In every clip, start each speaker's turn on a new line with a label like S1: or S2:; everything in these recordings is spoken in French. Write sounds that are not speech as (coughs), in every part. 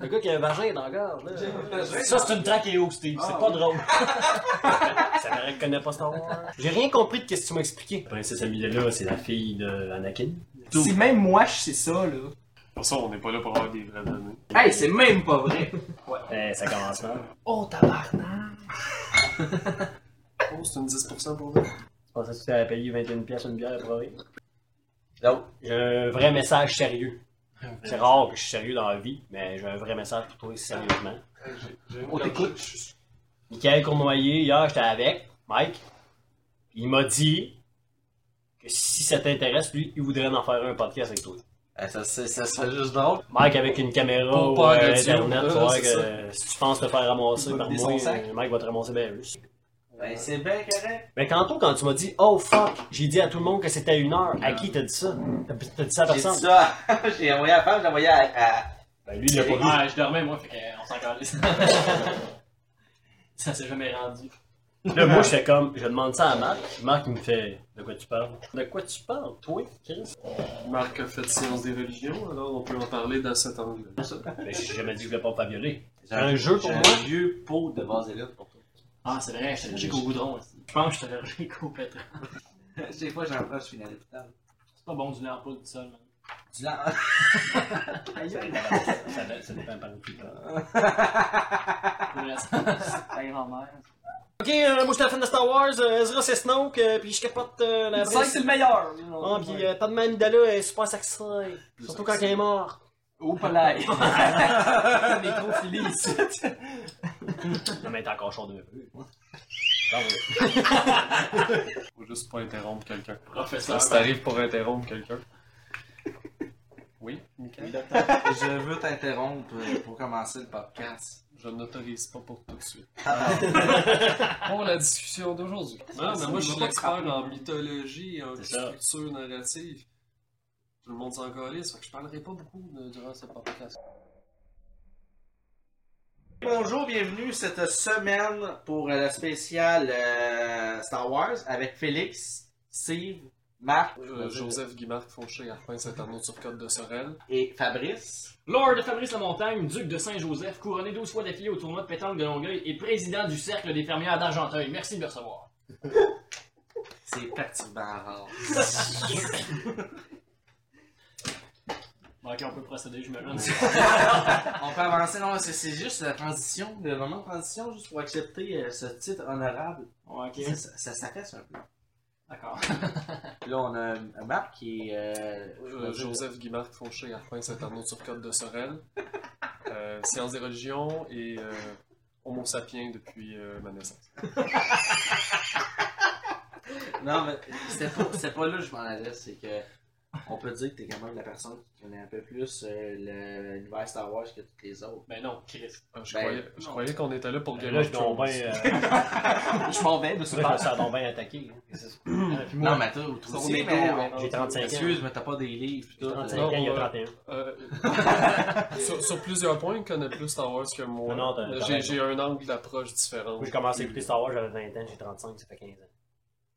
S1: Le gars qui a un vagin dans la gorge, là.
S2: Ça, c'est une traque éo, Steve. C'est pas (laughs) drôle.
S1: Ça me reconnaît pas Star Wars. J'ai rien compris de qu'est-ce que tu m'as expliqué.
S2: Princesse Amidala, c'est la fille d'Anakin.
S3: Si même moi je sais ça, là.
S4: Pour ça, on n'est pas là pour avoir des vraies données.
S3: Hey, c'est même pas
S5: (laughs)
S3: vrai.
S1: Ben,
S2: Eh, ça commence mal.
S3: Oh, tabarnak.
S4: Oh, c'est une 10% pour nous.
S2: Je pensais que tu allais payer 21 pièces une bière pour rire.
S1: Donc, j'ai un vrai message sérieux. C'est rare que je suis sérieux dans la vie, mais j'ai un vrai message pour toi sérieusement.
S3: On t'écoute.
S1: Michael Cournoyer, hier, j'étais avec Mike. Il m'a dit que si ça t'intéresse, lui, il voudrait en faire un podcast avec toi.
S5: Eh, Ça, c'est- ça serait juste drôle.
S1: Mike avec une caméra
S5: Pour
S1: ou
S5: peur
S1: euh,
S5: de Dieu,
S1: internet,
S5: là,
S1: tu vois,
S5: c'est
S1: que
S5: ça.
S1: euh, si tu penses te faire ramasser
S5: Il va
S1: par
S5: te
S1: moi,
S5: laisser son sac.
S1: euh, Mike va te ramasser bien plus.
S5: Ben, c'est bien correct.
S1: Mais tantôt, quand tu m'as dit « Oh fuck », j'ai dit à tout le monde que c'était une heure. À qui t'as dit ça? T'as t'as dit ça à
S5: J'ai dit
S1: personne?
S5: ça. (laughs) J'ai envoyé à la femme, j'ai envoyé à. à-
S2: Ben, lui, il l'a pas vu.
S6: Ouais, Ah, je dormais, moi, fait qu'on s'en calisse. (laughs) ça s'est jamais rendu.
S1: Là, moi, je fais comme, je demande ça à Marc. Marc, il me fait, de quoi tu parles? De quoi tu parles, toi, Chris?
S4: Marc a fait science des religions, alors on peut en parler dans cet angle.
S6: Ah,
S1: Ben, j'ai jamais dit que je voulais pas me faire violer.
S5: J'ai
S1: C'est un jeu
S5: j'ai
S1: pour
S5: un
S1: moi.
S5: vieux pot de vaseline pour toi.
S6: Ah, c'est vrai, je suis allergique au goudron aussi. Je pense que je suis allergique au pétrole.
S5: Chaque fois, j'en prends, je finis à l'hôpital.
S6: C'est pas bon du lait en poudre du sol, man.
S5: Tu l'as. (laughs)
S1: Ça, dé- ça dépend par où tu parles.
S6: Pour le
S4: (laughs)
S6: reste, Ta grand-mère.
S1: Ok, euh, moi, je suis la fan de Star Wars. euh, Ezra, c'est Snoke. euh, puis je capote euh, la
S3: C'est vrai que
S1: vraie.
S3: c'est le meilleur.
S1: Ah, puis euh, Padmé Amidala elle est super sexy. Surtout quand elle est morte.
S3: Au
S5: euh,
S3: palais. Microphilie ici.
S1: Non, mais t'es encore chaud de peu.
S4: Faut juste pas interrompre quelqu'un.
S6: Professeur.
S4: Ça, si t'arrives pour interrompre quelqu'un. Oui, Michael?
S5: Je veux t'interrompre euh, pour commencer le podcast.
S4: Je n'autorise pas pour tout de suite. (laughs) Pour la discussion d'aujourd'hui. Ah. Non, mais moi, je suis expert en mythologie et en
S1: C'est ça.
S4: culture narrative. Tout le monde s'en calisse, fait que je parlerai pas beaucoup de- durant ce podcast.
S5: Bonjour, bienvenue cette semaine pour euh, le spécial euh, Star Wars avec Félix, Steve, Marc
S4: Euh, Joseph Guimard Fauché, Arpin Saint-Arnaud sur Côte de Sorel.
S5: et Fabrice.
S6: Lord de Fabrice Lamontagne, duc de Saint-Joseph, couronné 12 fois d'affilée au tournoi de pétanque de Longueuil et président du cercle des fermières d'Argenteuil. Merci de me recevoir.
S5: C'est perturbant. rare.
S6: Bon, ok, on peut procéder, je me lance.
S5: On peut avancer, non, c'est- c'est juste la transition, le moment de transition, juste pour accepter euh, ce titre honorable.
S6: Ouais, ok.
S5: Ça, ça, ça s'affaisse un peu.
S6: D'accord.
S5: Puis là, on a un Marc qui est. euh,
S4: Euh, Joseph Guimard Fauché, Arpin Saint-Arnaud sur Côte de Sorel. Euh, sciences des religions et euh, Homo sapiens depuis euh, ma naissance.
S5: Non, mais c'était pas, c'était pas là que je m'en allais, c'est que. On peut dire que t'es quand même la personne qui connaît un peu plus euh, le- l'univers Star Wars que toutes les autres.
S6: Ben non, Chris.
S4: Euh, je
S5: Ben,
S4: croyais, je croyais qu'on était là pour
S1: Ben, Là,
S4: Game
S1: je
S4: of Thrones.
S1: tombe (laughs) bien. euh,
S3: Je m'en vais de ce
S1: Ça ça tombe bien attaqué. hein.
S6: Euh, puis moi,
S5: Non, mais toi, toi
S4: Son
S5: aussi,
S4: ego,
S5: mais.
S4: hein.
S1: J'ai 35 ans.
S5: Excuse, mais t'as pas des livres. pis
S1: J'ai
S5: tout,
S1: 35
S5: euh,
S1: ans, il y a
S4: euh,
S1: 31.
S4: Euh,
S1: (laughs)
S4: sur, sur plusieurs points, il connaît plus Star Wars que moi.
S1: Non, non, t'as-
S4: Mais
S1: t'as
S4: j'ai,
S1: raison.
S4: j'ai un angle d'approche différent.
S1: Moi, j'ai commencé à écouter Star Wars, j'avais 20 ans, j'ai 35, ça fait 15 ans.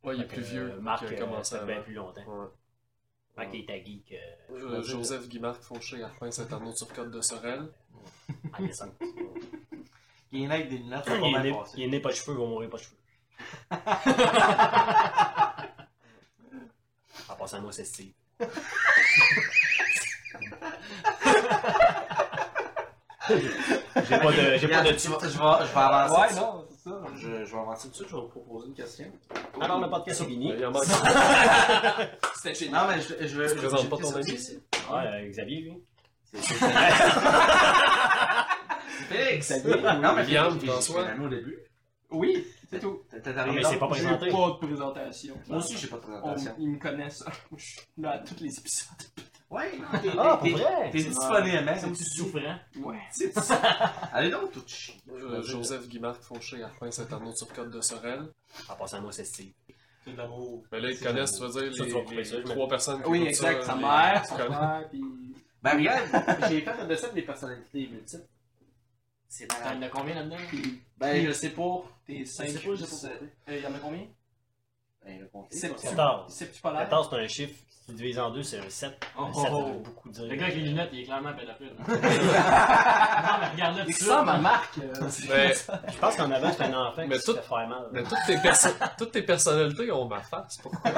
S4: Ouais, il est
S1: Fait que,
S4: plus vieux.
S1: euh, Marc,
S4: qui a
S1: euh,
S4: commencé
S1: ça fait
S4: avant.
S1: bien plus longtemps.
S4: Ouais.
S1: Marc, il était geek euh,
S4: Euh, Joseph Guimard Fauché, Arpin Saint-Arnaud sur Côte de Sorel.
S1: en (laughs) décembre.
S5: Il est né avec des lunettes, ça va
S1: il, est
S5: bien
S1: né,
S5: passer.
S1: il est né pas de cheveux, il va mourir pas de cheveux. en passant, moi, c'est Steve. j'ai pas de, j'ai pas
S5: Regarde,
S1: de
S5: tu
S1: titre.
S5: vas- Je vais je vais avancer.
S3: Ouais,
S5: dessus.
S3: non, c'est ça.
S5: Je, je vais avancer dessus, je vais vous proposer une question.
S1: Alors, le podcast est fini.
S4: Euh, Il en manque.
S3: C'était chez
S5: Non, mais je, je, je,
S4: Tu présentes pas
S5: je-
S4: ton
S5: je-
S4: ami?
S5: c'est-
S1: Ouais, euh, Xavier, lui.
S5: Félix! Non, mais
S4: William,
S5: Félix, j'ai- j'ai
S4: François.
S5: un ami au début.
S3: Oui, c'est tout.
S5: T'as- t'as
S1: Non,
S5: rien
S1: mais
S5: d'autre?
S1: c'est pas
S6: j'ai
S1: présenté.
S6: pas de présentation.
S5: Moi aussi, j'ai pas de
S6: On-
S5: présentation.
S6: ils me connaissent. Je suis dans tous les épisodes.
S5: Ouais, non, t'es-
S1: Ah,
S5: t'es
S1: pour vrai?
S5: t'es disponible, hein?
S6: Comme tu souffrant.
S5: Ouais. c'est- c'est- (laughs) Allez donc, tout chier.
S4: Euh, Joseph Guimard Fauché, Arpin Saint-Arnaud sur Côte de Sorel.
S1: En passant, moi, c'est Steve.
S2: C'est de l'amour.
S4: Mais là, ils connaissent, tu vas dire,
S1: Ça, tu vas couper
S4: les,
S1: ça,
S4: les
S1: je
S4: trois personnes qui
S3: Oui,
S4: écoutent
S3: exact.
S4: ça,
S3: Sa
S4: les-
S3: mère, son (laughs)
S4: tu connais.
S3: frère, puis.
S5: Ben regarde, j'ai fait une recette des personnalités multiples. C'est malade.
S6: T'en as combien là-dedans?
S5: Ben je sais pas.
S3: T'es
S5: Ah, Je
S3: 5.
S5: sais pas, je sais pas. Euh,
S6: Il y en a combien?
S5: Ben le compter.
S3: C'est-
S5: parce que-
S1: 14.
S3: C'est plus polaire.
S1: 14, c'est un chiffre qui se divise en deux, c'est un 7.
S6: Oh,
S1: un
S6: oh,
S1: 7, ça
S6: oh.
S1: veut beaucoup dire.
S6: Le gars avec les lunettes, il est clairement pédophile. non, mais regarde-le,
S3: Il
S6: tu
S3: ressemble à
S6: sais.
S3: Marc. euh,
S4: Mais,
S1: Je pense qu'en avant, c'est un enfant
S4: Mais
S1: qui
S4: tout-
S1: se fait faire mal.
S4: mais toutes, tes perso- toutes tes personnalités ont ma face. Pourquoi?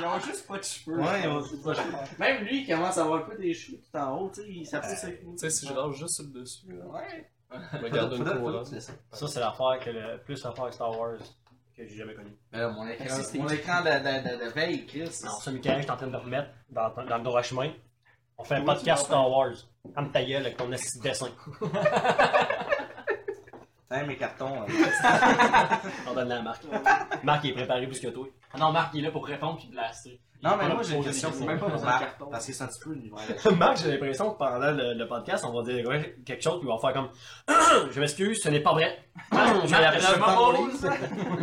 S3: Ils ont juste pas de cheveux.
S5: Ouais, on se dit pas cher. Même lui, il commence à avoir un peu des cheveux tout en haut, tu sais, il s'appuie sur
S4: Tu sais, si je lance juste sur le dessus, là,
S5: Ouais.
S4: je me (laughs) garde une
S5: Faudrait-
S4: hein.
S5: faudrait-
S4: couronne.
S5: faudrait- c'est ça.
S1: Ça, c'est l'affaire que le plus l'affaire que Star Wars que j'ai jamais connue.
S5: Ben là, mon écran,
S3: Assisté.
S5: mon écran de, de, de, de veille, Chris.
S1: Non, ça, Michael, je suis en train de le remettre dans, dans le droit chemin. On fait un
S3: Oui,
S1: podcast
S3: tu l'as
S1: Star Wars. Comme ta gueule avec ton assis de dessin.
S5: Hein, mes (laughs) cartons. hein.
S1: On donne la (laughs) marque. Marc, il est préparé plus que toi.
S6: Ah Non, Marc, il est là pour répondre puis blaster.
S5: Non, mais moi, j'ai une
S6: Poser des
S5: question pour
S6: questions.
S3: Même pas besoin de
S5: Marc,
S3: carton.
S5: Parce que c'est un petit peu l'univers.
S1: (laughs) Marc, j'ai l'impression que pendant le, le podcast, on va dire ouais, quelque chose, puis il va faire comme (clears throat) Je m'excuse, ce n'est pas vrai. (clears throat)
S6: Marc,
S1: Je
S6: Marc,
S1: l'appelle
S6: je
S1: le
S6: m'en
S1: Mambo.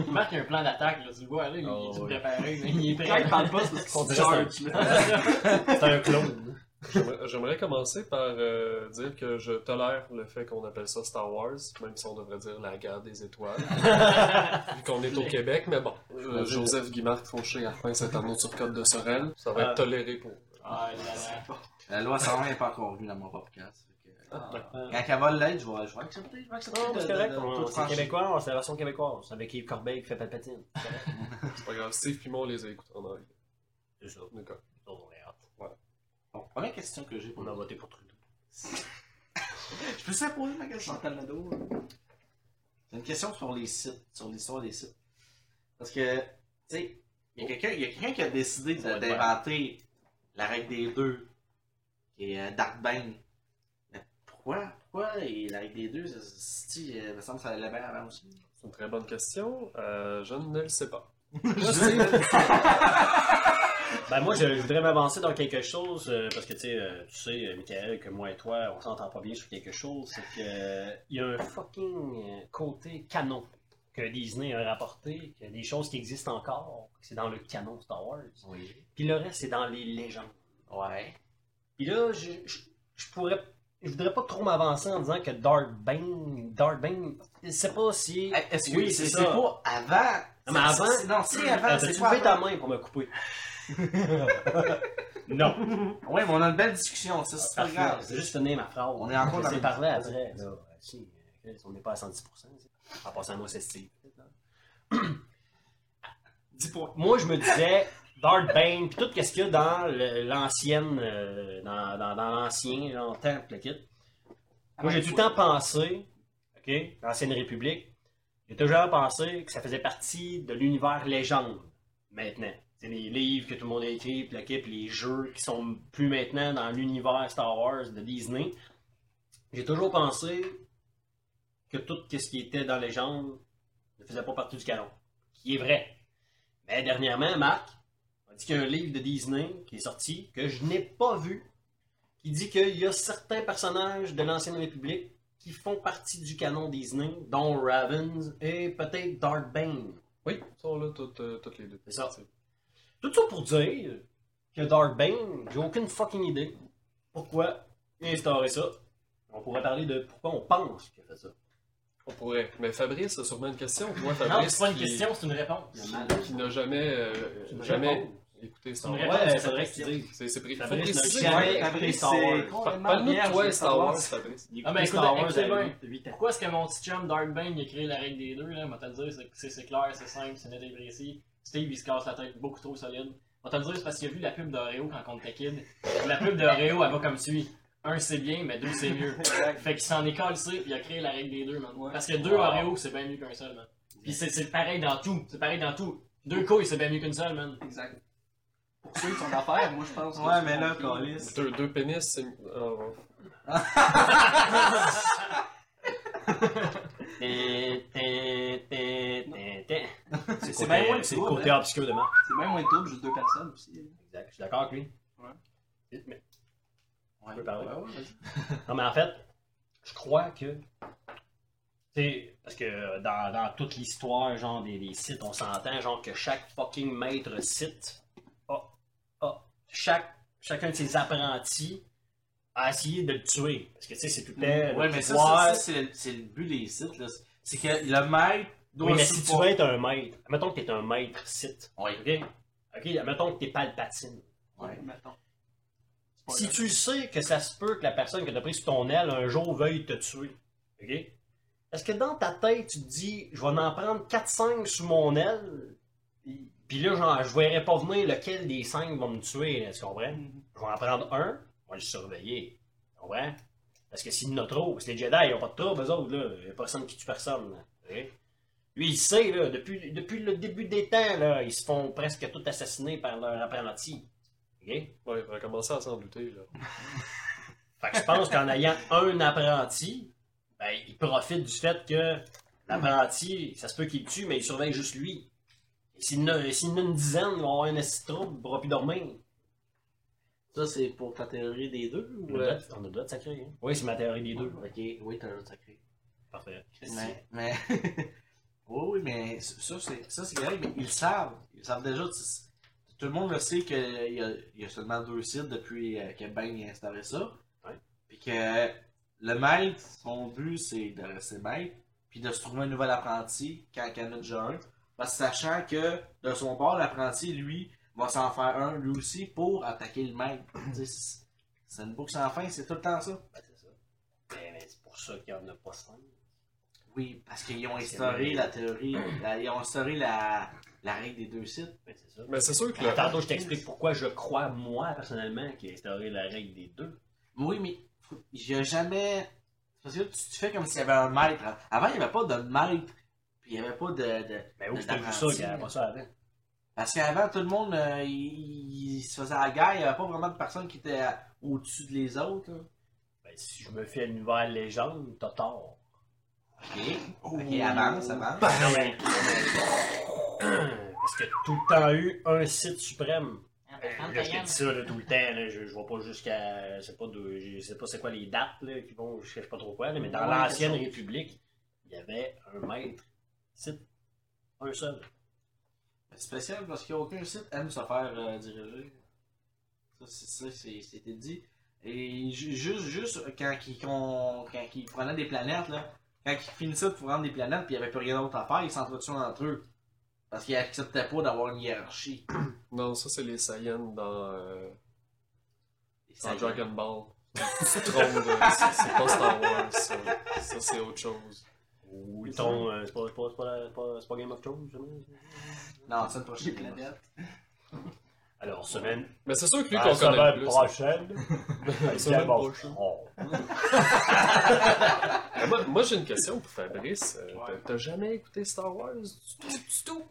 S6: pose. Marc, il a un plan d'attaque, là, tu le vois, là, il il
S1: Oh,
S6: est tout
S1: oui.
S6: préparé, là, il est
S3: Quand
S6: prêt.
S3: ils parlent pas, c'est parce
S1: On
S3: qu'ils se
S1: dirait que
S3: charge.
S1: c'est un- (laughs) c'est un clone.
S4: J'aimerais- J'aimerais commencer par euh, dire que je tolère le fait qu'on appelle ça Star Wars, même si on devrait dire la guerre
S1: (laughs)
S4: des étoiles, vu qu'on est au Québec, mais bon. Euh, Joseph Guimard Fauché, Arpin Saint-Arnaud sur Côte de Sorel, ça va
S1: Ah.
S4: être toléré pour.
S6: Ah, là, là.
S5: La loi 101 n'est pas encore venue dans mon podcast. fait que- euh,
S1: Ah.
S5: Quand elle va l'être, je vais je vais accepter. Je vais accepter.
S1: Non,
S5: de-
S1: mais c'est
S5: de-
S1: correct.
S5: de-
S1: on-
S5: toute
S1: C'est
S5: franchise.
S1: québécois, on- c'est la version québécoise. C'est avec Yves Corbeil qui fait palpatine.
S4: C'est pas grave, Steve Pimon les a écoutés en anglais.
S1: (laughs) C'est ça.
S4: D'accord.
S1: On est hâte.
S5: Bon, première question que j'ai pour
S1: On a
S5: vous.
S1: voté pour Trudeau.
S5: Je peux ça poser ma question?
S3: Chantal Nadeau.
S5: C'est une question sur les sites, sur l'histoire des sites. Parce que, tu sais, il y a quelqu'un il y a quelqu'un qui a décidé de-
S1: Ça va être
S5: d'inventer la règle des deux, qui est euh, Dark Bane. Mais pourquoi? Pourquoi? Et la règle des deux, ça- ça- si, euh, il me semble que ça allait bien avant aussi.
S4: C'est une très bonne question. Euh, je ne le
S1: (laughs)
S4: sais pas.
S1: Ben moi, je, je voudrais m'avancer dans quelque chose, euh, parce que tu sais, euh, tu sais, euh, Michael, que moi et toi, on s'entend pas bien sur quelque chose, c'est que euh, il y a un fucking euh, côté canon que Disney a rapporté, qu'il y a des choses qui existent encore, que c'est dans le canon Star Wars.
S5: Oui.
S1: Puis le reste, c'est dans les légendes.
S5: Ouais.
S1: Puis là, je, je, je pourrais... Je voudrais pas trop m'avancer en disant que Darth Bane... Darth Bane... Je sais pas si...
S5: Hey, Eh, Est-ce que
S1: Oui,
S5: c'est
S1: c'est
S5: c'est
S1: ça.
S5: pas avant?
S1: Non, mais
S5: C'est-
S1: avant-
S5: c'est- Non, c'est avant,
S1: Euh,
S5: c'est
S1: T'as-tu
S5: pas
S1: levé ta
S5: avant.
S1: main pour me
S5: (laughs)
S1: couper? non.
S5: Ouais, mais on a une belle discussion, ça, c'est pas
S1: Parfait,
S5: grave.
S1: C'est juste finir ma phrase.
S5: On est encore dans
S1: Je
S5: le-
S1: sais parler après. Là, si, euh, on n'est pas à 110%. c'est- En passant, moi, c'est Steve. hein. (coughs) Dis pour- Moi, je me disais, Darth Bane, puis tout ce qu'il y a dans le- l'ancienne, euh, dans, dans, dans l'ancien, là, en temps, pis le kit. Moi, j'ai tout le temps pensé, OK, l'ancienne République, j'ai toujours pensé que ça faisait partie de l'univers légende, maintenant. C'est les livres que tout le monde a écrits, puis le kit, puis les jeux qui sont plus maintenant dans l'univers Star Wars de Disney. J'ai toujours pensé que tout ce qui était dans légende ne faisait pas partie du canon, qui est vrai. Mais dernièrement, Marc a dit qu'il y a un livre de Disney qui est sorti que je n'ai pas vu, qui dit qu'il y a certains personnages de l'ancienne République qui font partie du canon Disney, dont Ravens et peut-être Darth Bane.
S4: Oui, ils sont là toutes, euh, toutes les deux.
S1: C'est ça. Tout ça pour dire que Darth Bane, j'ai aucune fucking idée pourquoi il a instauré ça. On pourrait parler de pourquoi on pense qu'il a fait ça.
S4: On pourrait. Mais Fabrice a sûrement une question. Moi,
S6: Non, c'est
S4: Fabrice,
S6: pas une
S4: qui-
S6: question, c'est une réponse.
S4: qui n'a jamais, euh,
S1: Tu me
S4: jamais
S1: réponds.
S4: écouté Star
S6: Tu me
S4: Wars.
S6: réponds.
S1: Ouais, c'est vrai que tu dis.
S4: C'est c'est pré- faut
S1: Fabrice n'a
S4: préciser.
S1: jamais
S3: Ouais,
S1: écouté
S3: Fabrice,
S1: Star Wars.
S3: c'est-
S4: Fa- Parle-nous de toi et Star Wars, Fabrice.
S1: Il
S6: Ah, ben,
S1: écoute
S6: écoute,
S1: Star Wars
S6: écoutez
S1: à
S6: bien.
S1: huit ans.
S6: Pourquoi est-ce que mon petit chum Dark Bane il a créé la règle des deux, là? On va te le dire, c'est- c'est c'est clair, c'est simple, c'est net et précis. Steve, il se casse la tête beaucoup trop solide. On va te le dire, c'est parce qu'il a vu la pub d'Oreo quand on était kid. La pub d'Oreo, elle va comme suit. Un, c'est bien, mais deux, c'est (laughs) mieux. fait qu'il s'en est calcé, puis il a créé la règle des deux, man. Parce que deux
S1: Wow.
S6: Oreo, c'est bien mieux qu'un seul, man. Puis c'est- c'est pareil dans tout. C'est pareil dans tout. Deux couilles, c'est bien mieux qu'une seule, man.
S3: Exact. Pour ceux qui sont d'affaires, moi je pense. que
S5: Ouais,
S3: c'est
S5: mais là,
S3: compliqué.
S5: Calis.
S4: Deux, deux pénis, c'est. oh.
S1: Tin, tin, tin, tin, tin.
S3: C'est
S1: C'est le côté-
S3: bien moins de
S1: C'est le
S3: toi,
S1: côté obscur de Marc.
S3: C'est même moins de trouble, juste deux personnes aussi.
S1: Exact, je suis d'accord avec lui. On peut parler. Non, mais en fait, je crois que. tu sais, Parce que dans, dans toute l'histoire genre des, des sites, on s'entend genre que chaque fucking maître site a, a- chaque, chacun de ses apprentis a essayé de le tuer. Parce que tu sais, c'est tout le temps. le
S5: Mm, Ouais, mais ça,
S1: pouvoir.
S5: ça, ça, c'est le, c'est le but des sites, là. C'est que le maître doit
S1: Oui, mais
S5: se
S1: si tu
S5: pour-
S1: veux être un maître, mettons que t'es un maître site,
S5: Ouais.
S1: ok? Ok, mettons que t'es Palpatine.
S5: Ouais.
S3: Mettons.
S1: Si tu sais que ça se peut que la personne que t'as pris sous ton aile un jour veuille te tuer, ok? Est-ce que dans ta tête, tu te dis, je vais en prendre 4-5 sous mon aile, puis là, genre, je verrai pas venir lequel des 5 va me tuer, là, tu comprends?
S3: Mhm.
S1: Je vais en prendre un, on va le surveiller, tu comprends? Parce que s'il y en a trop, c'est les Jedi, ils ont pas de trouble, eux autres, là. Y a personne qui tue personne, là. ok? Lui, il sait, là, depuis, depuis le début des temps, là, ils se font presque tous assassiner par leur apprenti. OK?
S4: Ouais, on va commencer à s'en douter, là.
S1: Fait que je pense qu'en ayant un apprenti, ben, il profite du fait que l'apprenti, ça se peut qu'il le tue, mais il surveille juste lui. Et S'il y en a s'il y en a une dizaine, il va avoir un assis de trouble, il pourra plus dormir.
S5: Ça, c'est pour ta théorie des deux
S1: On
S5: ou.
S1: a le
S5: euh,
S1: droit de- on a le droit de sacrer, hein? Oui, c'est ma théorie des deux.
S5: Ok, oui, t'as le sacré.
S1: Parfait.
S5: Mais. mais... (laughs) oui, oui, mais ça, c'est ça, c'est correct, mais ils le savent. Ils le savent déjà. tu sais, Tout le monde le sait qu'il y, a- il y a seulement deux sites depuis euh, que Bang a installé ça.
S1: Ouais.
S5: Puis que le maître, son but, c'est de rester maître, puis de se trouver un nouvel apprenti quand il y en a déjà un. Parce que sachant que de son bord, l'apprenti, lui, va s'en faire un, lui aussi, pour attaquer le maître. Tu sais, c'est- c'est une boucle sans fin, c'est tout le temps ça.
S1: Mais, Ben, mais c'est pour ça qu'il n'y en a pas cinq.
S5: Oui, parce qu'ils ont
S1: C'est vrai.
S5: instauré la théorie, la- ils ont instauré la, la règle des deux sites.
S1: Ben, c'est ça.
S4: Mais c'est sûr que
S1: Mais
S4: le...
S1: Tantôt, je t'explique pourquoi je crois, moi, personnellement, qu'il a instauré la règle des deux.
S5: Oui, mais faut- il n'y a jamais. c'est Parce que là, tu, tu fais comme s'il y avait un maître. Avant, il n'y avait pas de maître. Puis il n'y avait pas de. de-
S1: Mais où
S5: de-
S1: Ben, je t'ai vu ça,
S5: d'apprenti.
S1: qu'il n'y avait pas ça avant?
S5: Parce qu'avant, tout le monde, euh, il, il se faisait à la guerre. Il n'y avait pas vraiment de personne qui était au-dessus de les autres. là.
S1: Ben, si je me fais une nouvelle légende, t'as tort.
S5: Ok. Ok, avance, avance.
S1: Non, mais- Parce que tout le temps eu un site suprême. Euh, Là, je te dis ça là, tout le temps, là, je, je vois pas jusqu'à. Je sais pas, de- je sais pas c'est quoi les dates là, qui vont, je sais pas trop quoi, là, mais dans
S5: Ouais,
S1: l'ancienne
S5: quelque
S1: République, il y avait un maître. Site. Un seul.
S5: C'est spécial parce qu'aucun site aime se faire euh, diriger. Ça, c'est ça, c'est- c'était dit. Et ju- juste, juste quand ils, qu'on- quand ils prenaient des planètes, là, quand ils finissaient de prendre des planètes puis il n'y avait plus rien d'autre à faire, ils s'entretuaient entre eux. Parce qu'ils acceptaient pas d'avoir une hiérarchie.
S4: Non, ça, c'est les Saiyans dans, euh,
S5: Et
S4: dans
S5: ça,
S4: Dragon Ball. Tu te trompes, là. c'est c'est pas Star Wars, ça. Ça, c'est autre chose.
S1: Ou ton. euh, c'est pas, c'est pas, c'est pas, c'est pas- c'est pas Game of Thrones, jamais.
S5: Non, c'est une prochaine
S3: Les planètes.
S1: Alors, semaine.
S4: Mais c'est sûr que lui
S1: à
S4: qu'on connaît
S1: semaine
S4: le plus. (laughs)
S1: prochaine.
S4: la
S1: Game
S4: semaine
S1: of
S4: prochaine.
S1: Thrones.
S4: Moi, moi, j'ai une question pour Fabrice. Euh,
S3: Ouais.
S4: t'as- T'as jamais écouté Star Wars du tout, du tout?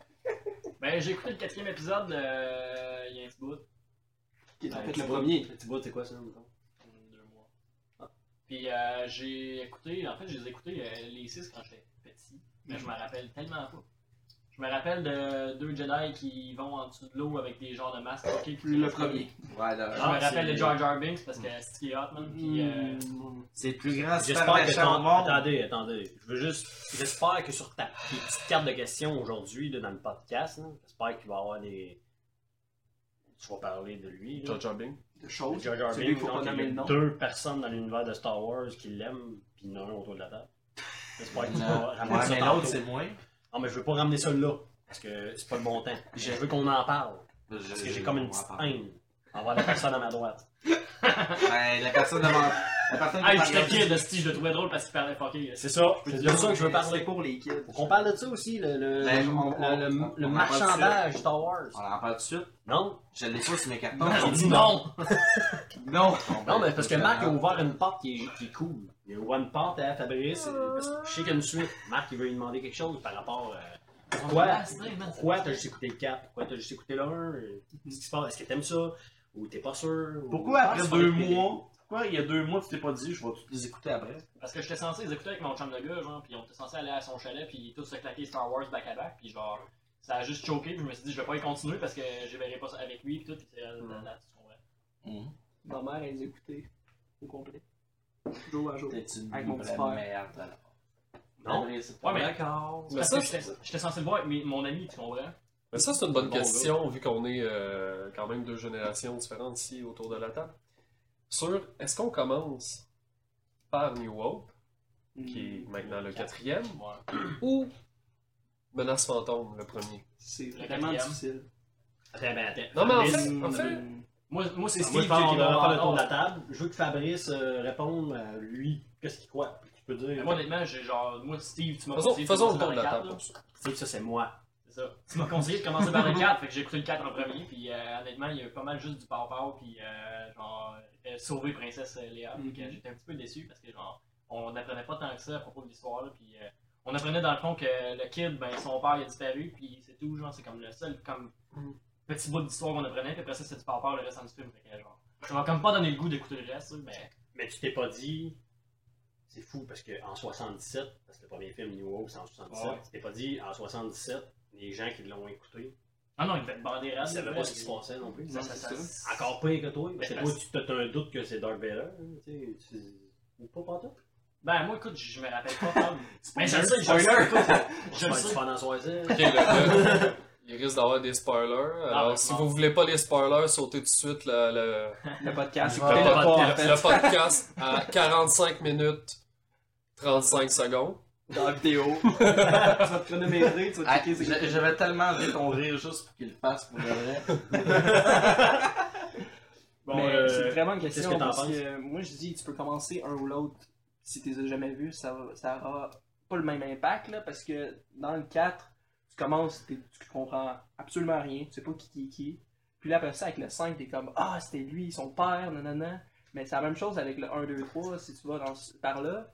S6: Ben, j'ai écouté le quatrième épisode euh, il y a un petit bout,
S3: Qui est en
S1: Ah,
S6: Ouais,
S3: fait
S6: tu
S3: le
S6: vois.
S3: premier.
S1: Le petit bout, c'est quoi ça, mettons?
S6: deux mois. Ah. Puis euh, j'ai écouté, en fait, j'ai écouté euh, les six quand j'étais petit, mais
S1: Mhm.
S6: je me rappelle tellement pas. Je me rappelle de deux Jedi qui vont en dessous de l'eau avec des genres de masques. ok, puis
S3: Le premier.
S5: Ouais,
S6: Je
S1: Ah,
S5: là,
S6: me rappelle
S5: c'est-
S6: de Jar Jar Binks parce que Sticky Hotman, puis
S1: Mm.
S6: euh,
S5: C'est le plus grand super
S1: J'espère que
S5: méchant au
S1: ton...
S5: monde.
S1: Attendez, attendez. Je veux juste. J'espère que sur ta tes petites cartes de questions aujourd'hui là, dans le podcast, là, j'espère qu'il va y avoir des. Tu vas parler de lui. là.
S4: Jar Jar Binks?
S3: De choses.
S1: Jar Jar
S3: Celui
S1: Binks,
S3: qu'il faut pas
S1: donc, il y a
S3: nommer le nom.
S1: deux personnes dans l'univers de Star Wars qui l'aiment, puis il y en a un autour de la table. J'espère que tu vas ramener
S5: Ouais,
S1: ça
S5: mais l'autre,
S1: tantôt.
S5: c'est moins.
S1: Non, mais je veux pas ramener ça là, parce que c'est pas le bon temps. Je veux qu'on en parle, parce que j'ai comme une petite haine envers la personne à ma droite.
S5: Ouais, Ben, la personne devant. La personne qui
S6: Hey, je
S5: parle-
S6: t'inquiète de Steve, je le trouvais drôle parce qu'il parlait fucké.
S1: C'est ça, c'est de ça que je veux
S3: C'est
S1: parler.
S3: pour les kids.
S1: Faut qu'on parle de ça aussi, le, le,
S5: Ben,
S1: le-
S5: on- on-
S1: le- le-
S5: on- Ah.
S1: le
S5: on en parle
S1: marchandage Star Wars.
S5: On en parle tout de suite.
S1: Non,
S5: Je l'ai pas sur mes cartons.
S1: j'ai dit Ah, non.
S5: Non!
S1: Non, mais parce que Marc a ouvert une porte qui est, qui est cool. Il a ouvert une porte à Fabrice. euh, Parce que je sais qu'il y a une suite. Marc, il veut lui demander quelque chose par rapport. euh,
S6: Ah,
S1: pourquoi pourquoi t'as juste écouté le 4 Pourquoi t'as juste écouté le 1 Qu'est-ce qui se passe Est-ce que t'aimes ça Ou t'es pas sûr Ou-
S5: Pourquoi après
S1: Pense sur
S5: deux
S1: les télé.
S5: mois Pourquoi il y a deux mois tu t'es pas dit je vais tous les écouter après
S6: Parce que j'étais censé les écouter avec mon chum de gars, genre, puis on était censé aller à son chalet, puis tous se claquer Star Wars back à back, puis genre, ça a juste
S5: Mhm.
S6: choqué, puis je me suis dit, je vais pas y continuer parce que je verrai pas ça avec lui, puis tout, puis c'est là- là- là- tu comprends.
S7: Ma mère, elle les écoutait au complet. Jour à jour.
S5: T'es une
S7: Avec mon petit
S5: vraie
S7: frère.
S5: merde, alors.
S1: Non.
S5: Adrien, c'est
S6: Ouais,
S5: pas
S6: mais-
S5: mal.
S4: D'accord.
S6: C'est
S4: Mais
S6: parce
S4: ça,
S6: que j'étais- j'étais censé le voir avec mes- mon ami, tu comprends?
S4: mais ça, c'est une bonne
S5: Bon,
S4: question, vu qu'on est euh, quand même deux générations différentes ici autour de la table. Sur, est-ce qu'on commence par New Hope, qui
S7: Hmm.
S4: est maintenant le quatrième, ou Menace Fantôme, le premier?
S7: C'est
S6: Le
S7: vraiment
S6: quatrième.
S7: difficile.
S1: Attends, ben, attends.
S4: Non, mais
S6: Ah,
S4: en
S1: Fabrice,
S4: fait, en fait, Ah,
S7: Hmm.
S6: Moi, moi c'est
S1: moi,
S6: Steve
S1: je
S6: qui est
S1: pense qu'on
S6: mon
S1: devrait faire le tour de
S6: mentor.
S1: la table. Je veux que Fabrice euh, réponde à lui. Qu'est-ce qu'il croit? Puis Tu peux
S5: Ben,
S1: dire.
S6: Moi, honnêtement, j'ai genre. Moi, Steve, tu m'as
S4: faisons,
S6: conseillé de
S4: faisons le
S6: commencer
S4: tour de la
S6: par
S4: table
S6: quatre,
S4: pour
S6: là.
S4: ça.
S1: Tu sais que ça, c'est moi.
S6: C'est ça. Tu m'as conseillé de commencer par le 4, fait que j'ai écouté le 4 en premier, puis euh, honnêtement, il y a eu pas mal juste du power puis euh, genre, euh, sauver Princesse Léa. Fait que j'étais un petit peu déçu parce que, genre, on n'apprenait pas tant que ça à propos de l'histoire, là, puis euh, on apprenait dans le fond que le kid, ben, son père, il a disparu, puis c'est tout, genre, c'est comme le seul, comme, petit bout d'histoire qu'on apprenait, puis après ça, c'est du power le reste du film, fait que, genre, ça m'a comme pas donné le goût d'écouter le reste, là, mais.
S1: Mais tu t'es pas dit. C'est fou parce qu'en 77, parce que le premier film New Hope c'est en 77,
S6: Ouais.
S1: tu t'es pas dit en 77, les gens qui l'ont écouté,
S6: Ah non, il devait être bandé
S1: ils
S6: raide,
S1: savaient
S6: là,
S1: pas ce qui se
S6: puis-
S1: passait non plus.
S6: Ça, ça, ça-
S1: Encore pire que toi, parce que
S6: Mais
S1: toi,
S6: parce-
S1: tu t'as un doute que c'est Darth Vader, hein, tu sais, tu- ou pas, pas toi.
S6: Ben, moi, écoute, je je me rappelle pas, Tom. Mais Ben, je le sais, je le sais,
S1: Spoiler.
S6: écoute, je
S1: Ouais,
S6: le
S1: tu
S6: sais.
S1: vas dans soirée.
S4: Ok, le- le- il risque d'avoir des spoilers. Alors,
S6: ben,
S4: si
S6: bon.
S4: vous voulez pas les spoilers, sautez tout de suite le, le,
S5: Le podcast.
S4: le,
S5: Écoutez le
S4: pod-
S5: podcast.
S4: le- le podcast à 45 minutes 35 secondes.
S7: Dans la
S6: (laughs)
S7: vidéo.
S5: Tu vas te chronométrer, tu vas
S7: Ah,
S5: checker. c'est- J'avais tellement envie qu'on rire juste pour qu'il le fasse pour le vrai.
S1: Bon,
S7: (laughs) mais
S1: euh,
S7: c'est vraiment une
S1: qu'est-ce
S7: question.
S1: que t'en
S7: parce
S1: penses?
S7: que moi, je dis, tu peux commencer un ou l'autre. Si tu les as jamais vus, ça, va- ça aura pas le même impact, là, parce que dans le 4, tu commences, t'es- tu comprends absolument rien, tu sais pas qui qui est qui. Puis là, après ça, avec le 5, t'es comme, ah, c'était lui, son père, nanana. Mais c'est la même chose avec le 1, 2, 3, si tu vas dans, ce- par là,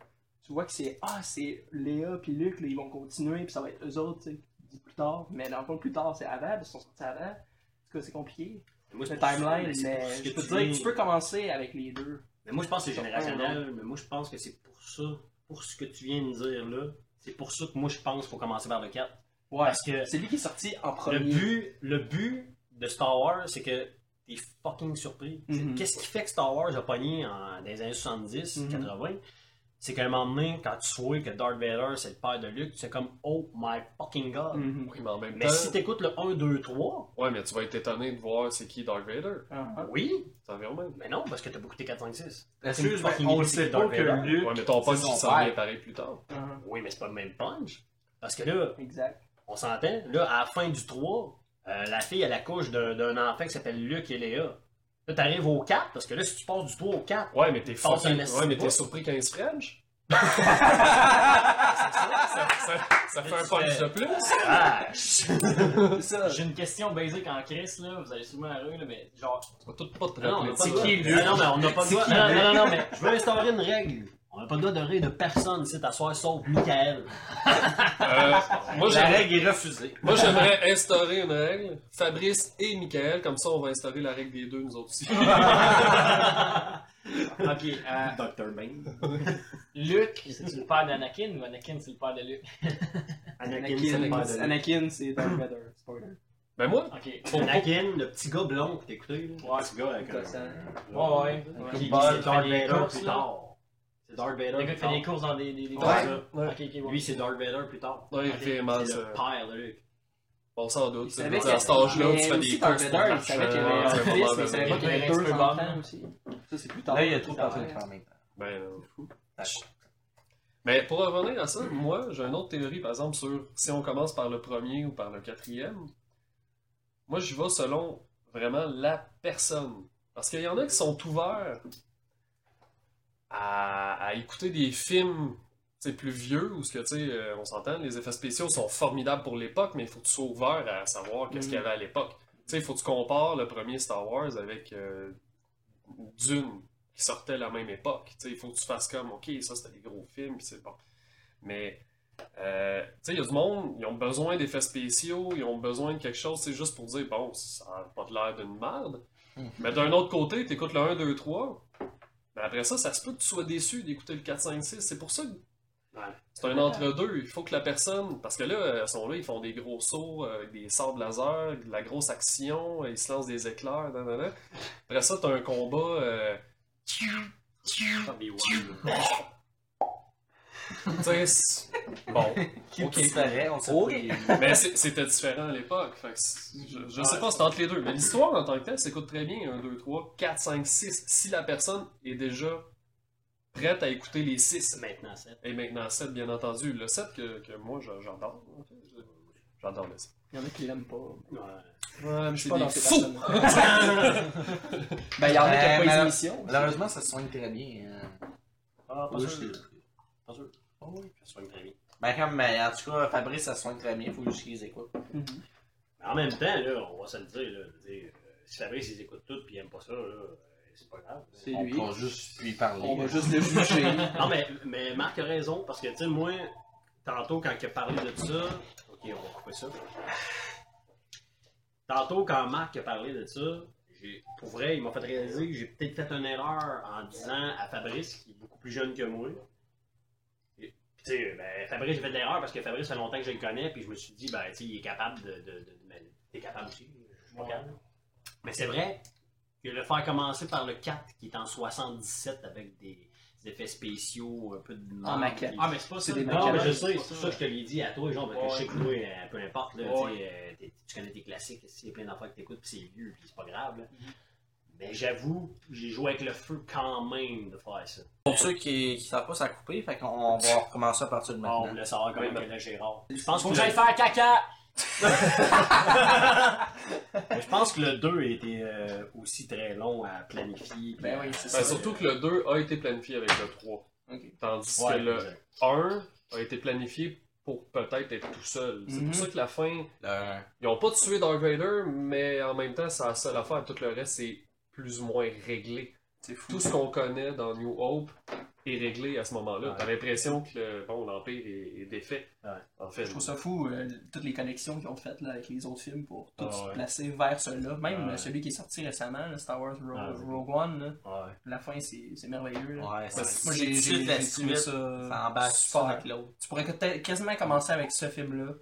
S7: tu vois que c'est, ah, c'est Léa puis Luc, là, ils vont continuer, puis ça va être eux autres, tu sais, qui disent plus tard. Mais dans le fond, plus tard, c'est avant, puis ils sont sortis avant. En tout cas, c'est compliqué
S1: moi, c'est
S7: le
S1: pour ça,
S7: timeline,
S1: mais c'est pour
S7: mais
S1: ce
S7: je
S1: que
S7: peux
S1: tu
S7: te dire que
S1: dis.
S7: tu peux commencer avec les deux.
S1: Mais moi, je pense que c'est générationnel, mais moi, je pense que c'est pour ça, pour ce que tu viens de dire là, c'est pour ça que moi, je pense qu'il faut commencer par le 4.
S7: Ouais.
S1: Parce que
S7: C'est lui qui est sorti en
S1: le
S7: premier.
S1: but, le but de Star Wars, c'est que t'es fucking surpris. C'est-
S7: Mhm.
S1: Qu'est-ce qui fait que Star Wars a pogné en, dans les années 70,
S7: Mhm.
S1: 80? C'est qu'à un moment donné, quand tu vois que Darth Vader, c'est le père de Luke, c'est comme « Oh my fucking God!
S7: Mhm.
S4: Oui, mais en même
S1: Mais
S4: temps.
S1: si t'écoutes le 1, 2, 3,
S4: Ouais, mais tu vas être étonné de voir c'est qui Dark Vader.
S7: Ah.
S1: oui,
S4: Ça vient au même.
S1: mais non, parce que t'as beaucoup tes 4, 5, 6.
S5: Excuse-moi,
S1: fucking
S5: on le
S1: idée,
S5: sait
S1: Darth
S5: pas que
S1: Vader.
S5: Luke.
S4: Ouais, mais ton punch,
S5: c'est son
S4: il s'en vient
S5: père.
S4: pareil plus tard.
S7: Ah.
S1: Oui, mais c'est pas le même punch. Parce que là,
S7: Exact.
S1: on s'entend, là, à la fin du 3, euh, la fille, elle accouche d'un d'un enfant qui s'appelle Luc et Léa. Là, t'arrives au 4, parce que là, si tu passes du 3 au 4,
S4: Ouais, mais t'es
S1: Passe un
S4: fucking...
S1: esti
S4: Ouais, mais
S1: de
S4: t'es
S1: bout.
S4: surpris qu'il y ait un
S7: (laughs)
S4: French. ça, ça- ça fait un punch de plus.
S1: ah,
S7: C'est ça.
S6: J'ai une question basique en Chris, là, vous allez sûrement la rue, là, mais genre,
S4: Tu vas tout pas te
S1: Non, on n'a
S4: rappeler de
S1: pas
S4: ça.
S1: le droit. Ah non, mais on n'a pas le droit.
S7: qui,
S1: Non, non, non, non, mais je veux instaurer une règle. On n'a pas le droit de rire de personne ici à soir, sauf Michael.
S4: Euh, (laughs) moi,
S5: La
S4: j'aimerais-
S5: règle est refusée.
S4: moi, j'aimerais instaurer une règle. Fabrice et Michael, comme ça, on va instaurer la règle des deux, nous
S7: (laughs)
S4: autres aussi.
S6: ok, euh,
S2: Dr. Bane.
S6: Luc, c'est-tu le père d'Anakin ou Anakin c'est le père de Luc?
S1: Anakin, c'est le père de
S7: Anakin,
S1: Luke.
S7: Anakin, c'est Darth Vader. (laughs) Spoiler.
S4: Ben moi,
S6: Ok.
S1: Anakin, le petit gars blond que t'écoutais, là.
S6: Ouais.
S1: petit gars avec un-
S7: Ça,
S6: Ouais,
S1: Qui-
S6: ouais.
S1: qui- C'est
S6: Qui- qui-
S1: Darth
S6: qui fait des
S1: Vader
S6: courses,
S1: plus
S6: là.
S1: tard. C'est Darth Vader
S6: Le gars
S1: plus
S6: qui fait des
S1: tard.
S6: courses dans des. des, des
S4: Ouais.
S6: Ok,
S4: Ouais.
S6: ok, ouais.
S1: Lui, c'est Darth Vader plus tard.
S4: Ouais,
S6: Ok.
S4: vraiment,
S1: C'est
S4: ça.
S1: le père de Luke.
S4: Bon, sans doute.
S7: Il
S4: tu
S7: savait
S4: sais, à
S7: que-
S4: cet âge-là,
S7: mais
S4: tu fais
S7: aussi
S4: des
S7: Darth
S4: courses pour
S7: Vader, il
S4: marcher,
S7: savait qu'il y avait un
S4: ouais, c'est
S7: fils,
S4: vraiment
S7: mais il savait
S4: bien.
S7: pas qu'il y
S6: Il
S7: avait
S6: est un
S7: deux
S6: peu
S7: enfants aussi. Ça, c'est plus tard.
S5: Là, il y a trop
S7: Ouais.
S5: personne qui en même temps.
S4: Ben, non.
S7: C'est fou.
S4: Mais pour revenir à ça, moi, j'ai une autre théorie, par exemple, sur si on commence par le premier ou par le quatrième. Moi, j'y vais selon vraiment la personne. Parce qu'il y en a qui sont ouverts à, à écouter des films tu sais, plus vieux, ou ce que, tu sais, euh, on s'entend, les effets spéciaux sont formidables pour l'époque, mais il faut que tu sois ouvert à savoir qu'est-ce
S7: Mm.
S4: qu'il y avait à l'époque. Tu sais, il faut que tu compares le premier Star Wars avec euh, Dune, qui sortaient à la même époque. Tu sais, il faut que tu fasses comme, OK, ça c'était des gros films, puis c'est bon. Mais, euh, tu sais, il y a du monde, ils ont besoin d'effets spéciaux, ils ont besoin de quelque chose, c'est juste pour dire, bon, ça n'a pas de l'air d'une merde. Mais d'un autre côté, tu ben, écoutes le 1, 2, 3, mais après ça, ça se peut que tu sois déçu d'écouter le 4, 5, 6. C'est pour ça que C'est un entre-deux. Il faut que la personne. Parce que là, ils sont là, ils font des gros sauts euh, avec des sabres laser, de la grosse action, euh, ils se lancent des éclairs, nan, nan, nan. Après ça, t'as un combat. euh, tu sais, c'est- Bon. Ok.
S5: disparaît, on sait
S4: Ok.
S5: pas.
S4: Mais c'est- c'était différent à l'époque. Fait que c'est- je, je sais pas, c'est entre les deux. Mais l'histoire en tant que telle s'écoute très bien. 1, 2, 3, 4, 5, 6. Si la personne est déjà prête à écouter les 6.
S1: Maintenant, c'est.
S4: Et maintenant 7, bien entendu. Le 7 que, que moi je- j'adore. en fait. Je- J'adore le 7.
S7: Il y en a qui l'aiment pas.
S4: Ouais, mais
S7: Je
S4: je
S7: suis
S4: suis
S7: pas dans ces
S4: fou!
S7: personnes. (laughs) ben, il y en a qui
S5: Euh,
S7: n'aiment pas les
S5: madame-
S7: émissions.
S5: Malheureusement, ça se soigne très bien. euh.
S1: Ah, pas
S5: Oui,
S1: sûr.
S5: je-
S1: Pas sûr.
S5: Ah oui.
S1: Ça soigne très bien.
S5: Ben, comme, mais en tout cas, Fabrice, ça se soigne très bien, faut juste qu'ils écoutent.
S1: Mais en même temps, là, on va se le dire, là, je veux dire, euh, si Fabrice, ils écoutent tout puis ils aiment pas ça, là, euh, c'est pas grave.
S7: C'est
S5: On
S7: lui.
S5: pourra juste lui parler.
S7: On va juste le juger.
S4: (laughs)
S1: Non, mais, mais Marc a raison, parce que, tu sais, moi, tantôt, quand il a parlé de ça, ok, on va couper ça. Tantôt, quand Marc a parlé de ça, j'ai- pour vrai, il m'a fait réaliser que j'ai peut-être fait une erreur en disant à Fabrice, qui est beaucoup plus jeune que moi. Et- puis, Tu sais, ben, Fabrice, j'ai fait de l'erreur parce que Fabrice, ça fait longtemps que je le connais, puis je me suis dit, ben, tu sais, il est capable de. de, de- mais t'es capable aussi, je suis pas capable. Mais c'est vrai que le faire commencer par le 4 qui est en 77 avec des, des effets spéciaux, un peu de.
S7: En maquette.
S1: Ah,
S6: Ah, mais c'est pas
S7: C'est
S6: ça.
S7: des
S1: non, mais
S7: maquettes.
S1: je sais, c'est pour ça que je te l'ai dit à toi, genre, parce que je sais que toi, euh, peu importe, là,
S6: Ouais.
S1: tu sais, euh, t'es- tu connais tes classiques, il y a plein d'enfants que t'écoutes, puis c'est vieux, puis c'est pas grave, là.
S7: Mhm.
S1: Mais j'avoue, j'ai joué avec le feu quand même de faire ça.
S5: Pour ceux qui ne savent pas, ça a coupé, fait qu'on va recommencer à partir
S1: Ah,
S5: de
S1: on
S5: maintenant.
S1: voulait savoir comment était le Gérard. Je pense
S6: Faut
S1: que
S6: que j'aille
S1: le-
S6: faire caca!
S7: (laughs)
S1: je pense que le 2 était euh, aussi très long à planifier. puis
S7: Ben
S1: à-
S7: oui, c'est ça.
S4: Ben, surtout que le 2 a été planifié avec le 3.
S7: Ok.
S4: Tandis
S1: Ouais,
S4: que le
S1: exact.
S4: 1 a été planifié pour peut-être être tout seul. C'est
S7: Mhm.
S4: pour ça que la fin.
S5: Le-
S4: Ils ont pas tué Darth Vader, mais en même temps, c'est la seule affaire. Tout le reste, c'est plus ou moins réglé.
S7: C'est fou.
S4: Tout ce qu'on connaît dans New Hope est réglé à ce moment-là.
S1: Ouais.
S4: T'as l'impression que le- bon, l'Empire est, est défait.
S1: Ouais.
S4: En fait,
S7: Je trouve ça fou, euh, toutes les connexions qu'ils ont faites là, avec les autres films pour tout
S1: Ah
S7: se
S1: ouais.
S7: placer vers ceux-là. Même
S1: Ah ouais.
S7: euh, celui qui est sorti récemment, là, Star Wars Rogue,
S1: Ah ouais.
S7: Rogue One, là,
S1: Ouais.
S7: la fin c'est c'est merveilleux. là.
S5: Ouais, c'est
S7: Moi j'ai
S5: suite
S7: j'ai-
S5: la
S7: j'ai trouvé
S5: suite.
S7: ça,
S5: Ça embarque
S7: super.
S5: ça avec l'autre.
S7: Tu pourrais peut-être quasiment commencer avec ce film-là,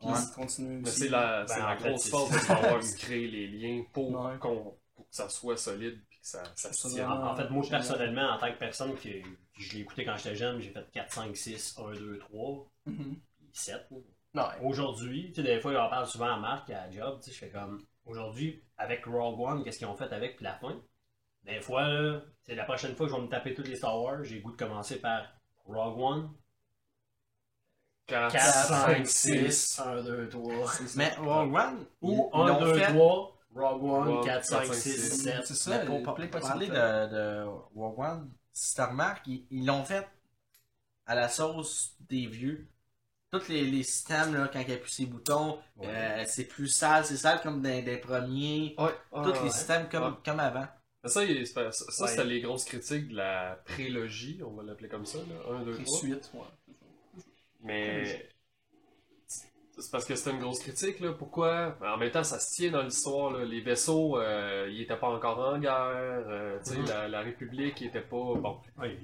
S7: puis
S5: Ouais.
S7: continuer
S4: Mais
S7: aussi.
S4: C'est la,
S1: Ben,
S4: c'est
S1: en
S4: la
S1: fait,
S4: grosse
S1: c'est-
S4: force de Star
S1: (laughs)
S4: Wars, créer les liens pour,
S7: Ouais.
S4: qu'on- pour que ça soit solide et que ça, ça
S7: Ça,
S4: se tienne.
S1: En, en fait, moi,
S7: Génial.
S1: personnellement, en tant que personne qui, qui je l'ai écouté quand j'étais jeune, j'ai fait 4, 5, 6, 1, 2, 3,
S7: Mhm.
S4: Mm-hmm.
S1: puis 7.
S7: Ouais.
S1: Aujourd'hui, tu sais, des fois, on parle souvent à Marc et à Job, tu sais, je fais comme, aujourd'hui, avec Rogue One, qu'est-ce qu'ils ont fait avec, puis la fin. Des fois, là, c'est la prochaine fois que je vais me taper toutes les Star Wars, j'ai le goût de commencer par Rogue One,
S4: 4,
S1: 4, 5,
S4: 6.
S1: 6, 1, 2, 3,
S5: Mais Rogue One,
S1: ou
S5: ils
S1: 1,
S5: l'ont
S1: 2,
S5: fait-
S1: 3, Rogue One,
S4: Ouais,
S1: 4, 5,
S4: cinq,
S1: 6,
S4: six.
S7: C'est
S1: 7.
S7: ça, euh,
S5: Mais pour par-
S7: plein de
S5: parler de,
S7: personnes.
S5: de Rogue One, si tu remarques, ils ils l'ont fait à la sauce des vieux. Tous les, les systèmes, là, quand il appuie ses boutons,
S1: Ouais.
S5: euh, c'est plus sale, c'est sale comme dans des premiers.
S4: Ouais, ouais,
S7: Ah,
S5: Tous
S4: ouais.
S5: les systèmes comme, comme avant.
S4: Mais Ça, il- ça, ça,
S1: Ouais.
S4: c'était les grosses critiques de la prélogie, on va l'appeler comme ça, 1, 2,
S7: Les
S4: 3.
S7: suites, ouais.
S4: Ah, Mais c'est parce que c'était une grosse critique, là. Pourquoi? Ben, En même temps, ça se tient dans l'histoire, là. Les vaisseaux, euh, ils étaient pas encore en guerre. euh, tu sais, la, la République était pas. Bon,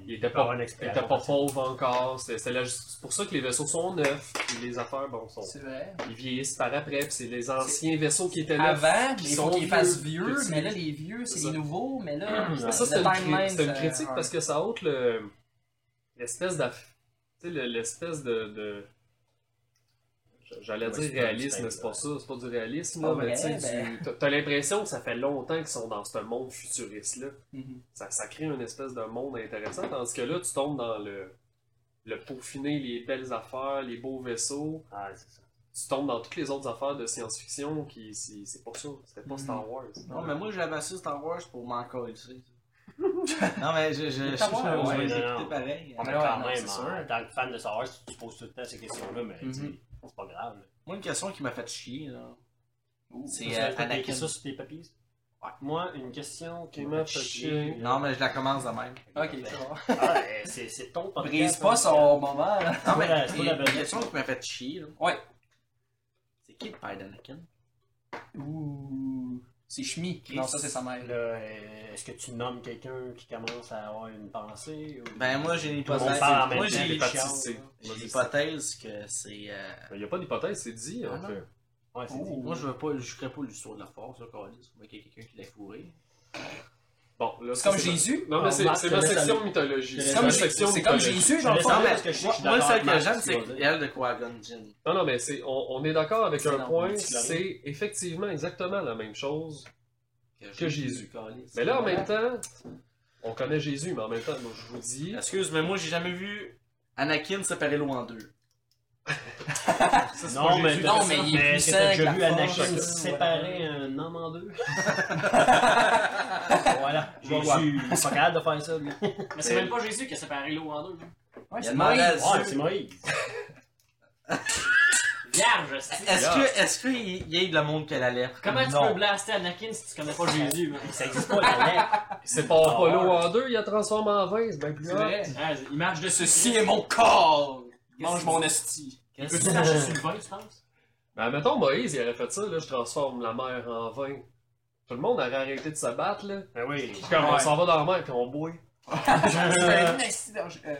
S4: il était pas,
S1: un
S4: il était pas pauvre encore. C'est c'est la ju- c'est pour ça que les vaisseaux sont neufs. puis les affaires, bon, sont,
S7: C'est vrai.
S4: ils vieillissent par après. puis c'est les anciens vaisseaux qui étaient neufs.
S7: Avant,
S4: qui
S7: il faut
S4: sont
S7: qu'ils
S4: vieux,
S7: fassent vieux,
S4: que tu-
S7: mais là les vieux c'est
S4: C'est
S7: les
S4: ça.
S7: nouveaux, mais là.
S1: Ouais.
S4: Ça, c'est
S7: le
S4: une, cri-
S7: timeline,
S4: c'est une
S7: ça-
S4: critique
S7: ouais.
S4: parce que ça ôte le- l'espèce d'aff- tu sais, le- l'espèce de, de- J'allais
S1: Ouais, c'est
S4: dire
S1: pas
S4: réalisme,
S1: du
S4: mais c'est pas ça, c'est pas du réalisme.
S7: Pas
S4: là, mais tu
S7: vrai,
S4: sais, du- t'as- T'as l'impression que ça fait longtemps qu'ils sont dans ce monde futuriste-là.
S7: Mhm.
S4: Ça, ça crée une espèce de monde intéressant, tandis que là, tu tombes dans le, le peaufiner, les belles affaires, les beaux vaisseaux.
S1: Ah, c'est ça.
S4: Tu tombes dans toutes les autres affaires de science-fiction qui, c'est c'est pas ça, c'était pas
S7: Mhm.
S4: Star Wars.
S5: Non, mais moi, j'avais assez Star Wars pour m'en ici. non, mais je, je, je,
S7: Star Wars,
S5: je- je-
S1: ouais,
S5: je-
S1: non,
S5: j'ai
S1: non.
S5: écouté pareil.
S1: Ouais, mais
S7: Ouais,
S1: quand
S7: non,
S1: même, hein.
S7: c'est sûr.
S1: en tant que fan de Star Wars, tu te poses tout le temps ces questions-là, mais tu sais, c'est pas grave. là.
S5: Moi, une question qui m'a fait chier, là.
S7: Ouh.
S5: C'est
S1: Tu
S5: euh,
S1: as
S5: Anakin.
S1: écrit ça sur tes papiers? ça? Moi, une question qui
S4: Qui
S1: m'a
S4: m'a
S1: fait
S4: fait
S1: chier.
S4: chier.
S5: Non, mais je la commence de même.
S7: Ok, c'est bon.
S1: Ah, euh, c'est c'est ton podcast.
S7: Brise
S1: hein,
S7: pas
S1: Pascal.
S7: son moment.
S5: Non,
S7: là.
S5: mais
S1: C'est pas la- c'est
S5: il
S1: pas
S5: y
S1: la
S5: a une
S1: bonne-
S5: question qui m'a fait chier, là.
S7: Ouais.
S5: C'est qui le père d'Anakin?
S7: Ouh. C'est Chemi.
S1: Chris.
S7: Non, ça, c'est sa mère.
S1: Là, euh, est-ce que tu nommes quelqu'un qui commence à avoir une pensée ou-
S5: Ben, moi, j'ai
S1: Tout le monde
S5: l'hypothèse.
S1: parle en même
S5: Moi,
S1: temps,
S5: j'ai
S1: t'es parti,
S5: chiant.
S1: c'est-
S5: j'ai l'hypothèse que c'est. euh,
S4: Il n'y a pas d'hypothèse, c'est dit. hein,
S5: Ah
S4: en
S5: non. Oh.
S4: fait.
S1: Ouais, c'est dit.
S5: Moi, je veux pas, je serais pas le saut de la force, là, Carlis. Il faut bien qu'il y ait quelqu'un qui l'a fourré.
S4: Bon, là,
S7: C'est
S4: ça,
S7: comme
S4: ma-
S7: Jésus.
S4: Non, mais c'est
S1: Marc,
S4: c'est
S1: je
S4: ma
S1: te laisse
S4: section mythologie.
S1: Je te
S7: C'est
S4: C'est ma
S7: comme
S4: section
S7: Jésus- c'est comme
S4: mythologie.
S7: Jésus,
S1: Je
S7: dans le
S1: laisse
S7: fond.
S5: Non,
S1: aller
S5: mais
S1: parce que je sais
S5: moi,
S1: que je suis
S5: moi, le
S1: d'accord
S5: seul
S1: avec
S5: que j'aime,
S1: Marc,
S5: c'est
S1: tu vas
S5: qu'elle de Quagon Jin.
S4: Non, non, mais c'est, on, on est d'accord avec
S5: C'est
S4: un
S5: dans mon
S4: point.
S5: petit carré.
S4: C'est effectivement exactement la même chose. Que Jésus. Mais là, en même temps, on connaît Jésus, mais en même temps, moi, je vous dis.
S5: Excuse, mais moi, j'ai jamais vu Anakin séparer l'eau en deux.
S4: Ça, c'est
S1: Non,
S4: pas
S1: mais,
S4: Jésus,
S7: non,
S4: c'est
S7: mais
S4: ça.
S7: il est
S1: est-ce que
S7: puissant
S1: t'as
S7: avec
S1: déjà
S7: la
S1: vu
S7: force,
S1: Anakin
S7: ouais.
S1: séparer un homme en deux? voilà,
S5: Bon, voilà.
S1: Jésus, il est pas capable de faire ça, lui.
S6: Mais c'est même pas Jésus qui a séparé l'eau en deux. hein. là.
S7: Ouais,
S5: Il a
S7: Ah, c'est
S5: demandé à
S7: Moïse.
S1: Ouais,
S5: Zeus,
S1: c'est Moïse.
S6: Vierge, c'est-
S5: (laughs) Est-ce que, est-ce que il y a eu de la monde qu'elle allait?
S6: Comment tu
S1: Non.
S6: peux blaster Anakin si tu connais pas Jésus? man?
S1: Ça existe pas, la lettre.
S4: C'est
S5: Ah,
S4: pas Apollo en deux, il la transforme en vingt, c'est bien plus
S7: C'est
S4: hard.
S7: vrai.
S6: Ah, Il marche de ceci.
S7: Ceci est mon corps. Mange
S5: que-
S7: mon (laughs) esti.
S5: Qu'est-ce
S6: Peux-tu marcher sur le vin, tu penses?
S4: Ben, mettons, Moïse, il aurait fait ça, là, je transforme la mer en vin. Tout le monde aurait arrêté de se battre, là.
S1: Ben oui.
S4: Puis on s'en va dans la mer, puis on boit.
S7: C'est un esti d'argent. Euh,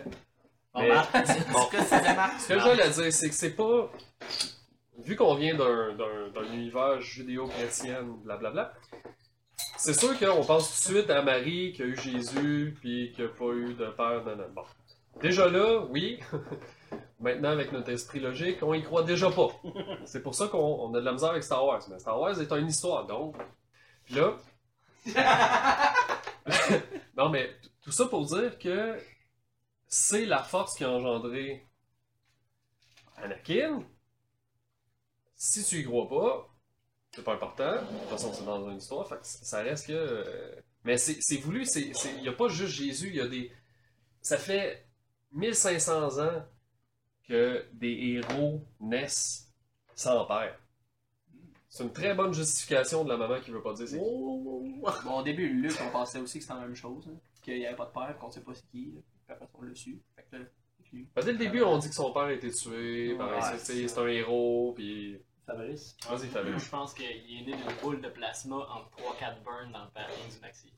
S1: Bon,
S4: Mais-
S1: Marc,
S5: Est-ce que c'est des marques?
S4: Ce que j'allais dire, c'est que c'est pas. Vu qu'on vient d'un, d'un, d'un univers judéo-chrétien, blablabla, c'est sûr qu'on pense tout de suite à Marie qui a eu Jésus, puis qui a pas eu de père, non, non. Bon. Déjà là, oui. (laughs) Maintenant, avec notre esprit logique, on y croit déjà pas. C'est pour ça qu'on on a de la misère avec Star Wars. Mais Star Wars est une histoire, donc. Puis là. (laughs) non, mais t- tout ça pour dire que c'est la force qui a engendré Anakin, si tu y crois pas, c'est pas important. De toute façon, c'est dans une histoire, fait que c- ça reste que. euh, Mais c'est c'est voulu, c'est- c'est- il n'y a pas juste Jésus, il y a des. Ça fait 1500 ans que des héros naissent sans père. C'est une très bonne justification de la maman qui veut pas dire c'est qui.
S7: Bon, au début, Luc, on pensait aussi que c'était la même chose. hein, Qu'il n'y avait pas de père, qu'on sait pas c'est qui. là. Puis après, on l'a su. Fait que là, lui,
S4: Parce que dès le début, on dit que son père a été tué, par
S6: Ouais,
S4: un-
S6: c'est
S4: c'est c'est un héros, puis.
S6: Fabrice?
S4: Vas-y, Fabien.
S6: Je pense qu'il est né d'une boule de plasma entre 3-4 burns dans le parking du maxi.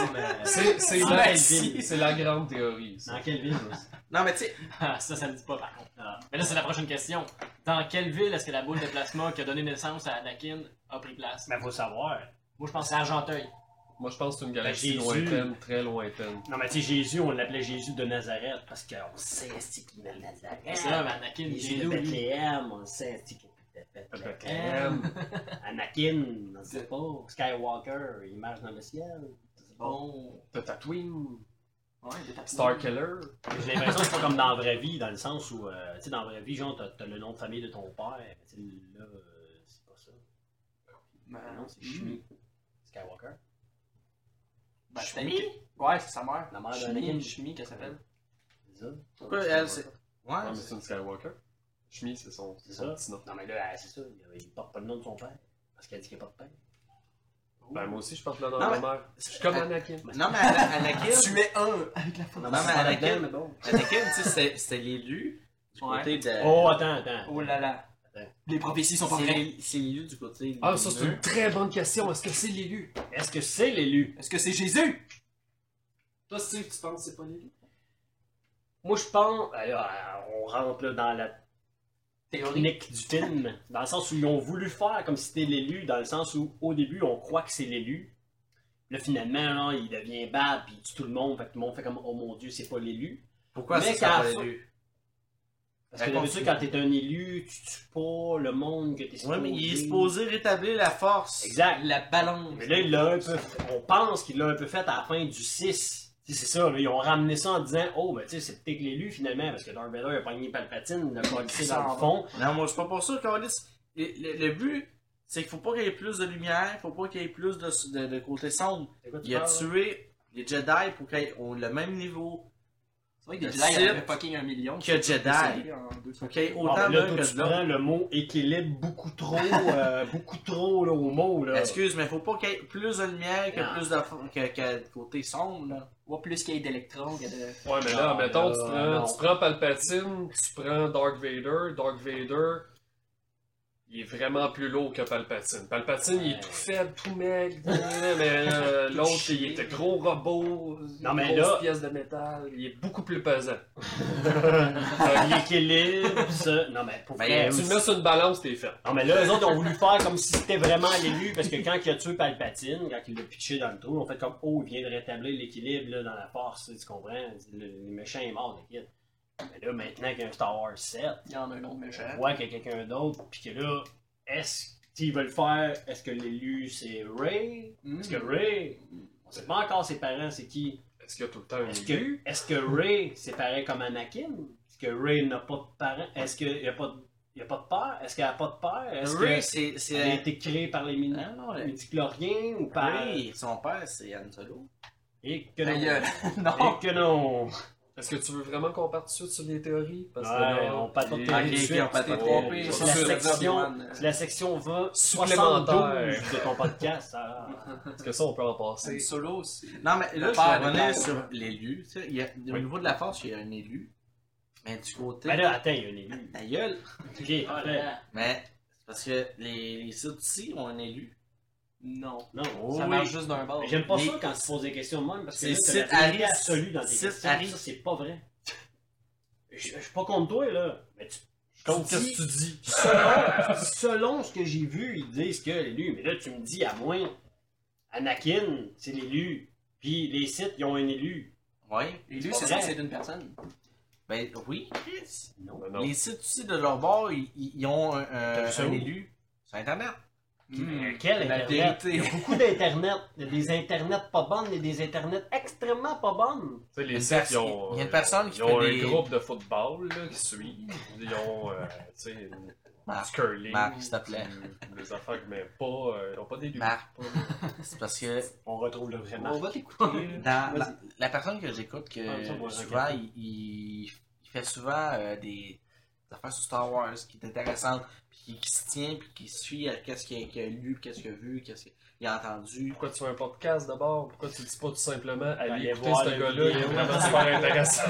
S1: non, mais-
S4: C'est c'est
S1: Ah,
S4: la,
S1: ben, si.
S4: (laughs) c'est la grande théorie. ça.
S1: Dans quelle ville,
S5: (laughs) Non, mais tu sais,
S6: Ah, ça, ça le dit pas par contre. Ah. Mais là, c'est la prochaine question. Dans quelle ville est-ce que la boule de plasma qui a donné naissance à Anakin a pris place?
S1: Mais Ben, faut savoir.
S6: Moi, je pense à Argenteuil.
S4: Moi, je pense que c'est une galaxie
S1: Ben, Jésus.
S4: lointaine, très lointaine.
S1: Non, mais tu sais, Jésus, on l'appelait Jésus de Nazareth parce qu'on sait c'est qui de Nazareth.
S6: C'est là, mais Anakin,
S1: Jésus
S6: il est
S1: Eh, de
S6: nous, lui.
S1: Bethléem, on sait c'est qui de Bethléem. Anakin, on sait pas. Skywalker, il marche dans le ciel.
S7: bon.
S4: T'as Tatooine,
S7: Ouais, Ben, il est tapé.
S4: Starkiller.
S1: J'ai l'impression que c'est pas comme dans la vraie vie, dans le sens où, euh, tu sais, dans la vraie vie, genre, t'as, t'as le nom de famille de ton père. Mais tu sais, là, euh, c'est pas ça.
S7: Ben,
S1: Le nom, c'est
S7: Chemi.
S1: Shmi. Skywalker.
S7: Ben, c'est Ouais, c'est sa mère.
S1: La mère
S7: Chemi,
S1: d'Anakin.
S7: Chemi, qu'elle s'appelle.
S1: C'est ça.
S5: pourquoi elle, c'est. Ouais,
S4: Ah, mais c'est une Skywalker. Shmi, c'est son,
S1: C'est
S4: son
S1: ça.
S4: petit nom.
S1: Non, mais là, c'est ça. Il, il porte pas le nom de son père. Parce qu'elle dit qu'il porte pas de père.
S4: Ben, moi aussi, je porte le nom de
S5: Non,
S4: ma
S5: mais-
S4: mère. Je suis comme
S5: Ah.
S4: Anakin.
S5: Non, mais Ana- Anakin.
S7: Tu es un avec la
S5: Non,
S7: force.
S5: mais Anakin,
S1: mais bon.
S5: Anakin, tu sais, c'était- c'était l'élu du
S7: Ouais.
S5: côté de.
S1: Oh, attends, attends.
S7: Oh là là.
S1: Attends.
S7: Les prophéties sont pas vraies.
S5: C'est- C'est l'élu du côté.
S4: Ah, ça, c'est
S5: lumineux.
S4: une très bonne question. Est-ce que c'est l'élu?
S1: Mmh. Est-ce que c'est l'élu?
S7: Est-ce que c'est Jésus?
S4: Toi, Steve, tu penses que c'est pas l'élu?
S1: Moi, je pense. Alors, ben, euh, on rentre là, dans la technique du film, dans le sens où ils ont voulu faire comme si c'était l'élu, dans le sens où au début, on croit que c'est l'élu. Là, finalement, là, il devient bad, puis il tue tout le monde, fait que tout le monde fait comme Oh mon dieu, c'est pas l'élu.
S5: Pourquoi
S1: Mais
S5: c'est
S1: qu'à
S5: ça
S1: la
S5: pas
S1: fin-
S5: l'élu
S1: Parce que d'habitude, quand t'es un élu, tu tues pas le monde que t'es
S5: Ouais, mais il est
S1: supposé.
S5: supposé rétablir la force.
S1: Exact.
S5: La balance.
S1: Mais là, il l'a un peu. On pense qu'il l'a un peu fait à la fin du 6. Tu sais, C'est ça, là, ils ont ramené ça en disant Oh, ben tu sais, c'est peut-être l'élu finalement, parce que Darth Vader a pogné Palpatine, il l'a collé dans le fond.
S5: Non, moi, c'est pas pour ça qu'on dit. Le, le- le but, c'est qu'il faut pas qu'il y ait plus de lumière, faut pas qu'il y ait plus de, de, de côté sombre.
S1: De quoi tu
S5: Il a
S1: parles, là?
S5: tué les Jedi pour qu'ils aient ont le même niveau
S7: C'est vrai que des
S5: Le
S7: Jedi, il y en avait
S5: Sith.
S7: fucking un million.
S5: que Jedi.
S7: En deux
S5: Faut qu'il y ait
S1: Ah,
S5: autant
S1: ben là,
S5: d'un
S1: toi,
S5: que
S1: tu
S5: de l'autre.
S1: prends le mot équilibre beaucoup trop, euh, (laughs) beaucoup trop là, au mot. Là. Ah.
S5: Excuse, mais faut pas qu'il y ait plus de lumière que
S1: Non.
S5: plus de fo- que, que de côté sombre. là.
S7: Ouais, plus qu'il y ait d'électrons, il y a de...
S4: Ouais, mais Ben Ah, là,
S1: Non,
S4: mettons,
S1: Ah, là,
S4: tu, prends,
S1: non.
S4: tu prends Palpatine, tu prends Dark Vader, Dark Vader, il est vraiment plus lourd que Palpatine. Palpatine, il est tout faible, tout maigre, (laughs) mais euh, l'autre, il était gros robot,
S1: Non, mais
S4: grosse
S1: là-
S4: pièce de métal, il est beaucoup plus pesant.
S1: T'as l'équilibre, ça. Non, mais pour vrai,
S4: tu le mets sur une balance, t'es fait.
S1: Non, mais là, eux autres, ils ont voulu faire comme si c'était vraiment l'élu, parce que quand il a tué Palpatine, quand il l'a pitché dans le trou, on fait comme, oh, il vient de rétablir l'équilibre là, dans la force, tu comprends? Le, le méchant est mort, le kid. Mais là, maintenant qu'il y a un Star Wars 7,
S7: Il y en a un autre méchant.
S1: on voit qu'il y a quelqu'un d'autre, puis que là, est-ce qu'ils veulent faire, est-ce que l'élu c'est Ray? Est-ce que Ray, on sait pas encore ses parents, c'est qui?
S4: Est-ce qu'il y a tout le temps un
S1: Est-ce
S4: élu?
S1: que, est-ce que Ray, c'est pareil comme Anakin? Est-ce que Ray n'a pas de parents? Est-ce qu'il n'y a, pas de- il y a pas de père? Est-ce qu'elle n'a pas de père? Est-ce
S5: Ray,
S1: qu'elle
S5: c'est. euh,
S1: a
S5: c'est...
S1: été créée par les mini
S5: Non, non, le-
S1: chloriens ou par...
S5: Ray, son père, c'est Han Solo.
S1: Et que
S5: Ta
S1: non.
S5: gueule.
S1: Et que non.
S4: Est-ce que tu veux vraiment qu'on parte tout de suite sur les théories? Parce
S1: Ouais,
S4: là,
S1: on parle pas de
S4: les-
S1: théories.
S5: Ok,
S1: suite,
S5: ok, on
S1: c'est
S5: peut
S4: trompé,
S5: tromper.
S4: c'est
S5: C'est
S1: la
S5: la
S1: section-
S5: section.
S1: C'est La section va
S4: Supplémentaire.
S1: 72 de ton podcast. alors.
S4: Est-ce que ça, on peut en passer?
S7: C'est solo aussi.
S5: Non, mais là,
S7: Le
S5: je vais
S7: père de
S5: revenir
S7: Kylo.
S5: sur l'élu. tu sais, il y a- Au niveau de la force, il y a un élu. Mais du côté.
S1: Mais Ben là, attends, il y a un élu.
S5: Ta gueule.
S1: Ok, parfait.
S5: Mais c'est parce que les, les sites ici ont un élu.
S7: Non.
S1: Non,
S7: ça
S1: oui.
S7: marche juste d'un bord.
S1: Mais J'aime pas
S5: Mais-
S1: ça quand tu poses des questions de même parce que
S5: C'est
S1: là, t'as la
S5: Sid Harris.
S1: vérité absolue dans tes
S5: Sid
S1: questions.
S5: Harris.
S1: Ça, c'est pas vrai. Je je suis pas contre toi, là. Mais tu, je
S4: Qu'est-ce
S1: te
S4: que
S1: dis,
S4: tu dis?
S1: selon, selon ce que j'ai vu, ils disent que l'élu. Mais là, tu me dis, à moins, Anakin, c'est l'élu. Puis les Sith, ils ont un élu.
S5: Oui.
S7: Et lui,
S1: pas
S7: c'est
S1: vrai.
S7: censé être une personne.
S5: Ben oui, Chris.
S1: Non.
S4: Ben non.
S5: Les sites ici de leur bord, ils, ils- ils ont un, un-
S1: T'as vu ça
S5: un
S1: où?
S5: élu sur Internet.
S1: Mais Quel
S5: La
S1: Internet? Il y
S5: vérité.
S1: a beaucoup d'Internet. Il y a des Internets pas bonnes et des Internets extrêmement pas bonnes.
S4: Tu sais, les
S5: Une
S4: Sith,
S5: personne-
S4: ils ont, euh,
S5: il y a une personne qui
S4: ils ont
S5: fait
S4: un
S5: des-
S4: groupe de football là, qui suit. Ils ont, euh, tu sais, une-
S5: Marc,
S4: du curling.
S5: Marc, s'il te plaît.
S4: du- Des affaires que même pas. euh, ils ont pas des lunettes.
S5: Marc.
S4: pas-
S5: (laughs) C'est parce que
S1: On retrouve le vrai
S7: On va t'écouter.
S5: dans la, la personne que j'écoute, que
S1: Ah, ça, moi,
S5: souvent,
S1: j'inquiète
S5: il, il- il fait souvent euh, des, des affaires sur Star Wars qui est intéressante, puis qui, qui se tient, puis qui suit à qu'est-ce qu'il a, qu'il a lu, qu'est-ce qu'il a vu, qu'est-ce qu'il a entendu.
S4: Pourquoi tu fais un podcast d'abord? Pourquoi tu dis pas tout simplement
S1: Allez
S4: allez écouter
S1: voir
S4: ce
S1: le
S4: gars-là, il est
S1: vidéo.
S4: vraiment super
S5: (laughs)
S4: intéressant.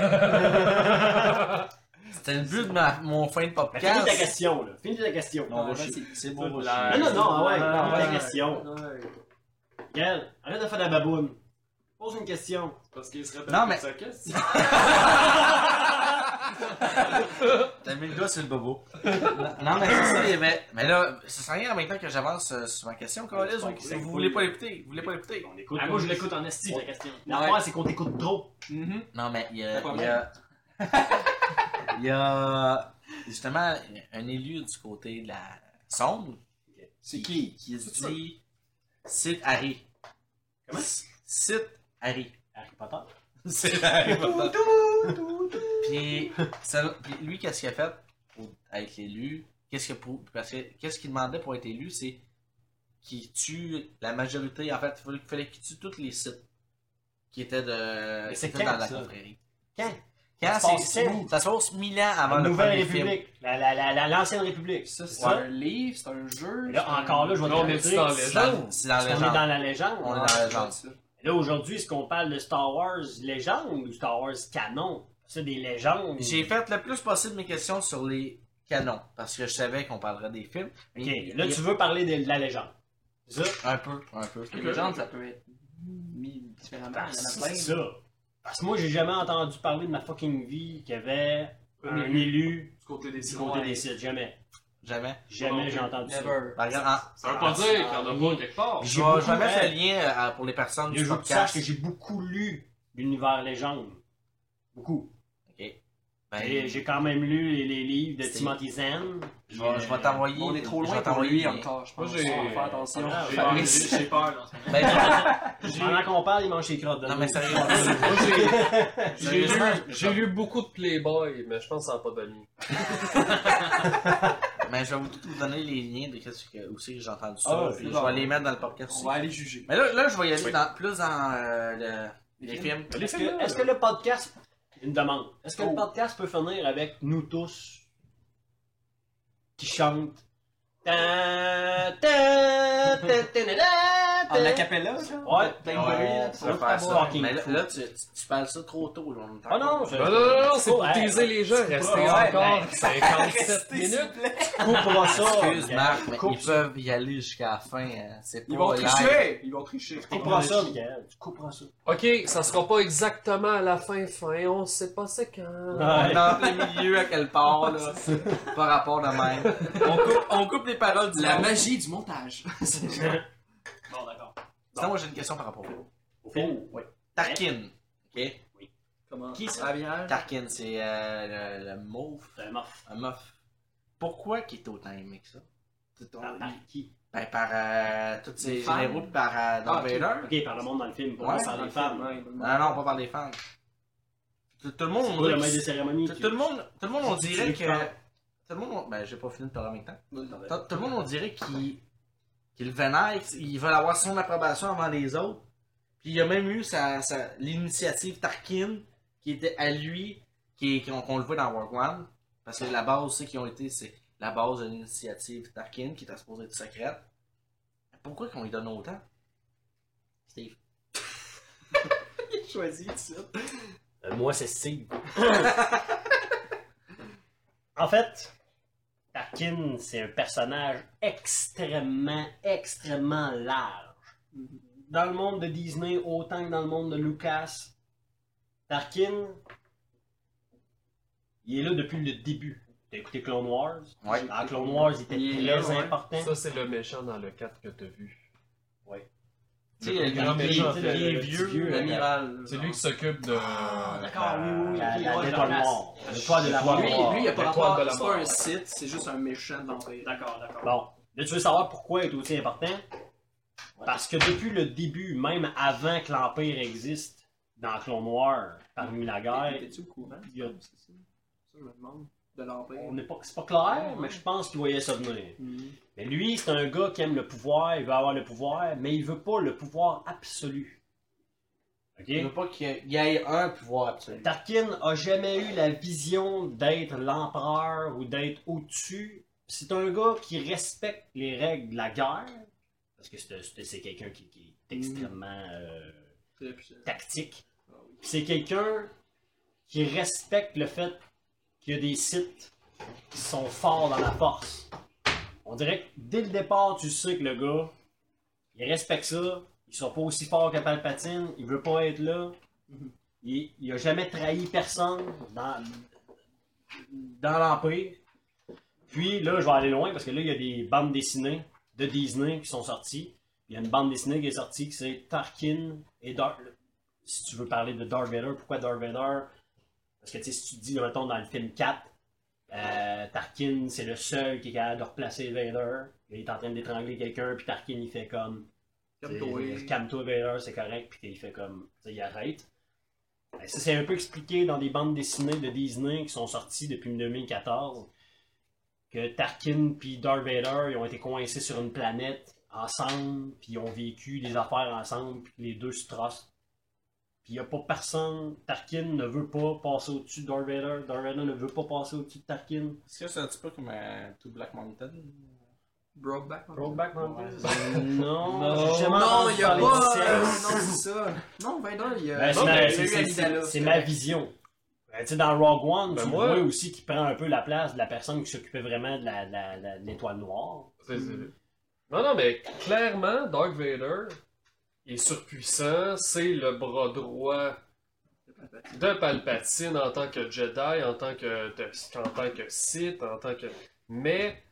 S5: C'était le but de ma- mon fin de
S1: Ah, Mais finis ta
S5: podcast.
S1: question, là. Finis ta question.
S5: Non,
S1: Ah,
S5: va
S1: ouais,
S5: chier. C'est
S1: Non,
S5: bon,
S1: non, non,
S5: va
S1: ah
S5: chier.
S1: ouais, non, pas
S5: Ouais.
S1: la question. Gaël, arrête de faire de la baboune. Pose une question.
S4: Parce qu'il se
S5: Non, mais-
S4: sa question.
S5: T'as mis le doigt sur le bobo. non, mais c'est ça, les mais, mais là, ça sert à rien en même temps que j'avance euh, sur ma question, Carlis.
S1: c'est pas
S5: Vous,
S1: cool.
S5: vous voulez pas l'écouter, vous voulez pas l'écouter.
S1: On écoute.
S6: Ah, moi, je l'écoute en esti,
S1: Ouais.
S6: la question.
S1: L'affaire, c'est qu'on t'écoute trop.
S7: Mhm.
S5: Non, mais il y a.
S7: Pas
S5: Il y a, il y a justement un élu du côté de la sombre.
S7: C'est qui
S5: Qui se dit Sid Harry.
S1: Comment?
S5: Sid Harry.
S1: Harry Potter.
S5: (laughs) C'est Harry Potter. Puis, ça- puis lui, qu'est-ce qu'il a fait pour être élu? Qu'est-ce qu'il a pour- parce que qu'est-ce qu'il demandait pour être élu, c'est qu'il tue la majorité. En fait, il fallait- fallait qu'il tue tous les sites qui étaient de
S1: Mais
S5: qui
S1: c'est
S5: étaient
S1: quand,
S5: dans la
S1: ça?
S5: confrérie.
S1: Quand?
S5: Quand
S1: Ça se
S5: c'est
S1: passe quand?
S5: ça se passe mille ans avant
S1: la
S5: le
S1: Nouvelle
S5: premier film.
S1: République. La- la- la- la- L'ancienne République.
S7: Ça, c'est
S1: Ouais.
S7: un livre, c'est un jeu.
S1: Là,
S7: c'est un-
S1: encore là, je vais te
S4: Là, on est
S1: dire,
S4: dans la
S5: C'est dans-
S4: légende.
S5: C'est dans
S1: on
S5: la
S1: est dans
S5: légende.
S1: la légende.
S7: Ah,
S5: On est dans la légende.
S1: Là, aujourd'hui, est-ce qu'on parle de Star Wars légende ou Star Wars canon? C'est des légendes.
S5: J'ai fait le plus possible mes questions sur les canons parce que je savais qu'on parlerait des films.
S1: Ok, là, tu veux parler de, de la légende. C'est ça?
S5: Un peu, un peu.
S7: Parce que les gens, ça peut être mis différemment.
S1: Ben,
S7: Il y en a
S1: c'est
S7: plein.
S1: ça. Parce que moi, j'ai jamais entendu parler de ma fucking vie qu'il y avait un,
S4: Un
S1: élu,
S4: Du côté des
S1: du
S4: citoyens.
S1: côté des sites. Jamais.
S5: Jamais.
S1: Jamais j'ai entendu ça.
S7: Never.
S5: Ben, regarde, en-
S4: Ça veut pas dire qu'il y en a pas quelque part.
S5: Je
S1: J'ai
S5: vais,
S1: beaucoup
S5: je vais mettre
S1: aimé.
S5: le lien euh, à- pour les personnes
S1: Je
S5: du
S1: veux que tu saches
S5: podcast.
S1: que j'ai beaucoup lu l'univers légende. Beaucoup.
S5: Ben,
S1: Et J'ai quand même lu les, les livres de
S5: C'est-
S1: Timothy Zen.
S5: je vais, je vais t'envoyer.
S7: On est trop
S5: je
S7: loin
S5: vais
S7: pour
S5: t'envoyer
S7: lui
S5: le lien.
S7: encore, je
S4: Moi,
S7: pense.
S4: j'ai-
S7: On va faire attention.
S1: Ah,
S4: J'ai-
S7: Fabrice.
S4: J'ai j'ai peur. dans ce moment.
S5: Ben,
S1: Pendant qu'on parle, il mange ses crottes.
S5: non, mais sérieux.
S1: (laughs)
S4: Moi,
S7: (laughs)
S4: j'ai- J'ai lu,
S5: Sérieusement,
S4: j'ai lu beaucoup de Playboy, mais je pense que ça n'a pas d'amis.
S5: Mais ben, je vais vous, vous donner les liens de qu'est-ce que, où c'est que j'ai entendu ça.
S7: Ah,
S5: puis je
S7: bon.
S5: vais les mettre dans le podcast
S7: On
S5: aussi.
S7: va aller juger.
S5: Mais là, là, je vais y aller dans- plus dans euh, le- les films.
S1: Est-ce que, est-ce que le podcast. Une demande. Est-ce que le
S7: Oh.
S1: podcast peut finir avec nous tous Euh, qui chantent. Ta, ta, ta, ta, ta, ta,
S5: En acapella, genre?
S1: Ouais.
S5: Plein de bruit, là,
S1: ça
S5: tu vas
S1: va
S5: faire
S1: faire
S5: ça.
S1: fucking
S5: Mais là,
S1: fou.
S5: là, tu, tu- tu parles ça trop tôt, là. on est
S1: Ah non,
S5: encore- (laughs)
S1: je-
S4: Non, non, non, non, c'est pour
S1: Ouais.
S4: teaser les gens. Restez
S5: Ouais,
S4: encore
S5: ben,
S4: 57
S5: Restez, s'il vous
S4: minutes.
S5: plaît.
S1: coupera ça.
S5: Excuse, Marc, mais
S1: Coupe
S5: ils peuvent y aller jusqu'à la fin. hein. C'est pas
S7: Ils vont
S5: live.
S7: tricher! Ils vont tricher.
S1: Tu couperas ça, Michael. Tu couperas ça.
S4: Ok, ça sera pas exactement à la fin, fin. On sait pas c'est quand.
S5: On est en plein milieu à quel
S1: (laughs)
S5: part, là. Par rapport de même. On coupe, on coupe les paroles du
S3: La
S5: la
S3: magie du
S7: (laughs)
S3: montage.
S6: Bon, d'accord.
S5: Sinon, j'ai une question par rapport au film.
S1: oui.
S5: Tarkin. OK?
S7: Comment?
S5: Qui sera
S7: Ah, bien.
S5: Tarkin, c'est euh, le, le mauve,
S1: C'est un morph.
S5: un meuf. Pourquoi qu'il est autant aimé que ça? C'est ton-
S1: Par- par qui?
S5: Ben, par euh, tous ces
S3: Les fans.
S5: généraux, puis par euh, Darth
S3: Ah, ok.
S5: Vader.
S1: Ok, par le monde dans le film. Pour
S5: Ouais,
S1: moi, c'est les femmes.
S7: Ah
S5: Non, non, pas par les fans. Tout, tout le monde,
S1: C'est
S5: on
S1: pas le
S5: dirait
S1: maître des
S5: que-
S1: cérémonies.
S5: tout,
S1: qui-
S5: tout le monde, tout le monde, on
S1: Tu
S5: dirait
S1: les
S5: que...
S1: fans.
S5: Tout le monde, ben, j'ai pas fini de parler en même temps.
S1: Ouais.
S5: Tout, tout le monde, on dirait qu'il qu'il vénère, qu'ils veulent avoir son approbation avant les autres. Puis il y a même eu sa, sa- l'initiative Tarkin, qui était à lui, qui qu'on qu'on le voit dans World One. Parce que la base, c'est qu'ils ont été, c'est la base de l'initiative Tarkin, qui était supposée être secrète. Pourquoi qu'on lui donne autant? Steve.
S7: Choisis, tu sais.
S1: Euh, Moi, c'est Steve. (laughs) en fait, Tarkin, c'est un personnage extrêmement, extrêmement large. Dans le monde de Disney, autant que dans le monde de Lucas, Tarkin, il est là depuis le début. T'as écouté Clone Wars?
S5: Ouais.
S1: Dans Clone Wars, il était
S3: Il est là,
S1: très
S3: ouais.
S1: important.
S4: Ça, c'est le méchant dans le 4 que t'as vu.
S5: Tu sais, le
S4: grand
S5: vieux-
S4: méchant,
S5: le
S4: le-
S5: vieux
S4: le petit
S5: vieux,
S1: vieux, euh,
S5: l'amiral.
S4: C'est lui qui s'occupe de.
S6: Ah, d'accord, oui, oui, oui.
S1: La-
S6: ok,
S1: la-
S6: ouais,
S1: L'étoile
S6: je la
S1: noire. L'étoile de la
S4: Lui-
S7: Lui,
S1: mort.
S7: lui, il y a pas
S4: L'étoile
S7: rapport.
S4: de la
S7: C'est pas
S4: mort.
S7: un site, c'est juste un méchant dans les.
S6: D'accord, d'accord.
S1: Bon, là, tu veux savoir pourquoi il est aussi important? Parce que depuis le début, même avant que l'Empire existe dans Clone Noir, parmi la guerre,
S7: T'es-tu au courant?
S1: il y a-
S7: Ça, je me demande. De l'Empire.
S1: on n'est pas, c'est pas clair, mais je pense qu'il voyait ça venir.
S7: Mhm.
S1: Mais lui, c'est un gars qui aime le pouvoir, il veut avoir le pouvoir, mais il veut pas le pouvoir absolu. OK?
S6: Mm-hmm.
S5: Il veut pas qu'il y ait un pouvoir absolu.
S1: Tarkin a jamais eu la vision d'être l'empereur ou d'être au-dessus. C'est un gars qui respecte les règles de la guerre, parce que c'est c'est- c'est quelqu'un qui, qui est extrêmement euh,
S7: Très puissant.
S1: tactique.
S7: Ah oui.
S1: Puis C'est quelqu'un qui respecte le fait qu'il y a des sites qui sont forts dans la force. On dirait que dès le départ, tu sais que le gars, il respecte ça, il sont pas aussi fort que Palpatine, il veut pas être là. Il, il a jamais trahi personne dans, dans l'Empire. Puis là, je vais aller loin parce que là, il y a des bandes dessinées de Disney qui sont sorties. Il y a une bande dessinée qui est sortie qui c'est Tarkin et Darth. Si tu veux parler de Darth Vader, pourquoi Darth Vader Parce que tu sais, si tu te dis, mettons, dans le film 4, euh, Tarkin, c'est le seul qui est capable de replacer Vader. Il est en train d'étrangler quelqu'un, puis Tarkin, il fait comme.
S7: Comme toi.
S1: T'sais, Calme-toi, Vader, c'est correct, puis il fait comme. t'sais, Il arrête. Ben, ça, c'est un peu expliqué dans des bandes dessinées de Disney qui sont sorties depuis 2014. Que Tarkin puis Darth Vader, ils ont été coincés sur une planète ensemble, puis ils ont vécu des affaires ensemble, puis les deux se trustent. Puis il n'y a pas personne. Tarkin ne veut pas passer au-dessus de Darth Vader. Darth Vader ne veut pas passer au-dessus de Tarkin.
S5: Est-ce que c'est un petit peu comme euh, tout Black Mountain?
S7: Brokeback.
S1: Brokeback Mountain?
S7: Ouais.
S1: Ben, Non, j'ai jamais
S7: Non,
S1: entendu
S7: il y a
S1: parler
S7: pas.
S1: de
S7: euh,
S1: sexe.
S7: Non, c'est ça. Non, Vader, il y a.
S1: Ben, c'est
S7: Non,
S1: ma-
S7: mais
S1: c'est-
S7: il y a eu
S1: c'est-
S7: Amidala,
S1: c'est
S7: c'est
S1: ma
S7: correct.
S1: vision. Ben, tu sais, dans Rogue One,
S4: Ben,
S1: tu
S4: moi-
S1: vois aussi qui prend un peu la place de la personne qui s'occupait vraiment de la- la- la- de l'étoile noire.
S4: C'est- c'est- Hmm. Non, non, mais clairement, Dark Vader il est surpuissant. C'est le bras droit de Palpatine en tant que Jedi, en tant que, de- en tant que Sith, en tant que. Mais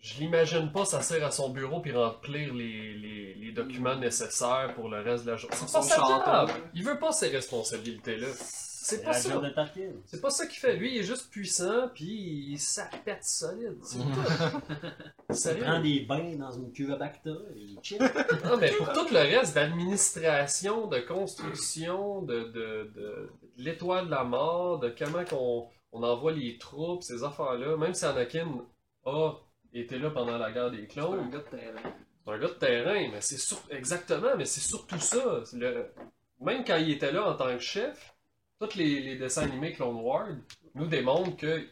S4: je l'imagine pas s'asseoir à son bureau puis remplir les, les- les documents nécessaires pour le reste de la journée. C'est
S7: Son
S4: pas sa job.
S7: chanteur.
S4: Il veut pas ces responsabilités-là. C'est pas
S1: Euh, la
S4: ça.
S1: job de Tarkin.
S4: C'est pas ça qu'il fait. Lui, il est juste puissant, puis il s'appète solide. (laughs) C'est tout.
S1: Il prend
S4: Sérieux.
S1: des bains dans une cuve à Bacta et il chill.
S4: Non, Ah, mais pour tout le reste, d'administration, de construction, de, de, de- de l'étoile de la mort, de comment qu'on, on envoie les troupes, ces affaires-là, même si Anakin a été là pendant la guerre des
S7: C'est un
S4: clones,
S7: gars de terrain.
S4: c'est un gars de terrain, mais c'est sur... exactement, mais c'est surtout ça. C'est le- Même quand il était là en tant que chef, tous les, les dessins animés Clone Wars nous démontrent que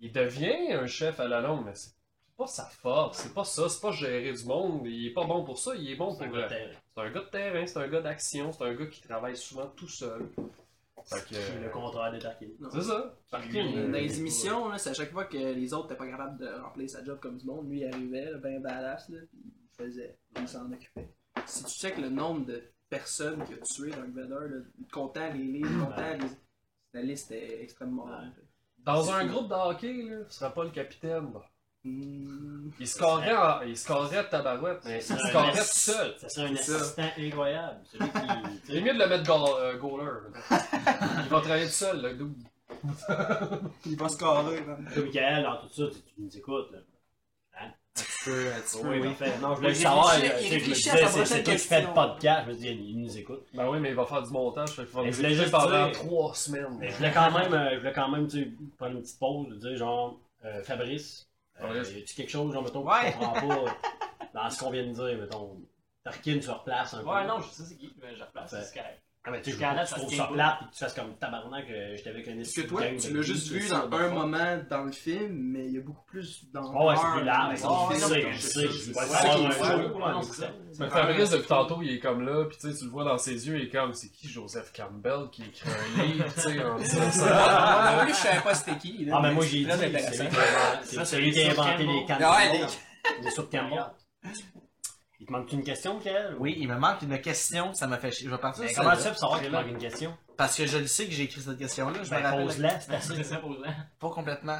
S4: il devient un chef à la longue, mais c'est pas pas sa force, c'est pas ça, c'est pas gérer du monde, il est pas bon pour ça, il est bon
S6: C'est un
S4: pour...
S6: gars
S4: euh,
S6: de terrain.
S4: C'est un gars de terrain, c'est un gars d'action, c'est un gars qui travaille souvent tout seul. Fait que...
S1: Le contraire de Tarkin.
S4: C'est ça.
S7: Puis,
S4: euh,
S7: dans les émissions, là, c'est à chaque fois que les autres n'étaient pas capables de remplir sa job comme du monde, lui il arrivait, là, ben badass, là, puis il faisait, il s'en occupait. Si tu checkes le nombre de personnes qu'il a tuées dans le Vader, là, comptant les livres, comptant les... La liste est extrêmement longue.
S4: Dans un groupe de hockey, là, ce sera pas le capitaine. bah.
S7: Hmm.
S4: Il scorerait, en- il scorerait de tabarouette, mais il
S1: Ça serait un
S4: scorerait tout
S1: ass-
S4: seul.
S1: Ça serait un
S7: C'est ça.
S1: assistant incroyable. Celui qui. tu
S4: C'est
S1: sais,
S4: mieux de le mettre goal- euh,
S1: (laughs)
S4: goaler. là. Il va travailler tout seul, le double.
S7: Il va hein. scorer. là.
S1: comme Michael, dans tout ça, tu, tu nous écoutes. Là.
S5: peu, un petit peu,
S1: Oui,
S5: oui. (laughs)
S1: parfait. Non, je voulais
S7: Il
S1: juste savoir.
S7: réfléchit-
S1: là,
S7: il
S1: tu sais, Je me
S7: réfléchit à
S1: disais, c'est- c'est
S7: sa prochaine
S1: toi qui fais
S7: question.
S1: le podcast. Je me dis, il il nous écoute.
S4: Ben oui, mais il va faire du montage, fait qu'il va
S1: Mais
S4: le
S1: je voulais
S4: couper
S1: juste
S4: pendant
S1: dire-
S4: trois semaines.
S1: Mais je voulais quand même, euh, je voulais quand même tu sais, prendre une petite pause, de dire genre, euh, Fabrice, euh,
S4: Fabrice.
S1: tu quelque chose, genre, mettons,
S5: Ouais.
S1: qu'on comprend pas dans ce qu'on vient de dire, mettons, Tarkin se replace un peu.
S6: Ouais, non, je sais c'est qui, mais je replace,
S1: Parfait.
S6: c'est correct.
S1: Ah, mais tu sais, je veux
S6: Canada,
S1: pas que tu
S6: ça se
S1: trouves
S6: tient
S1: ça
S6: pas.
S1: plate pis que tu fasses comme tabarnak, euh, j'étais avec un
S7: Parce que
S1: esprit de
S7: toi,
S1: gang
S7: tu
S1: de
S7: l'as
S1: geeks,
S7: juste
S1: tu
S7: vu
S1: sais,
S7: dans
S1: ça,
S7: un
S1: bon.
S7: moment dans le film, mais il y a beaucoup plus dans
S1: Ah ouais, c'est
S7: l'heure,
S1: plus large.
S7: dans le
S1: Je
S7: film.
S1: sais, je sais, je
S7: C'est
S1: vois
S7: ça
S1: ça
S7: qui
S1: dans
S7: est
S1: un
S7: fou.
S1: show, ouais,
S6: non,
S1: mais
S6: c'est ça.
S4: Mais Fabrice, depuis tantôt, il est comme là, puis tu sais, tu le vois dans ses yeux, il est comme, c'est qui Joseph Campbell qui écrit un livre, tu
S1: (laughs)
S4: sais, en 1950?
S7: (laughs) Ah, en plus, je savais pas c'était qui. là,
S1: Ah, mais moi,
S7: c'est
S1: j'ai dit,
S7: très
S1: c'est lui
S7: intéressant.
S1: qui a- c'est celui qui a inventé les cannes.
S5: Ah ouais,
S1: Les soupes Campbell. Il te manque une question, Michael?
S5: Oui, il me manque une question, ça m'a fait chier. Je vais partir
S1: Mais
S5: sur
S1: Ben, comment
S5: celle-là.
S1: ça, pour savoir qu'il te manque une question?
S5: Parce que je le sais que j'ai écrit cette question-là, je me
S1: Ben,
S5: rappelle
S1: pose-la, c'est assez.
S6: C'est ça pour ça.
S5: pas complètement.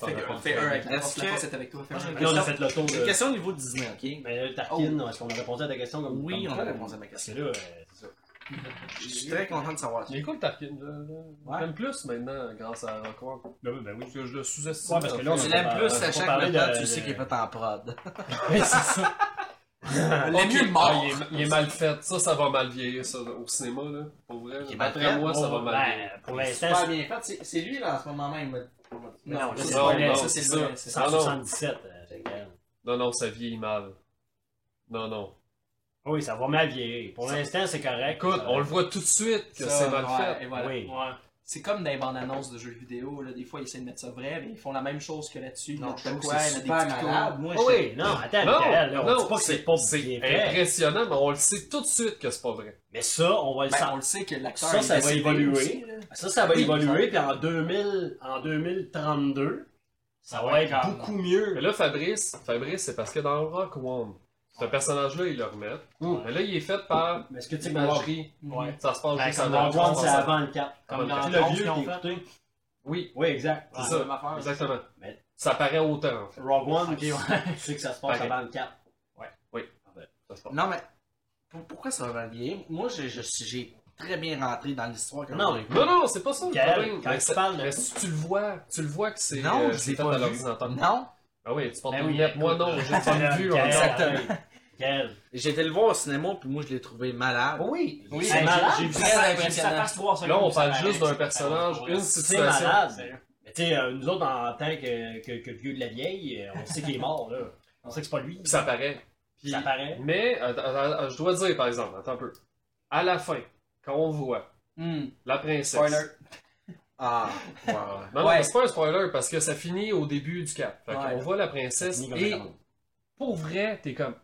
S7: Fait que- Fais un avec la force,
S5: Est-ce
S7: la
S5: que-
S7: force est avec toi. fais un
S1: Là,
S7: avec
S1: on a
S5: question-
S1: fait le tour
S5: J'ai une
S1: de.
S5: question Oh. au niveau de Disney, ok? Ben,
S1: Mais là, Tarkin, est-ce qu'on a répondu à ta question comme
S5: Oui,
S1: comme
S5: on a
S1: toi?
S5: répondu à ma
S1: Parce
S5: question.
S1: que là, euh, c'est ça.
S5: Je suis très content de savoir ça.
S4: Il est cool, Tarkin. Je, je-
S5: Ouais.
S4: je l'aime plus maintenant, grâce à Rockworm.
S1: Ben oui, ben oui.
S4: Parce que je le sous-estime.
S1: Ouais, parce que là, on
S5: Tu
S1: a-
S5: l'aimes
S1: on
S5: plus
S1: a
S5: à
S1: pas euh,
S5: chaque
S1: parlé
S5: moment,
S1: de-
S5: tu
S1: de-
S5: sais qu'il est fait en prod.
S1: (laughs) Ouais, c'est ça.
S5: Le mieux
S4: Ah,
S5: mort.
S4: il, est, il est mal fait. Ça, ça va mal vieillir, ça, au cinéma, là. Pour vrai.
S5: Il est mal
S4: Après
S5: fait.
S4: moi, ça va
S1: Bon,
S4: mal vieillir.
S1: ben, Pour l'instant,
S5: Pas bien fait, c'est- c'est lui là en ce moment même.
S7: Non,
S1: c'est
S7: c'est
S1: pas
S7: vrai,
S1: non,
S7: ça, c'est vrai.
S1: c'est
S4: Non, non.
S1: 177. euh, fait que, euh,
S4: non, non, ça vieillit mal. Non, non.
S1: Ah Oui, ça va mal vieillir. Pour l'instant, c'est correct.
S4: Écoute,
S1: Ça-
S4: on le voit tout de suite que
S7: Ça,
S4: c'est mal
S7: ouais,
S4: fait.
S7: et voilà.
S1: Oui.
S6: Ouais.
S7: C'est comme dans les bandes annonces de jeux vidéo, là, des fois ils essaient de mettre ça vrai, mais ils font la même chose que là-dessus.
S5: Non, je
S7: ils mettent
S5: trouve
S7: quoi,
S5: que c'est
S7: ils mettent
S5: super
S7: des petits
S5: malade.
S7: coups.
S5: Moi,
S1: Ah oui, non, attends, Michael, là, on dit pas que c'est pas
S4: c'est
S1: bien fait.
S4: impressionnant, mais on le sait tout de suite que c'est pas vrai.
S1: Mais ça, on va le
S7: Ben, on
S1: savoir.
S7: le sait que l'acteur.
S1: Ça,
S7: il
S1: ça
S7: est
S1: va
S7: assez
S1: évoluer.
S7: aussi, là.
S1: Ben, Ça, ça va
S7: Oui,
S1: évoluer, puis en 2000, en 2032, ça va être
S6: calme.
S1: beaucoup mieux.
S4: Mais là, Fabrice, Fabrice, c'est parce que dans Rock One, ce personnage-là, il le remet.
S1: Hum.
S4: Mais là, il est fait par
S1: Mais est-ce que tu sais que Rock-
S4: imagerie.
S6: Ouais.
S4: Ça se passe
S1: Ben,
S4: juste
S1: comme dans
S4: avant.
S1: Rock One, c'est
S4: Ça-
S1: avant le cap.
S4: Comme
S1: Tu sais,
S6: dans
S1: le
S6: Tron,
S1: vieux
S6: ils ont
S1: qui est écouté.
S4: Oui,
S1: Oui, exact.
S4: c'est
S6: Ouais,
S4: ça.
S6: même affaire.
S4: Exactement.
S1: Mais-
S4: Ça paraît autant, en fait.
S1: Rogue One,
S6: Ok, ouais.
S1: tu sais que ça se passe
S4: Pareil.
S1: avant le cap.
S4: Ça se passe.
S5: Non, mais pour- pourquoi ça va mal vieillir? Moi, j'ai- je- j'ai très bien rentré dans l'histoire. quand
S1: Non,
S5: même.
S1: mais
S4: Non, non, c'est pas ça le
S1: Gaël,
S4: problème.
S1: quand
S4: Mais
S1: tu
S4: c'est-
S1: parles de-
S4: mais si tu le vois, tu le vois que c'est
S5: Non,
S4: euh,
S5: je
S4: c'est
S5: l'ai
S4: fait
S5: pas
S4: à
S5: vu.
S4: l'ordinateur.
S5: Non,
S4: Ah oui, tu portes
S1: Ben
S4: des
S1: oui,
S4: lunettes. Moi,
S1: écoute,
S4: non, j'ai pas vu.
S1: Gaël,
S4: encore.
S5: Exactement.
S1: Gaël.
S5: j'ai été le voir au cinéma, puis moi, je l'ai trouvé malade.
S1: Oui,
S6: Oui,
S1: c'est malade.
S6: J'ai vu
S5: Très
S6: ça, j'ai vu ça
S5: impressionnant.
S6: passe trois secondes.
S4: Là, on
S6: ça
S4: parle
S6: paraît.
S4: juste d'un personnage, une
S1: C'est
S4: situation.
S1: malade. Mais tu sais, euh, nous autres, en tant que, que, que vieux de la vieille, euh, on sait qu'il est mort, là. On sait que c'est pas lui.
S4: Puis ça paraît. Puis-
S1: Ça paraît.
S4: Mais, euh, euh, euh, je dois dire, par exemple, attends un peu. À la fin, quand on voit
S7: Hmm.
S4: la princesse.
S7: Spoiler.
S5: Ah, ouais.
S4: Non, non,
S7: Ouais.
S4: mais c'est pas un spoiler parce que ça finit au début du cap. Fait
S7: Ouais.
S4: qu'on voit la princesse
S1: Ni comme
S4: et
S1: ça.
S4: pour vrai, t'es comme.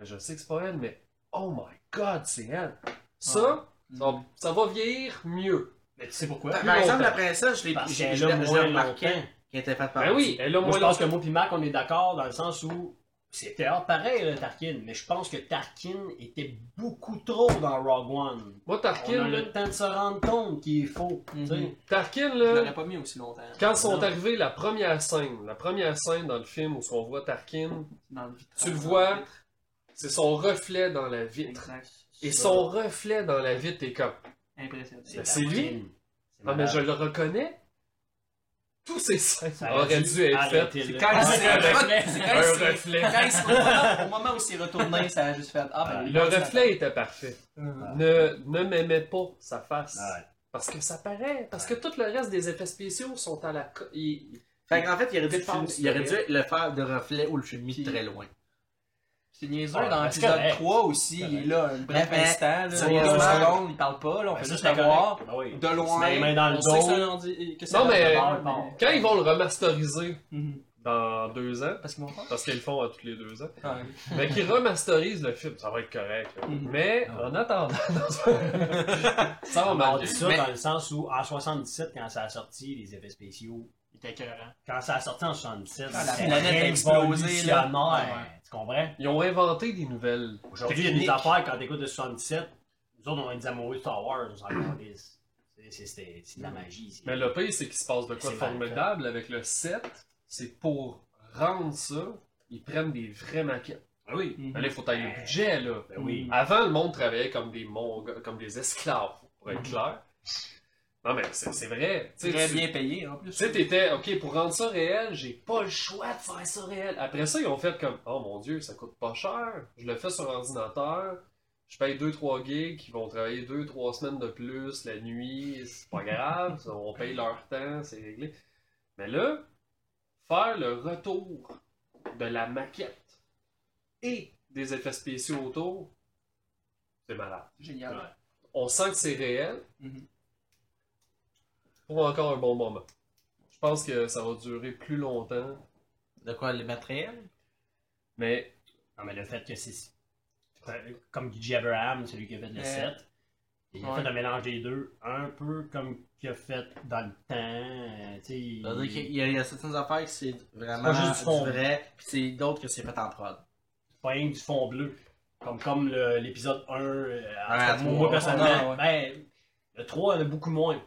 S4: Je sais que c'est pas elle, mais oh my god, c'est elle. Ça,
S7: Hmm.
S4: ça, ça va vieillir mieux.
S1: Mais tu sais pourquoi?
S5: Ben, Par exemple,
S4: longtemps.
S5: la princesse, je l'ai
S1: Parce
S5: je-
S1: qu'elle
S5: je
S1: a
S5: l'ai- je l'ai
S1: moins
S5: remarqué
S1: longtemps.
S5: qu'elle était faite par
S4: Ben oui, elle a
S1: Moi,
S4: moins
S1: je pense que moi puis Marc, on est d'accord dans le sens où c'était hors pareil, là, Tarkin. Mais je pense que Tarkin était beaucoup trop dans Rogue One. On
S4: Moi,
S1: a
S4: Tarkin, là,
S1: le temps de se rendre compte qu'il est faux. tu sais.
S7: Mhm.
S4: Tarkin,
S7: Je
S4: là,
S7: l'aurais pas mis aussi longtemps.
S4: quand sont
S1: Non.
S4: arrivés la première scène, la première scène dans le film où on voit Tarkin,
S7: Dans le vitre.
S4: Tu le vois. c'est son reflet dans la vitre.
S7: Exact.
S4: Et son reflet dans la vitre, t'es comme.
S7: Impressionnant.
S1: Ben, C'est
S4: c'est lui.
S1: Tarkin. C'est
S7: Ah,
S4: Non, mais je le reconnais. Tous ces scènes
S1: Ça aurait
S4: auraient dû être faites.
S1: arrêter, là.
S7: quand il s'est-
S4: (laughs)
S1: Ouais, ouais, ouais.
S7: C'est quand il
S4: Un
S7: s'est-
S4: reflet.
S7: quand il s'est retourné- au moment où il s'est retourné, ça a juste fait Ah, ben,
S4: Le reflet était parfait.
S1: Ah.
S4: Ne, ne m'aimait pas sa face. Parce que ça paraît. Parce que tout le reste des effets spéciaux sont à la. co- ils-
S5: Fait qu'en fait, il aurait dû,
S4: Défense,
S5: il aurait dû
S4: ouais.
S5: le faire de reflet ou le filmer
S7: Puis-
S5: très loin.
S7: Ah, C'est niaiseux
S1: Ouais,
S7: dans
S1: mais c'est
S7: l'épisode
S1: correct.
S7: 3 aussi,
S1: C'est
S7: il est là un bref
S5: Mais-
S7: instant, là, deux
S5: Sérieusement.
S7: secondes, il parle pas, là, on
S1: Ben,
S7: fait
S1: ça,
S7: juste
S1: c'était
S7: le voir.
S1: correct. Ben oui.
S7: De
S1: Il se
S7: loin,
S1: met les mains dans le
S7: on sait que c'est un
S1: dos.
S7: ordi- que c'est
S4: Non,
S7: un
S4: mais
S7: ordinateur,
S1: Ah.
S7: mais-
S4: quand ils vont le remasteriser
S7: Mhm.
S4: dans deux ans,
S7: Parce qu'ils vont faire.
S4: parce qu'ils le font à tous les deux ans,
S7: Ah, oui.
S1: (laughs)
S4: mais qu'ils remasterisent le film, ça va être correct. là.
S7: Mhm.
S4: Mais en attendant, (laughs) ça va
S1: On
S4: mal.
S1: Ah. dit ça dans le sens où en 77, quand ça a sorti, les effets spéciaux,
S6: Il était écœurant.
S1: quand ça a sorti en 77,
S7: Ah, la
S1: c'était
S7: planète a explosé, là.
S1: révolutionnaire. Tu comprends?
S4: Ils ont inventé des nouvelles.
S1: Aujourd'hui, il y a des
S4: techniques.
S1: affaires quand t'écoutes de 77. Nous autres, on est des amoureux de Star Wars, on s'en calisse. C'est- c'est- C'est c'est de la
S7: Mm-hmm.
S1: magie. c'est-
S4: Mais le pire, c'est qu'il se passe de quoi de
S1: C'est mal
S4: formidable avec le 7, c'est pour rendre ça, ils prennent des vraies maquettes. Ah oui,
S7: Mhm.
S4: mais là, il faut tailler le budget, là.
S1: Ben oui.
S4: Avant, le monde travaillait comme des monga- comme des esclaves, pour être clair. Non, mais c'est c'est vrai. Tu sais,
S7: Mhm. Très
S4: tu-
S7: bien payé, en
S4: Tu
S7: plus.
S4: sais, t'étais, OK, pour rendre ça réel, j'ai pas le choix de faire ça réel. Après ça, ils ont fait comme, oh mon dieu, ça coûte pas cher. Je le fais sur ordinateur. Je paye 2-3 gigs qui vont travailler 2-3 semaines de plus la nuit. C'est pas grave. ça, on paye leur temps, c'est réglé. Mais là, faire le retour de la maquette et des effets spéciaux autour, c'est malade.
S7: Génial.
S4: On sent que c'est réel.
S7: Mhm.
S4: Pour encore un bon moment. Je pense que ça va durer plus longtemps.
S5: De quoi, le matériel?
S4: Mais
S1: Non, mais le fait que c'est. Comme DJ Abraham, celui qui a fait le
S7: Euh,
S1: 7, il a
S7: ouais.
S1: fait un mélange des deux, un peu comme qu'il a fait dans le temps. euh, tu sais, il-
S5: C'est-à-dire qu'il y, a- il y a certaines affaires que c'est vraiment
S1: C'est pas juste du fond.
S5: vrai, puis c'est d'autres que c'est fait en prod.
S1: pas rien que du fond bleu. Comme, comme le- l'épisode 1, euh, en tout
S5: Ouais,
S1: cas,
S5: tu
S1: moi,
S5: vois,
S1: moi,
S5: ouais.
S1: personnellement,
S7: Ah, Ouais,
S1: ben, le 3 en a beaucoup moins.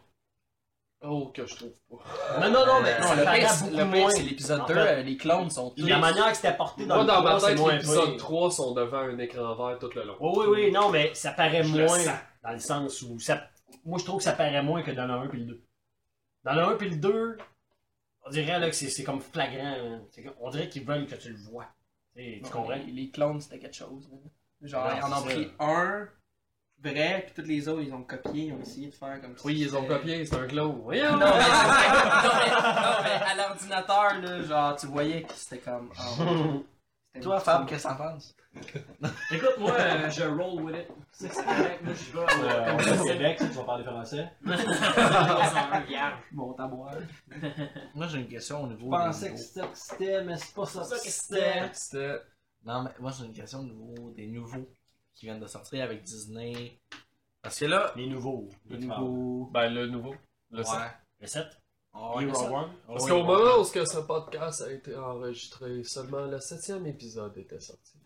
S4: oh que je trouve pas.
S1: Non, non, non, mais
S5: Euh,
S1: ça
S7: Non, le
S1: en
S7: pire,
S1: a
S7: c'est-
S1: beaucoup
S7: le pire,
S1: moins.
S7: c'est l'épisode
S1: En
S7: 2,
S1: fait,
S7: euh, les clones sont tous.
S1: La manière que c'est apporté dans
S4: Moi
S1: le
S4: dans ma
S1: 3, c'est
S4: tête,
S1: moins
S4: l'épisode
S1: pire.
S4: 3 sont devant un écran vert tout le long.
S1: Oh Oui, oui, oui, non, mais ça paraît
S4: Je le
S1: moins
S4: sens.
S1: dans le sens où ça. Moi, je trouve que ça paraît moins que dans le 1 puis le 2. Dans le 1 puis le 2, on dirait là, que c'est c'est comme flagrant. là. C'est comme- On dirait qu'ils veulent que tu le vois. Tu sais, tu comprends?
S7: Les, les clones, c'était quelque chose. là. Genre,
S1: Non,
S7: ils en ont
S1: c'est ça.
S7: pris un vrai, puis tous les autres, ils ont copié, ils ont essayé de faire comme ça.
S4: Oui, ils ont copié, c'est un clone. Voyons!
S7: Non, mais, non, mais- non, mais à l'ordinateur, là, genre, tu voyais que c'était comme. ah, ouais. C'était
S5: Toi,
S7: une-
S5: Fab, qu'est-ce que t'en penses?
S3: Écoute, moi, euh, je roll with it. C'est c'est correct, moi, je vais. euh, comme je disais,
S1: Québec, tu vas parler français.
S3: un vierge.
S7: Mon tabouin.
S5: Moi, j'ai une question au niveau.
S3: Je pensais
S5: des
S3: que
S5: nouveaux-
S3: c'était que c'était, mais c'est pas ça
S6: C'est ça
S3: que
S6: que
S3: c'était.
S4: C'était.
S5: Non, mais moi, j'ai une question au niveau des nouveaux qui viennent de sortir avec Disney. Parce que là,
S1: Les nouveaux.
S5: les nouveaux.
S4: Ben le nouveau.
S5: Ouais. (laughs)
S4: Le sept.
S1: Le 7
S3: Ah
S5: Ouais,
S1: Hero
S5: ça-
S1: One. Oh
S4: Parce
S5: Ouais,
S4: qu'au
S5: ouais.
S4: moment où ce que ce podcast a été enregistré, seulement le septième épisode
S1: (laughs)
S4: était sorti.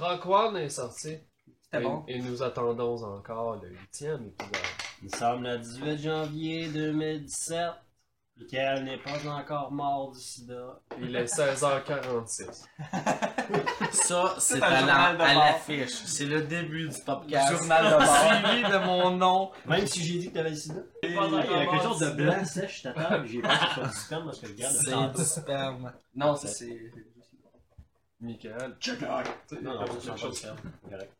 S4: Rock One est sorti.
S7: C'était
S4: et,
S7: bon.
S4: et nous attendons encore le huitième épisode.
S1: Nous sommes le 18 janvier 2017. Lequel n'est pas encore mort du sida.
S4: Il est 16h46.
S5: Ça, c'est
S7: un
S5: à la-
S7: journal de
S5: à
S7: bord.
S5: l'affiche. C'est le début du podcast.
S7: Journal
S5: (laughs)
S7: de bord. (laughs)
S5: Suivi de mon nom.
S1: Même si j'ai dit que t'avais le sida.
S3: Il y
S1: Il y a quelque chose de blanc sèche, je t'attends. J'ai pas que ce soit du sperme parce que le gars le
S5: C'est
S1: sent
S5: du sperme.
S7: Non, ça c'est.
S4: Michael.
S1: pas. Non, non, ça sent pas le sperme. Correct.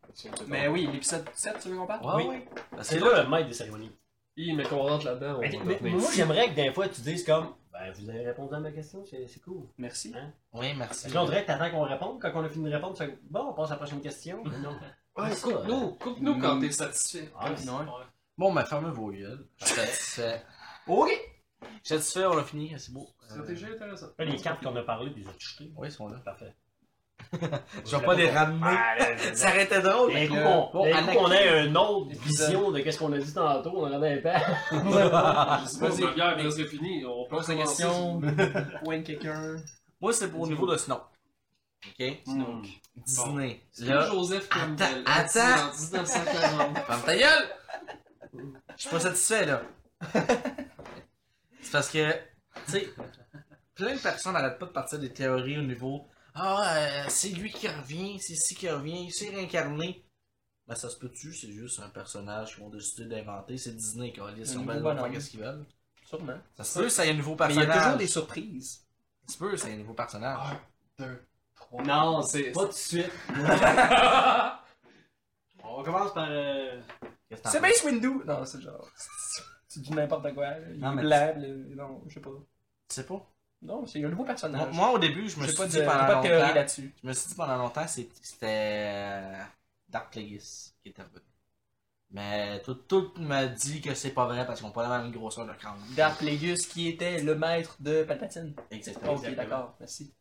S7: Mais oui, l'épisode 7, tu veux qu'on parle
S1: Oui.
S5: Ouais, oui. Parce que
S1: C'est
S5: là,
S1: là le maître des cérémonies.
S4: Hi, mais qu'on rentre là-dedans, on va
S1: Mais, mais-
S4: devenir
S1: moi,
S4: fou.
S1: j'aimerais que des fois tu dises comme Ben, vous avez répondu à ma question, c'est c'est cool.
S7: Merci.
S5: oui, merci.
S1: Parce que là, on dirait que t'attends qu'on réponde. Quand on a fini de répondre, tu fais Bon, on passe à la prochaine question. Mais non.
S4: Ouais,
S1: c'est ça.
S4: coupe-nous, coupe-nous quand t'es satisfait.
S1: Ah, mais
S5: Non. Bon, ben, fermez vos gueules. Je suis satisfait.
S7: Ok!
S5: Satisfait, on a fini. C'est beau. Euh,
S4: Stratégie intéressante.
S1: Là, les cartes qu'on a parlé, tu les as jetées.
S5: Oui, ils sont là.
S1: Parfait.
S5: Je vais pas les ramener.
S1: Ah, (laughs)
S5: Ça aurait été drôle.
S1: D'un
S5: hein. mais
S1: coup,
S5: là-
S1: on,
S5: Bon,
S1: d'un coup,
S5: Anakin-
S1: on a une autre vision de qu'est-ce qu'on a dit tantôt, on en a un pas.
S5: (laughs)
S4: Je sais pas si la bière presque finie, on peut
S5: Pose la
S4: commencer.
S5: question.
S7: Point de quelqu'un.
S5: Moi, c'est pour au niveau de Snow. OK? Disney. Là,
S4: Joseph Campbell.
S5: Attends,
S4: en 1940.
S5: ferme ta gueule! Je suis pas satisfait, là. c'est parce que, tu sais, plein de personnes n'arrêtent pas de partir des théories au niveau Ah, euh, c'est lui qui revient, c'est ci qui revient, c'est réincarné. Ben, ça se peut-tu, c'est juste un personnage qu'ils ont décidé d'inventer. C'est Disney qui a lié
S7: Un
S5: sur
S7: nouveau
S5: faire
S7: bonhomme.
S5: qu'est-ce qu'ils veulent.
S7: Sûrement.
S5: Ça se peut, c'est un nouveau
S7: Mais il y
S5: personnage.
S7: a toujours des Ah. surprises.
S5: Ça se peut, c'est un nouveau personnage.
S3: Non,
S4: C'est-
S3: pas tout de
S6: (laughs)
S3: suite. On commence par. euh,
S5: Qu'est-ce que t'en
S7: C'est
S5: penses?
S7: Mace Windu! Non, c'est genre. (laughs) Tu dis n'importe quoi. là. Il
S5: Non,
S7: est
S5: mais-
S7: blanc, là. non, je sais pas.
S5: Tu sais pas?
S7: Non, c'est un nouveau
S5: Moi,
S7: personnage.
S5: moi, au début, je me
S7: j'ai
S5: suis
S7: pas de,
S5: dit
S7: j'ai
S5: pendant
S7: pas de théorie
S5: longtemps.
S7: là-dessus.
S5: Je me suis dit pendant longtemps, c'est- c'était euh, Dark Plagueis qui était revenu. Mais tout, tout me dit que c'est pas vrai parce qu'on n'a pas la même grosseur de crâne.
S7: Dark Plagueis, qui était le maître de Palpatine.
S5: Exactement.
S1: Oh.
S7: Ok, d'accord, merci.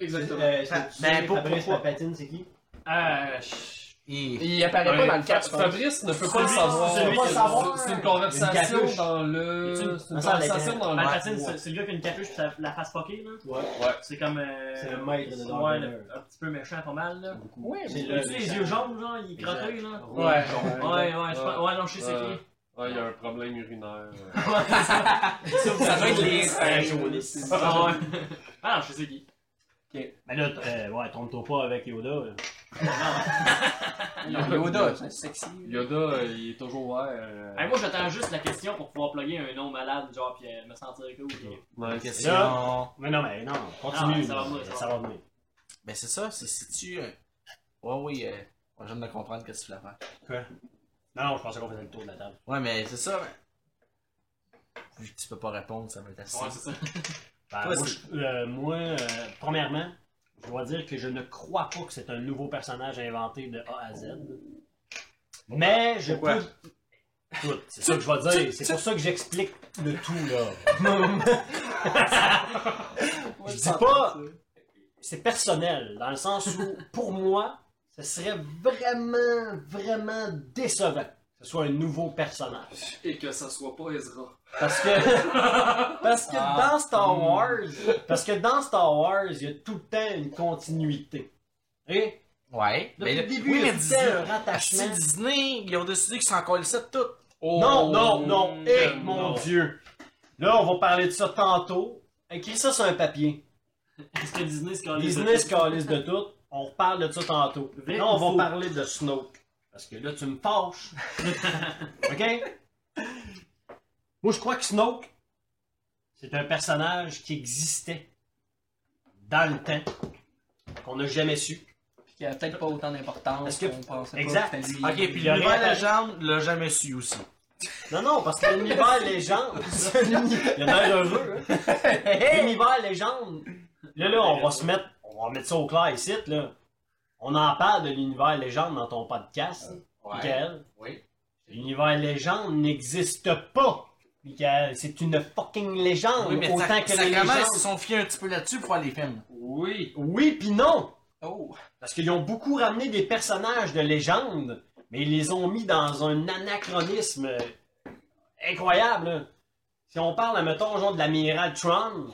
S8: Exactement.
S1: Euh,
S5: Fa-
S1: c'est-
S5: ben, pour-
S1: Fabrice
S5: pourquoi?
S1: Palpatine, c'est qui
S6: Ah, je-
S5: Et-
S7: Il apparaît pas dans le hein.
S4: Fa-
S7: cas, je pense.
S4: Fabrice ne peut pas le
S6: Celui-
S4: savoir.
S6: celui
S4: C'est-
S6: qui-
S4: c'est- C'est une
S1: Une
S4: conversation
S1: capuche.
S4: dans le.
S6: Y a-t-il-
S4: C'est une
S1: Ça, ça
S4: conversation dans le.
S6: Palpatine, c'est c'est le gars qui a une capuche pis la, la face poquée, là.
S1: Ouais.
S6: C'est comme. euh,
S1: C'est le maître de Darth
S6: Ouais,
S1: Vader.
S6: le- un petit peu méchant, pas mal, là.
S7: Oui,
S1: C'est
S7: mais-
S6: Il
S1: le-
S6: a les yeux jaunes, genre, il est
S9: Exact.
S6: crotté, là.
S9: Rouge,
S7: Ouais.
S9: jaune.
S6: Ouais, ouais, je pense- ouais, non, je sais c'est
S4: Ouais.
S6: qui.
S4: Ouais, il y a un problème urinaire.
S7: Ça doit être les
S5: Ouais,
S7: singes.
S6: Ah, ouais. Ah, non, je sais qui.
S1: Mais là, t- euh, ouais, tombe-toi pas avec Yoda. là.
S7: Yoda, c'est sexy.
S4: Yoda, euh, il est toujours ouvert.
S6: Hey,
S4: euh,
S6: moi, j'attends juste la question pour pouvoir plugger un nom malade, genre, pis euh, me sentir cool. genre.
S4: nice.
S5: Question.
S1: Mais non, mais non, continue.
S6: Ah, ça va venir, ça va
S1: Ça va venir.
S5: Ben c'est ça, c'est si tu. euh, Ouais, oui, euh, moi, je viens de comprendre qu'est-ce que tu voulais faire.
S1: Non, non, je pensais qu'on faisait le tour de la table.
S5: Ouais, mais c'est ça. mais- Vu que tu peux pas répondre, ça va être assez.
S6: Ouais, c'est ça. (laughs)
S1: Ben,
S5: Toi,
S1: moi, je- euh, moi, euh, premièrement, je dois dire que je ne crois pas que c'est un nouveau personnage inventé de A à Z. Mais je
S7: Pourquoi?
S1: peux. Écoute, c'est ça que je vais dire. C'est pour ça que j'explique le tout, là. je dis pas. C'est personnel, dans le sens
S5: (laughs)
S1: où, pour moi, ce serait vraiment, vraiment décevant que ce soit un nouveau personnage.
S4: Et que ça soit pas Ezra.
S1: Parce que,
S4: (laughs)
S1: parce que
S5: Ah,
S1: dans
S5: hmm.
S1: Star Wars, parce que dans Star Wars, il y a tout le temps une continuité. Et
S5: Ouais.
S1: depuis
S5: mais
S1: le
S5: là-
S1: début,
S5: oui,
S1: il y
S5: mais
S1: a tout le temps un
S5: Disney, si
S1: rattachement.
S5: Disney, ils ont décidé qu'ils s'en colissaient de tout.
S1: Non, non,
S5: Oh,
S1: non. Eh,
S7: Et
S1: mon Dieu. Là, on va parler de ça tantôt. Écris ça sur un papier.
S6: Est-ce que Disney se calisse de
S1: Disney se
S6: tout?
S1: calisse de tout. On reparle de ça tantôt.
S6: Vrai
S1: Là, on
S6: ou
S1: va
S6: faux?
S1: parler de Snoke. Parce que là, tu me
S6: (laughs)
S1: fâches. OK? Moi, je crois que Snoke, c'est un personnage qui existait dans le temps, qu'on n'a jamais su.
S7: Qui a peut-être pas autant d'importance
S1: Parce que-
S7: qu'on pensait
S1: Exact.
S7: pas que c'était lui.
S5: Ok, puis
S1: y a
S5: l'univers
S1: rien à-
S5: légende l'a jamais su aussi.
S1: Non, non, parce que l'univers légende. Il y en a un heureux, hein. L'univers légende. Là, là, on va se mettre. On va mettre ça au clair ici, là. On en parle de l'univers légende dans ton podcast, Michael.
S5: Euh, Oui.
S1: L'univers légende n'existe pas. Michael, c'est une fucking légende.
S5: Oui, mais
S1: autant
S5: ça,
S1: que
S5: ça
S1: les
S5: commence,
S1: légendes.
S5: ils se sont fiés un petit peu là-dessus pour faire les films.
S4: Oui.
S1: Oui, puis non.
S7: Oh,
S1: Parce qu'ils ont beaucoup ramené des personnages de légende, mais ils les ont mis dans un anachronisme euh, incroyable. là. Si on parle, mettons, genre de l'amiral Tron,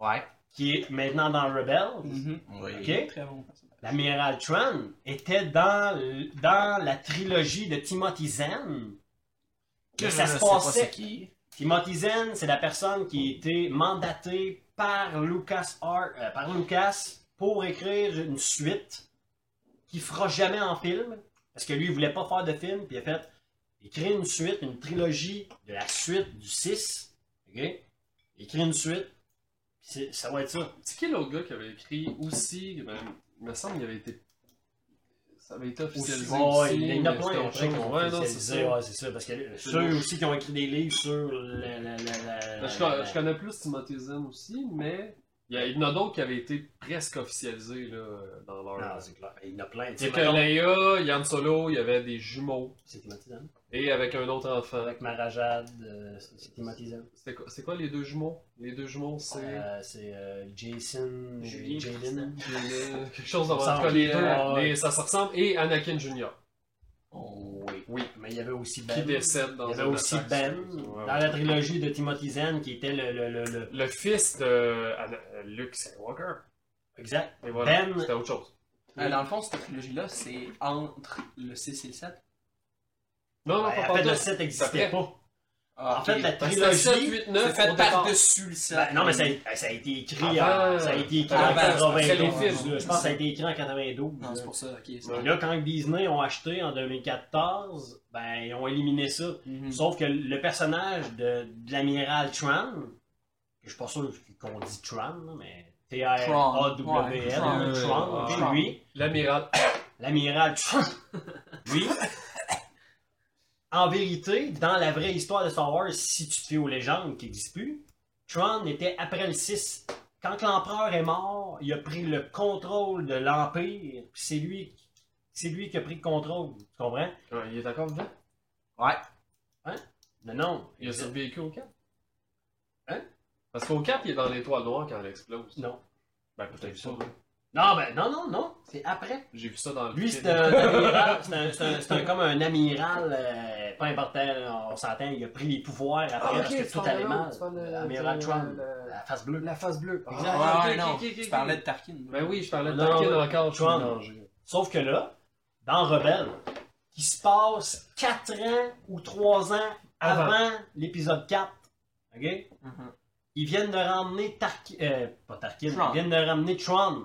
S5: Ouais.
S1: qui est maintenant dans Rebels,
S7: mhm.
S5: Oui.
S1: ok?
S7: très bon personnage.
S1: L'amiral Tron était dans, l- dans la trilogie de Timothy Zen.
S5: Que
S1: Mais
S5: je
S1: ça
S5: ne
S1: se
S5: sais pas
S1: passait.
S5: c'est qui.
S1: Timothy Zen, c'est la personne qui a été mandatée par Lucas, Ar- euh, par Lucas pour écrire une suite qu'il fera jamais en film. Parce que lui, il voulait pas faire de film, puis il a fait écrire une suite, une trilogie de la suite du 6. OK? Écrire une suite, puis c'est- ça va être ça.
S4: C'est qui l'autre gars qui avait écrit aussi ben, Il me semble qu'il avait été. Ça avait été officialisé.
S1: Ouais,
S4: aussi,
S1: il y en a
S4: mais
S1: plein,
S4: c'était
S1: on sait
S4: en
S1: qu'on
S4: Ouais, non, c'est
S1: officialise,
S4: ça.
S1: ouais, c'est ça. Parce que ceux aussi qui ont écrit des livres sur la. la- la- la-
S4: Ben, Je, con- je connais plus Timothée Zahn aussi, mais il y, a- il y en a d'autres qui avaient été presque officialisés là, euh, dans leur.
S1: Non, Ah, c'est clair. Il y en a plein. Tu sais,
S4: C'est que
S1: mettons,
S4: Leia, Yann Solo, il y avait des jumeaux,
S1: C'est Timothy Zahn.
S4: et avec un autre enfant.
S1: Avec Marajad, euh, c'est c'est Timothy Zahn.
S4: C'était quoi- C'est quoi, les deux jumeaux Les deux jumeaux, c'est.
S1: Euh, c'est euh, Jason,
S6: Julien
S1: Jalen.
S4: Euh, (laughs) quelque chose dans
S1: Ça
S4: en tout cas, les
S1: ressemble.
S4: deux, les- ça se ressemble, et Anakin Jr.
S1: oui. oui, mais il y avait aussi Ben.
S4: qui décède dans
S1: il y avait
S4: une
S1: aussi
S4: attaque.
S1: Ben,
S4: Ouais,
S1: dans
S4: ouais.
S1: la trilogie de Timothy Zahn, qui était le... le, le, le-
S4: Le fils de Anna- euh, Luke Skywalker.
S1: Exact.
S4: Et voilà,
S1: Ben-
S4: c'était autre chose.
S7: Euh, Dans le fond, cette trilogie-là, c'est entre le 6 et le 7.
S4: Non, non,
S1: Ouais,
S4: pas
S1: en
S4: Ben,
S1: ben, fait,
S4: partout.
S1: le 7 n'existait
S4: Après.
S1: pas.
S7: Ah,
S1: En fait, la
S4: Parce que c'était
S1: trilogie...
S4: 7, 8, 9
S7: c'est
S4: au
S7: fait
S4: départ.
S7: par-dessus le 7.
S1: Ben, non, mais ça a, ça a été écrit en,
S4: Avant-
S1: ça a été écrit en
S7: avant,
S4: après les
S1: 92.
S4: films.
S1: là. Je pense que ça a été écrit en 92.
S7: Non,
S1: là. Ben
S7: c'est pour ça, ok. c'est-
S1: Là, quand Disney ont acheté en 2014, ben, ils ont éliminé ça.
S7: Mhm.
S1: Sauf que le personnage de, de l'amiral Tran, que je suis pas sûr qu'on dit Tran, là, mais
S7: Ouais, Tran,
S1: T-R-A-W-L,
S4: ouais,
S1: Tran,
S4: ouais.
S1: ok, lui,
S4: L'amiral.
S1: l'amiral Tran, lui, en vérité, dans la vraie histoire de Star Wars, si tu te fais aux légendes qui n'existent plus, Tron était après le 6. Quand l'empereur est mort, il a pris le contrôle de l'empire, puis c'est lui, c'est lui qui a pris le contrôle. Tu comprends?
S4: Ouais, il est encore vivant?
S1: Non, non.
S4: Il a survécu au cap?
S1: Hein?
S4: Parce qu'au cap, il est dans l'étoile noire quand elle explose.
S1: Non.
S4: Ben, peut-être pas. hein.
S1: Non, ben, non, non, non. C'est après.
S4: J'ai vu ça dans le
S1: Lui,
S4: film.
S1: c'est un amiral, c'est un- c'est un- c'est un- comme un amiral, euh, pas important, là, on s'entend, il a pris les pouvoirs après
S4: Ah, ok,
S1: parce
S4: tu
S1: que tout
S4: parles
S1: allait
S4: de
S1: mal.
S4: l'autre, tu parles de-
S1: Amiral
S4: de-
S1: Tron,
S4: de-
S1: la face bleue.
S4: La face bleue.
S7: Ah,
S5: Ouais,
S4: Exact.
S5: ouais,
S4: ok,
S5: non.
S4: ok, ok,
S5: tu
S4: ok.
S5: parlais de Tarkin.
S4: Ben oui, je parlais de
S1: Non,
S4: Tarkin
S1: ouais.
S4: encore, je suis
S1: Tron.
S4: mélangé.
S1: Sauf que là, dans Rebelle, il se passe 4 ans ou 3 ans avant, l'épisode 4, OK?
S5: Mhm.
S1: Ils viennent de ramener Tarkin, euh, pas Tarkin,
S5: Tron.
S1: ils viennent de ramener Tron.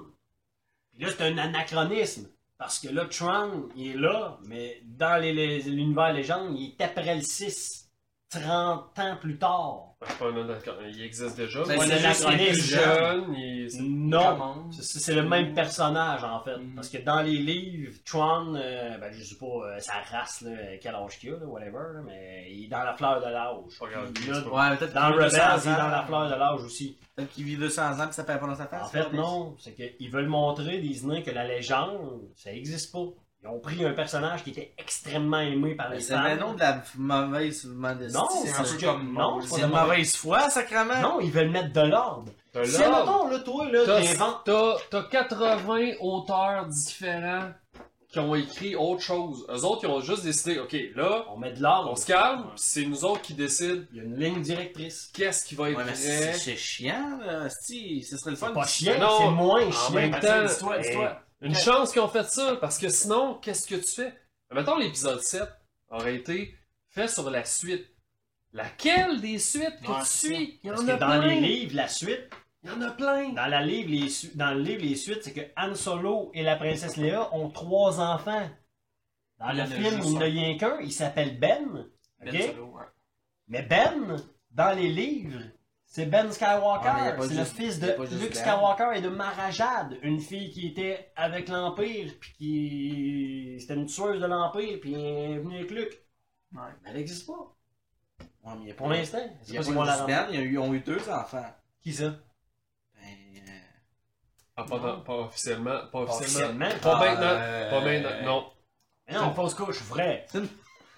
S1: Puis là, c'est un anachronisme. Parce que là, Tron, il est là, mais dans les- les- l'univers légende, il est après le 6, 30 ans plus tard.
S4: Ben, c'est pas un d'accord. Il existe déjà.
S5: Ben,
S4: Ouais,
S5: c'est
S4: juste
S1: juste
S4: il est
S1: les
S4: plus jeune. il- c'est-
S1: Non,
S5: Comment?
S1: C'est- C'est le même personnage, en fait.
S4: Mm-hmm.
S5: Mhm.
S1: Parce que dans les livres, Tron, euh, ben, je sais pas euh, sa race, là, quel âge qu'il a, là, whatever, là, mais il est dans la fleur de l'âge.
S4: Pas grave,
S1: Puis
S4: c'est
S1: là,
S4: pas-
S5: Ouais, mais peut-être
S1: Dans
S5: qu'il vit
S1: Rebels, il
S5: 200
S1: est
S5: ans.
S1: dans la fleur de l'âge aussi.
S5: Peut-être qu'il vit 200 ans pis ça perd Ah, pas dans sa face.
S1: En fait, non. C'est qu'ils veulent montrer, Disney, que la légende, ça existe pas. Ils ont pris un personnage qui était extrêmement aimé par les
S5: Mais
S1: fans.
S5: C'est le nom de la mauvaise modestie.
S1: Non,
S5: c'est un
S1: parce
S5: peu
S1: que-
S5: comme.
S1: non, c'est
S5: c'est
S1: pas
S5: une
S1: de mauvaise-
S5: mauvaise foi, sacrément.
S1: Non, ils veulent mettre de l'ordre.
S4: T'as
S1: C'est
S4: l'homme,
S1: mettons, là, toi, là,
S4: t'as-
S1: t'inventes.
S4: T'as t'as 80 auteurs différents qui ont écrit autre chose. Eux autres, ils ont juste décidé, OK, là,
S1: On met de l'ordre.
S4: on se calme, pis c'est nous autres qui décident
S1: Il y a une ligne directrice.
S4: qu'est-ce qui va être
S5: Ouais, mais
S4: vrai.
S5: c'est c'est chiant, là. Si, ce serait le fun.
S1: C'est pas chiant,
S4: Non,
S1: c'est moins
S4: en
S1: chiant.
S4: même temps,
S1: Attends,
S10: Dis-toi, dis-toi.
S4: Une chance qu'ils ont fait ça, parce que sinon, qu'est-ce que tu fais? Mettons, l'épisode 7 aurait été fait sur la suite. Laquelle des suites que
S1: Ouais,
S4: tu
S1: c'est ça.
S4: suis? Il y
S1: Parce
S4: en
S1: que
S4: a
S1: dans les
S4: plein!
S1: livres, la suite,
S4: Il y en a plein!
S1: Dans, la livre, les su- dans le livre, les suites, c'est que Han Solo et la princesse Léa ont trois enfants. Dans le
S5: Il y en a
S1: film,
S5: juste
S1: il n'y en a
S5: un.
S1: rien qu'un, il s'appelle Ben.
S5: Ben
S1: ok?
S5: Solo, ouais.
S1: Mais Ben, dans les livres, c'est Ben Skywalker.
S5: Ouais, Ah, mais il y a pas
S1: c'est
S5: juste-
S1: le fils
S5: il y
S1: de
S5: a pas juste
S1: Luke
S5: Ben.
S1: Skywalker et de Mara Jade, une fille qui était avec l'Empire, puis qui. C'était une tueuse de l'Empire, puis elle est venue avec Luke.
S7: Ouais.
S1: Mais elle n'existe pas.
S5: Ouais, mais il y a pas
S1: Pour l'instant. Je sais
S5: Il y a
S1: pas
S5: pas Ben.
S1: si on
S5: une
S1: la rend.
S5: semaine, il y a eu- ils ont eu deux enfants.
S1: Qui ça
S5: Ben, euh,
S4: Ah, pas, dans- pas officiellement, pas officiellement.
S1: Officiellement.
S4: Pas maintenant,
S5: euh,
S4: pas maintenant, non.
S1: Mais non, fausse couche, vrai.
S5: C'est une-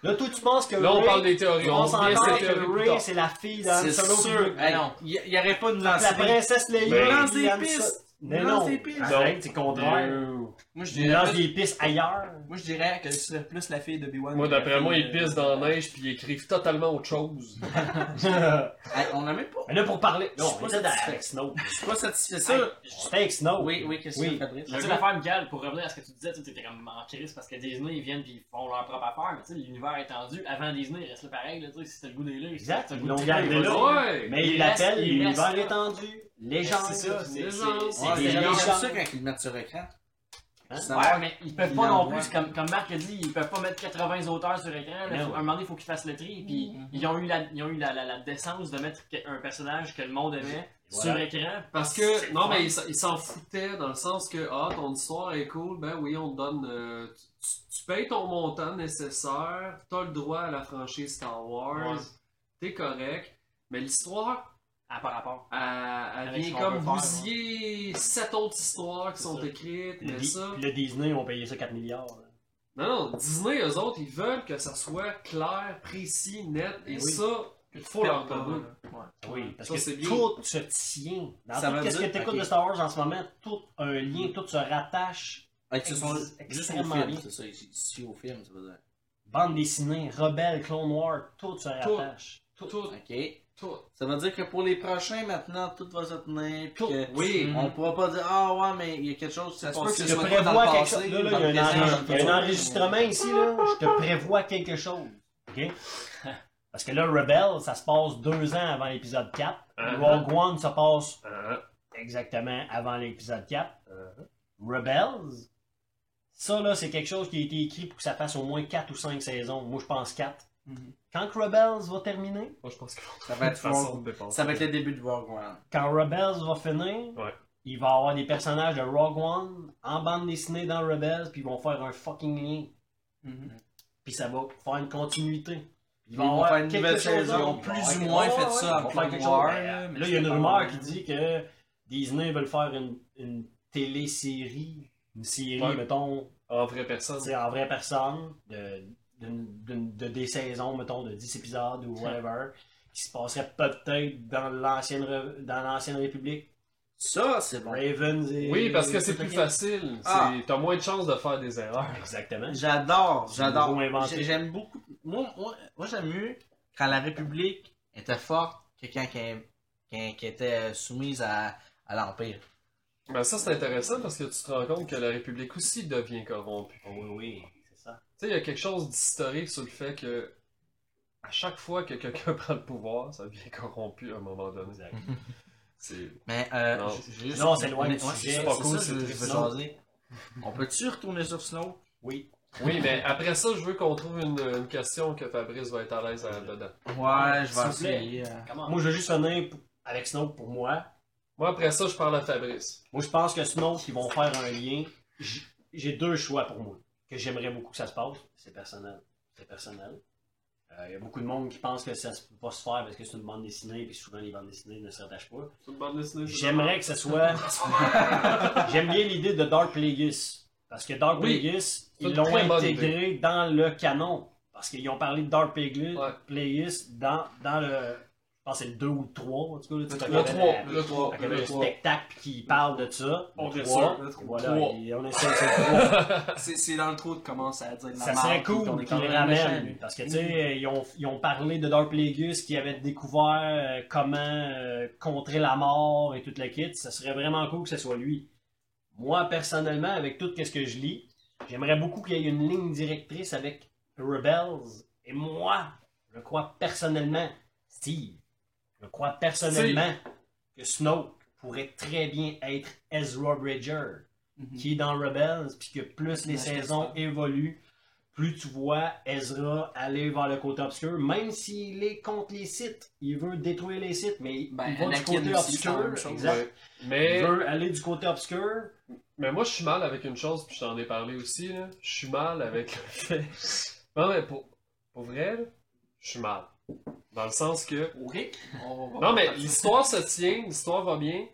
S1: Là, toi, tu penses que.
S4: Là, on
S1: Ray-
S4: parle des théories,
S1: Tu
S4: on
S1: penses
S4: revient à
S1: encore
S4: ces
S1: que
S4: théories plus
S1: Ray,
S4: tard.
S1: c'est la fille d'Han
S5: C'est
S1: Solo.
S5: sûr.
S1: puis-
S5: Hey, non, il il y aurait pas de
S1: La
S5: lancer.
S1: princesse
S4: Mais-
S1: Leia.
S5: Lance
S1: puis
S5: des
S1: Han
S5: pistes.
S1: Solo. Mais
S5: Lance
S1: non.
S5: des pistes.
S1: Arrête, C'est contraire.
S4: Non.
S7: Moi, je
S1: Tu
S7: dirais,
S1: lances des pistes
S5: (laughs)
S1: ailleurs.
S7: moi, je dirais que ce serait plus la fille de B1.
S4: Moi, d'après moi, ils pissent dans la neige puis ils écrivent totalement autre chose.
S1: Mais
S5: Hey, on a même pas.
S1: là, pour parler.
S5: Je
S1: Non,
S5: suis
S1: on
S5: pas
S1: était dans
S5: satisfait.
S1: avec Snow.
S5: Je suis pas satisfait ça.
S1: C'était avec Snow.
S5: Oui, oui, qu'est-ce que
S1: Ah, Oui.
S5: tu Fabrice?
S6: Mais tu sais, l'affaire Michael, pour revenir à ce que tu disais, tu sais, t'étais comme en crise parce que Disney, ils viennent puis ils font leur propre affaire, mais tu sais, l'univers étendu, avant Disney, il reste là pareil, là, tu sais, si t'as le goût des lèvres,
S1: Exact,
S6: si t'as le
S1: ils l'ont
S6: goût de
S1: gardé
S6: triper,
S1: là.
S6: vas-y.
S4: Ben, Ouais!
S1: Mais il
S6: Il reste-
S1: l'appelle
S6: il reste
S1: l'univers
S6: là.
S1: étendu. Légende.
S6: C'est ça, c'est-
S4: c'est genre-
S6: c'est-
S5: Ouais,
S1: des
S5: mais
S6: c'est-
S5: j'aime
S1: gens-
S5: ça quand ils le mettent sur écran.
S1: Hein?
S5: Ça-
S6: Ouais, mais ils peuvent
S5: Il
S6: pas non
S5: l'envoie.
S6: plus, comme, comme Marc a dit, ils peuvent pas mettre 80 auteurs sur écran. là.
S1: Non.
S6: Faut- à un moment donné, il faut qu'ils fassent le tri. Puis ils ont eu, la, ils ont eu la, la, la décence de mettre que- un personnage que le monde aimait
S1: Voilà.
S6: sur écran.
S4: Parce que, non, mais ils s'en- ils s'en foutaient dans le sens que, ah, ton histoire est cool, ben oui, on te donne. euh, tu, tu- tu payes ton montant nécessaire, t'as le droit à la franchise Star Wars,
S6: Ouais.
S4: t'es correct, mais l'histoire,
S6: À par rapport.
S4: elle, elle
S6: Avec ce
S4: vient
S6: qu'on
S4: comme
S6: veut faire,
S4: bousiller sept autres histoires qui
S6: C'est
S4: sont
S6: ça.
S4: écrites,
S1: Le
S4: mais
S1: Di-
S4: ça.
S1: Le Disney ont payé ça 4 milliards. là.
S4: Non, non, Disney, eux autres, ils veulent que ça soit clair, précis, net, et
S5: Ben
S1: Oui.
S4: ça, il faut leur donner.
S1: Oui, parce
S4: Ça,
S1: que
S4: c'est bien.
S1: tout se tient. Dans
S5: Ça
S1: tout
S5: va
S1: ce que
S5: dire-
S1: tu écoutes
S5: ok.
S1: de Star Wars en ce moment, tout a un lien, tout se rattache.
S5: Ouais, ce sont
S1: Ex-
S5: juste au
S1: extrêmement
S5: film,
S1: bien.
S5: c'est ça. Ils s'y au film, ça veut dire.
S1: Bande dessinée, Rebelle, Clone Wars, tout se
S4: Tout.
S1: rattache.
S4: Tout, tout,
S5: Ok.
S4: tout.
S5: Ça veut dire que pour les prochains, maintenant, tout va se tenir. Puis
S4: Tout.
S5: que
S4: Oui.
S5: on pourra pas dire, ah ouais, mais il y a quelque chose qui s'est
S1: Je
S5: passé.
S1: te
S5: soit pas dans
S1: prévois
S5: le
S1: quelque
S5: passé,
S1: chose. Là, là,
S5: dans le
S1: il y a un
S5: présent,
S1: enregistre- il
S5: dans le
S1: y a un
S5: futur.
S1: enregistrement ici, là. Je te prévois quelque chose. OK? (laughs) Parce que là, Rebelle, ça se passe deux ans avant l'épisode 4.
S4: Uh-huh.
S1: Rogue One se passe
S4: Ah,
S1: exactement avant l'épisode 4.
S5: Uh-huh.
S1: Rebels, ça là, c'est quelque chose qui a été écrit pour que ça fasse au moins 4 ou 5 saisons. Moi, je pense 4.
S5: Mm-hmm.
S7: Mhm.
S1: Quand que Rebels va terminer,
S4: moi, je pense que
S5: Ça va être
S4: (laughs) façon
S5: Rogue-
S4: de dépenser.
S5: Ça va être le début de Rogue One.
S1: quand Rebels va finir,
S4: Ouais.
S1: il va y avoir des personnages de Rogue One en bande dessinée dans Rebels, puis ils vont faire un fucking lien.
S7: Mhm.
S1: Puis ça va faire une continuité. Puis
S5: Ils vont faire une
S1: quelque
S5: nouvelle
S1: chose
S5: saison.
S1: d'autre.
S5: Plus
S1: Ouais,
S5: ou moins
S1: ouais,
S5: fait
S1: ouais,
S5: ça
S1: ils
S5: en
S1: vont faire
S5: Clone
S1: quelque
S5: Wars,
S1: chose.
S5: là, mais
S1: Là, il y a une rumeur qui dit que Disney veulent faire une, une télésérie, une série,
S4: Ouais.
S1: mettons,
S4: En vraie personne.
S1: c'est en vraie personne, de, d'une- d'une- de des saisons, mettons, de 10 épisodes ou whatever, qui se passerait peut-être dans l'ancienne, re- dans l'ancienne République.
S5: Ça, c'est bon.
S1: Ravens et...
S4: Oui, parce que c'est plus facile.
S5: Ah.
S4: C'est- T'as moins de chances de faire des erreurs.
S1: Exactement.
S5: J'adore, j'adore.
S1: Ils l'ont inventé.
S5: J'ai- J'aime beaucoup. Moi, moi, moi, j'aime mieux quand la République était forte que quand qu'elle qu'elle- qu'elle était euh, soumise à, à l'Empire.
S4: Ben ça, c'est intéressant parce que tu te rends compte que la République aussi devient corrompue.
S1: Oh, Oui, oui, c'est ça.
S4: Tu sais, il y a quelque chose d'historique sur le fait que à chaque fois que quelqu'un (laughs) prend le pouvoir, ça devient corrompu à un moment
S5: (laughs)
S4: donné.
S1: Exact.
S4: C'est
S5: Mais euh,
S4: Non.
S5: j- j'ai juste-
S1: Non, c'est loin
S5: mais-
S1: du
S5: ouais,
S1: sujet,
S5: c'est
S4: pas
S5: ça,
S4: cool,
S5: ça,
S4: c'est
S5: je-
S4: triste.
S5: je veux
S4: Non.
S5: jaser. On peut-tu retourner sur Snow?
S1: Oui.
S4: Oui, mais après ça, je veux qu'on trouve une, une question que Fabrice va être à l'aise à- dedans.
S5: Ouais, je
S1: S'il
S5: vais
S1: vous plaît.
S5: essayer. euh.
S1: Moi, je veux juste finir p- avec Snow pour moi.
S4: Moi, après ça, je parle à Fabrice.
S1: Moi, je pense que Snow, ils vont faire un lien. J- J'ai deux choix pour moi que j'aimerais beaucoup que ça se passe. C'est personnel. C'est personnel. Euh, Il y a beaucoup de monde qui pense que ça se- peut pas se faire parce que c'est une bande dessinée, puis souvent les bandes dessinées ne se rattachent pas. J'aimerais que ce
S4: (laughs)
S1: soit. J'aime bien l'idée de Dark Plagueis. Parce que Dark
S4: Oui.
S1: Plagueis,
S4: une
S1: ils l'ont
S4: très bonne
S1: intégré dans le canon. Parce qu'ils ont parlé de Dark Plagueis,
S4: Ouais.
S1: Plagueis dans, dans le. Je pense que c'est le 2 ou le 3, en tout cas. là, tu
S4: Le
S1: regardais
S4: 3,
S1: la-
S4: le 3,
S1: il y avait
S4: le
S1: un
S4: 3.
S1: spectacle qui parle de ça.
S4: On
S1: Le
S4: fait
S1: trois.
S4: ça, le trois.
S1: Voilà,
S4: Trois.
S1: et on essaie de faire trois.
S7: C'est c'est dans le trou de commencer à dire de la
S1: Ça serait
S7: merde, puis qu'on
S1: cool
S7: est
S1: qu'ils
S7: quand
S1: les
S7: même méchant,
S1: ramènent.
S7: lui.
S1: Parce que, tu sais, ils ont, ils ont parlé de Dark Plagueis qui avait découvert euh, comment euh, contrer la mort et toute la kit. Ça serait vraiment cool que ce soit lui. Moi, personnellement, avec tout ce que je lis, j'aimerais beaucoup qu'il y ait une ligne directrice avec Rebels. Et moi, je crois personnellement, Steve, je crois personnellement que Snoke pourrait très bien être Ezra Bridger,
S7: Mhm.
S1: qui est dans Rebels, puis que plus les
S7: Ouais,
S1: saisons évoluent, plus tu vois Ezra aller vers le côté obscur, même s'il est contre les sites. Il veut détruire les sites, mais
S7: Ben,
S1: il va du
S7: Anakin
S1: côté
S7: aussi, c'est la même
S1: obscur.
S7: chose.
S1: Exact.
S4: Ouais. Mais,
S1: Il veut aller du côté obscur.
S4: (laughs) mais moi, je suis mal avec une chose, puis je t'en ai parlé aussi. Là. Je suis mal avec (laughs) le fait. Non, mais pour, pour vrai, là, je suis mal. Dans le sens que.
S7: Rick, on va
S4: Non, mais
S7: partir.
S4: l'histoire se tient, l'histoire va bien.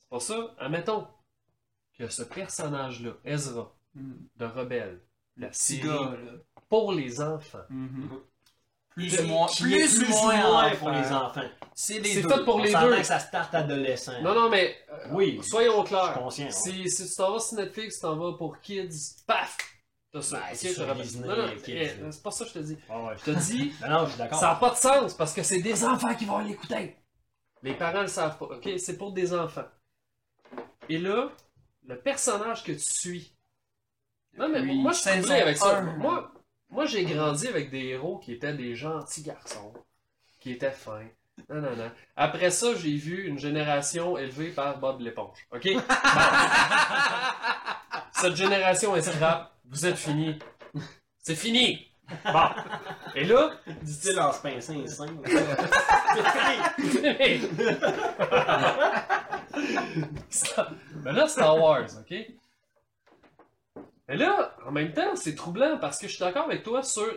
S4: C'est pour ça, admettons que ce personnage-là, Ezra,
S7: Mhm.
S4: de Rebelle,
S7: Le
S4: la
S7: petit
S4: série
S7: gars, là. Mhm.
S4: pour les enfants,
S5: Plus ou moins.
S1: qui est plus ou moins pour les enfants.
S5: C'est les
S4: c'est
S5: deux.
S4: fait pour les
S1: Pendant
S4: deux.
S1: que ça starte adolescent.
S4: Non, non, mais euh,
S1: Oui,
S4: soyons
S1: je suis
S4: clairs.
S1: conscient. ouais.
S4: Si, si tu t'en vas sur Netflix, tu t'en vas pour Kids, paf! T'as ça.
S1: Ben,
S4: Ok,
S1: c'est
S4: je
S1: sur
S4: te rappelle.
S1: Disney,
S4: Non, non,
S1: Kids,
S4: eh,
S1: là.
S4: c'est pas ça que je te dis.
S1: Ah Ouais, ouais.
S4: Je te dis,
S1: Non, non, je suis d'accord.
S4: ça n'a pas de sens parce que c'est des enfants qui vont l'écouter. Les parents le savent pas. Ok, c'est pour des enfants. Et là, le personnage que tu suis. Non, mais
S7: Depuis
S4: moi, je suis
S7: saison
S4: troublé avec ça.
S7: un.
S4: Moi, moi j'ai grandi avec des héros qui étaient des gentils garçons, qui étaient fins. Non, non, non. Après ça, j'ai vu une génération élevée par Bob l'éponge. OK? Bon. Cette génération est scrap. Vous êtes finis. C'est fini! Bon. Et là,
S1: Dit-il en se pinçant les seins.
S4: ben (laughs) là, Star Wars, OK? Mais là, en même temps, c'est troublant parce que je suis d'accord avec toi sur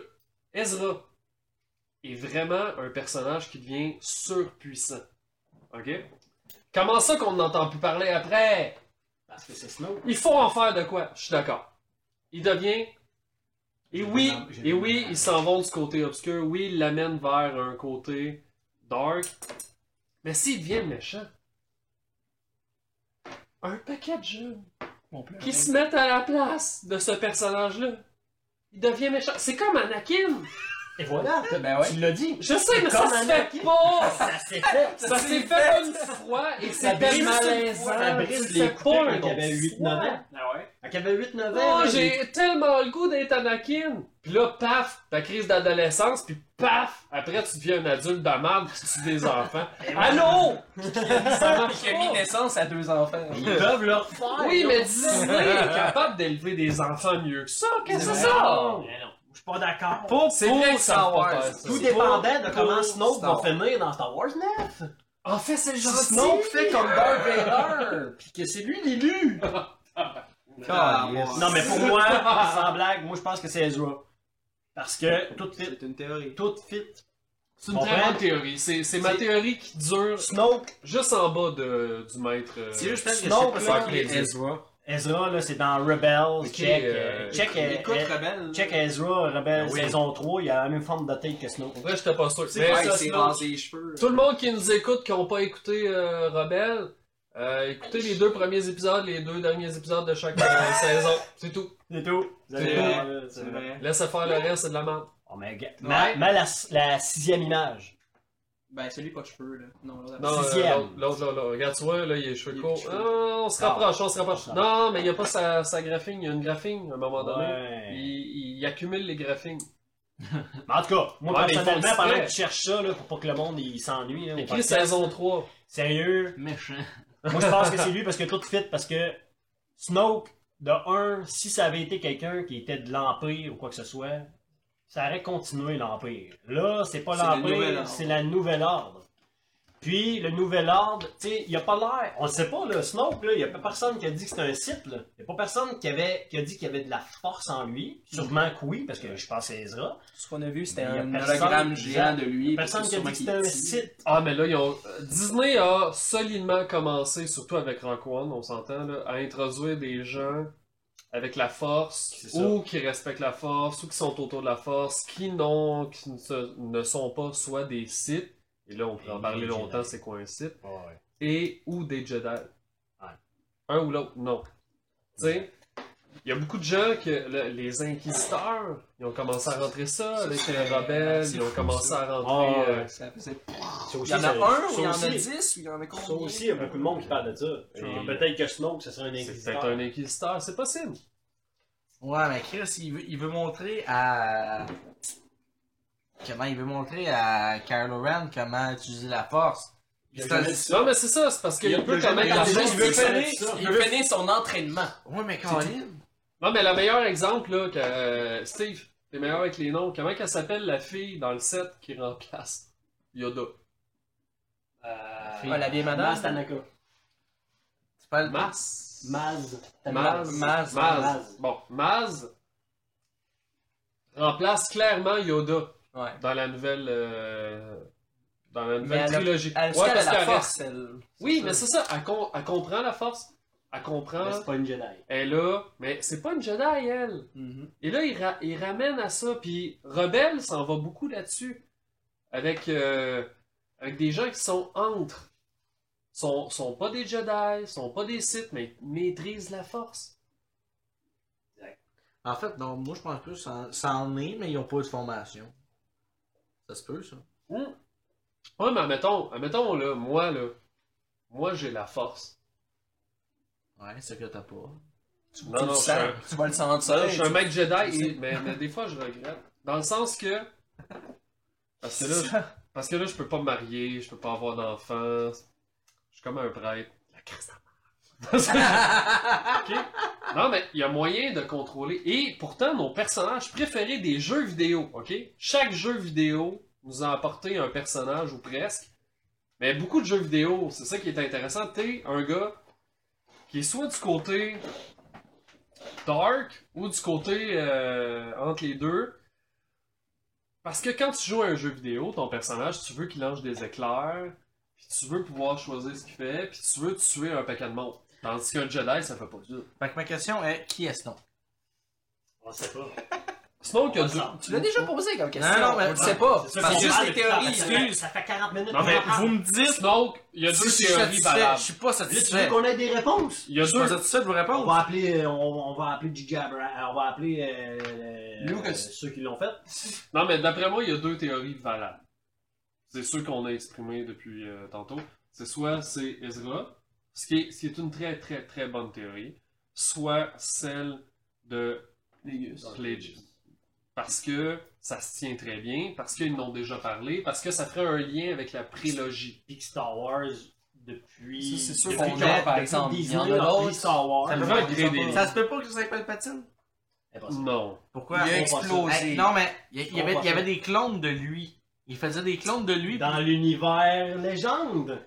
S4: Ezra. Est vraiment un personnage qui devient surpuissant. OK? Comment ça qu'on n'entend plus parler après?
S1: Parce que
S4: (laughs)
S1: c'est Snow.
S4: Il faut en faire de quoi? Je suis d'accord. Il devient. Et oui, et oui, ils s'en vont du côté obscur. Oui, ils l'amènent vers un côté dark. Mais s'il devient méchant, un paquet de jeunes
S7: On pleure.
S4: qui se mettent à la place de ce personnage-là, il devient méchant. C'est comme Anakin.
S1: Et voilà,
S7: Ben ouais.
S1: tu l'as dit.
S4: Je sais, mais ça
S1: Comme
S4: se fait
S1: Anakin.
S4: pas.
S1: Ça s'est fait.
S4: Ça s'est fait une fois et c'était
S1: brise
S4: malaisant.
S1: Fabrice
S4: Tu le
S1: les
S4: fais pas
S1: coupait
S4: un
S1: quand il
S4: autre
S1: avait 8-9
S4: fois.
S1: ans.
S6: Ah ouais?
S1: Quand il avait 8-9 ans.
S4: Oh,
S1: là, il-
S4: j'ai tellement le goût d'être Anakin! Puis là, paf, ta crise d'adolescence, puis paf, après tu deviens un adulte de merde, puis tu tues des enfants. Allô? Ça marche
S7: Qui a mis
S4: pas.
S7: naissance à deux enfants.
S1: Ils peuvent le refaire.
S4: Oui,
S1: ils
S4: mais
S1: ont-
S4: Disney est capable d'élever des enfants mieux que ça, qu'est-ce que c'est
S1: Non,
S6: Oh.
S4: ça?
S1: non, Je suis pas d'accord.
S4: Pour,
S7: C'est vrai que ça va faire ça.
S1: Tout dépendait de comment
S7: pour
S1: Snow va
S7: Star Wars.
S1: finir dans Star Wars 9.
S4: En fait, c'est
S5: Si
S4: gentil.
S5: Snow fait comme Darth Vader, puis que c'est lui
S7: (laughs)
S5: l'élu.
S7: Ah,
S5: Ah,
S1: Non, mais pour moi, sans blague, moi je pense que c'est Ezra. Parce que tout fit.
S5: C'est une théorie.
S1: Tout fit.
S4: C'est une très
S1: Comprends?
S4: bonne théorie. C'est c'est ma
S1: C'est-
S4: théorie qui dure
S1: Snoke,
S4: juste en bas de, du maître. euh,
S5: C'est juste parce que
S1: Snow,
S5: c'est
S1: là,
S5: pas
S4: il est-
S5: Ezra.
S1: Ezra, là, c'est dans Rebels.
S4: Ok,
S1: check,
S4: euh,
S1: euh, check, euh,
S5: Écoute,
S1: euh,
S5: rebelle.
S1: check Ezra, Rebels
S4: Ben oui.
S1: saison 3, il a la même forme de tête que Snoke.
S4: Pour vrai, j'étais pas sûr. Mais
S5: Ouais,
S4: ça,
S5: c'est
S4: sinon,
S5: rasé les cheveux.
S4: Tout le monde qui nous écoute, qui n'ont pas écouté euh, Rebelle, euh, écoutez les deux premiers épisodes, les deux derniers épisodes de chaque
S1: (laughs)
S4: euh, saison. C'est tout.
S1: C'est tout. Vous
S4: C'est
S1: avez
S4: vrai.
S1: raison, là,
S5: C'est vrai.
S4: Laissez faire le reste, c'est de la merde.
S1: Oh, mais, ga- ma, ma la, la sixième image.
S7: Ben, celui pas de cheveux, là. Non, là,
S4: Non, euh,
S1: Sixième.
S4: l'autre, l'autre, là, là. Regarde, tu vois, là, il a les cheveux
S7: Il a
S4: courts.
S7: plus de cheveux.
S4: Ah, on se rapproche, on se rapproche.
S1: On se
S4: Non, mais il n'y a pas sa, sa graphine, il y a une graphine à un moment donné. Il,
S1: Ouais.
S4: il accumule les graphines.
S1: Mais en tout cas, moi
S4: Ouais, mais ils font
S1: personnellement, pendant
S4: exprès.
S1: que tu cherches ça, là, pour pas que le monde il s'ennuie, là, au
S4: Écrit
S1: podcast,
S4: saison 3.
S1: sérieux,
S6: Méchant.
S1: moi je pense que c'est lui parce que tout fit, parce que Snoke, de 1, si ça avait été quelqu'un qui était de l'Empire ou quoi que ce soit, ça aurait continué l'Empire. Là, c'est pas
S5: C'est le nouvel
S1: l'Empire,
S5: ordre.
S1: c'est la Nouvelle Ordre. Puis, le Nouvel Ordre, tu sais, il a pas l'air. On le sait pas, là. Snoke, là, il y a pas personne qui a dit que c'était un Sith, là. Il y a pas personne qui, avait, qui a dit qu'il y avait de la force en lui. Sûrement que oui, parce que je pense que c'est Ezra.
S7: Ce qu'on a vu, c'était
S1: Il y a
S7: un
S1: personne-
S7: hologramme géant de lui.
S1: Personne
S7: parce
S1: qui a dit
S7: que
S1: que
S7: sûrement
S1: c'était un
S7: qu'il est petit.
S1: site.
S4: Ah, mais là, ils ont... Disney a solidement commencé, surtout avec Rank One, on s'entend, là, à introduire des gens avec la force,
S1: C'est ça.
S4: ou qui respectent la force, ou qui sont autour de la force, qui, n'ont- qui ne, se- ne sont pas soit des sites, et là, on peut en
S1: Et
S4: parler
S1: des
S4: longtemps,
S1: Jedi.
S4: c'est quoi un site,
S1: Ouais.
S4: et ou des Jedi. Un ou l'autre, non. Tu sais, il y a beaucoup de gens que le- les inquisiteurs, ils ont commencé à rentrer ça avec les rebelles,
S7: c'est
S4: ils ont
S7: fou,
S4: commencé
S7: ça.
S4: à rentrer.
S1: Ah,
S4: euh,
S1: ouais.
S7: Ça faisait-
S1: Il
S7: Il y en a un, ou il y en a dix, ou il y en a
S1: Ça
S7: combien?
S1: aussi, il y a beaucoup de monde qui parle de ça. Et
S4: Ouais.
S1: Peut-être que Snoke, ce serait un
S4: C'est
S1: inquisiteur.
S4: peut-être un inquisiteur, c'est possible.
S5: Ouais, mais Chris, il veut, il veut montrer à. Comment il veut montrer à Kylo Ren comment utiliser la force.
S1: Il a
S5: C'est un-
S1: jamais dit ça.
S4: Non, mais c'est ça, c'est parce qu'il peut quand même
S7: Il
S4: la
S7: a
S4: force.
S7: juste- il veut
S1: faire
S7: finir-
S1: ça.
S7: il veut finir son entraînement.
S5: Ouais, mais Colin.
S4: Non, mais le meilleur exemple, là, que euh, Steve, t'es meilleur avec les noms. Comment qu'elle s'appelle la fille dans le set qui remplace Yoda
S7: Ah, la vieille madame.
S6: Maz Tanaka.
S5: C'est pas le.
S4: Maz.
S6: Maz.
S4: Maz.
S5: Maz.
S4: Maz. Bon, Maz remplace clairement Yoda
S7: Ouais.
S4: dans la nouvelle. euh, Dans la
S7: Mais
S4: nouvelle
S7: elle a-
S4: trilogie.
S7: elle,
S4: Ouais,
S7: elle a
S4: parce
S7: la
S4: qu'elle
S7: force, elle.
S4: Oui, mais c'est ça, elle, com- elle comprend la force. Elle comprend.
S6: Mais c'est pas une Jedi.
S4: Elle est là, mais c'est pas une Jedi, elle.
S7: Mhm.
S4: Et là, il, ra- il ramène à ça, puis Rebelle s'en va beaucoup là-dessus. Avec, euh, avec des gens qui sont entre. Sont, sont pas des Jedi, sont pas des Sith, mais maîtrisent la force.
S5: En fait, non, moi je pense que ça, ça en est, mais ils ont pas eu de formation. Ça se peut, ça.
S4: Ouais, mais admettons, admettons, là, moi, là, moi, j'ai la force.
S5: Ouais, c'est que t'as pas.
S7: Tu, tu
S4: Non, non,
S7: le
S4: je suis
S7: sens,
S4: un-
S7: tu vas le sentir.
S4: je suis un
S7: tu-
S4: mec Jedi,
S7: tu
S4: et- mais, mais des fois, je regrette. Dans le sens que. Parce que là, je- parce que là je peux pas me marier, je peux pas avoir d'enfants. Je suis comme un prêtre. La crise de merde. (laughs) Non, mais il y a moyen de contrôler. Et pourtant, nos personnages préférés des jeux vidéo, OK? Chaque jeu vidéo nous a apporté un personnage ou presque. Mais beaucoup de jeux vidéo, c'est ça qui est intéressant. T'es un gars qui est soit du côté dark ou du côté euh, entre les deux. Parce que quand tu joues à un jeu vidéo, ton personnage, tu veux qu'il lance des éclairs, puis tu veux pouvoir choisir ce qu'il fait, puis tu veux tuer un paquet de monde. Tandis qu'un Jedi, ça fait pas ça.
S5: Fait que ma question est qui est ce nom
S1: On sait pas.
S4: Snoke a deux.
S7: Tu l'as déjà posé comme question.
S5: non, mais-
S7: on le sait pas.
S1: C'est ça
S5: Parce
S1: qu'on
S5: que
S1: parle
S7: c'est
S1: depuis
S7: théorie,
S1: tantôt. Ça fait- Ça fait 40 minutes.
S4: Non,
S1: qu'on
S4: mais
S1: en parle.
S5: Vous me dites
S4: Snoke, il y a
S5: si
S4: deux
S5: je suis
S4: théories
S5: satisfait.
S4: valables.
S5: Je suis pas
S1: Là, tu veux
S5: satisfait.
S1: qu'on ait des réponses?
S4: Il y a
S5: Je suis pas
S4: deux.
S5: satisfait de vos
S1: On
S5: réponses.
S1: va appeler, euh, on, on va appeler Gigi Abra- on va appeler euh, le-
S5: Lucas.
S1: euh, ceux qui l'ont fait.
S4: Non, mais d'après moi, il y a deux théories valables. C'est ceux qu'on a exprimées depuis euh, tantôt. C'est soit c'est Ezra, ce qui, est, ce qui est une très très très bonne théorie, soit celle de Plagueis. Parce que ça se tient très bien, parce qu'ils n'ont déjà parlé, parce que ça ferait un lien avec la prélogie.
S1: Puis que Star Wars, depuis.
S7: Ça, c'est sûr
S1: depuis
S7: qu'on
S1: qu'on-
S7: l'a, par
S1: depuis
S7: exemple. Il y
S1: Disney,
S7: en a
S1: on a pris
S7: d'autres.
S1: Star Wars.
S4: Ça me
S1: Ouais,
S4: fait agréer des
S5: Ça se peut pas que ça s'appelle Patine.
S1: impossible.
S4: Non.
S5: Pourquoi
S7: Il a
S5: Hey,
S7: explosé.
S5: Non, mais il y, il y avait,
S1: Pourquoi
S5: il y avait des clones de lui. Il faisait des clones de lui.
S1: Dans l'univers légende.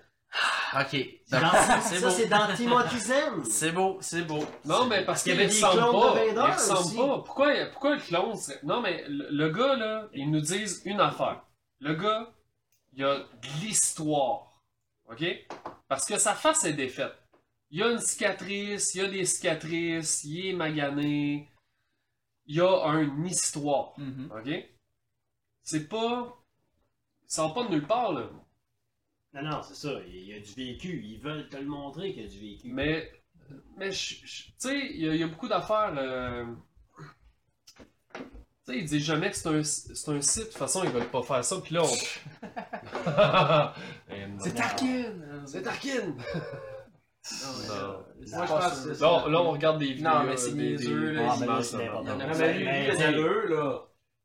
S5: Ok.
S1: Dans-
S5: c'est
S1: ça,
S5: beau.
S1: c'est dans Timothy Zen.
S5: (laughs)
S7: (laughs)
S5: C'est beau, c'est beau.
S4: Non, mais parce
S1: qu'il y
S4: qu'il
S1: avait des
S4: ressemble
S1: clones
S4: pas.
S1: de Vader
S4: il ressemble
S1: aussi.
S4: pas. Pourquoi, pourquoi le clone serait- Non, mais le, le gars, là, ils nous disent une affaire. Le gars, il a de l'histoire. OK? Parce que sa face est défaite. Il a une cicatrice, il a des cicatrices, il est magané. Il a une histoire.
S3: Mhm.
S4: OK? C'est pas. Il sort pas de nulle part, là.
S2: Non, non, c'est ça. Il y a du vécu. Ils veulent te le montrer qu'il y a du vécu.
S4: Mais, mais je- je- tu sais, il y, a- il y a beaucoup d'affaires. euh, Tu sais, ils disent jamais que c'est un, c'est un site. De toute façon, ils veulent pas faire ça. Puis là,
S7: (laughs)
S4: on. Eh non.
S7: C'est Tarkin!
S4: C'est Tarkin!
S5: Non, mais là,
S7: Moi, je
S5: pas
S7: pense
S5: ça.
S7: que
S5: c'est-
S4: Là, là, on regarde des vidéos.
S7: Non, mais c'est
S4: euh, des,
S7: niaiseux, là,
S4: des
S7: c'est-
S4: images,
S2: c'est-
S4: non,
S7: il y en
S4: non,
S7: a
S4: non.
S7: même-
S5: lui,
S2: Mais
S5: il
S2: c'est-
S5: était eux, là.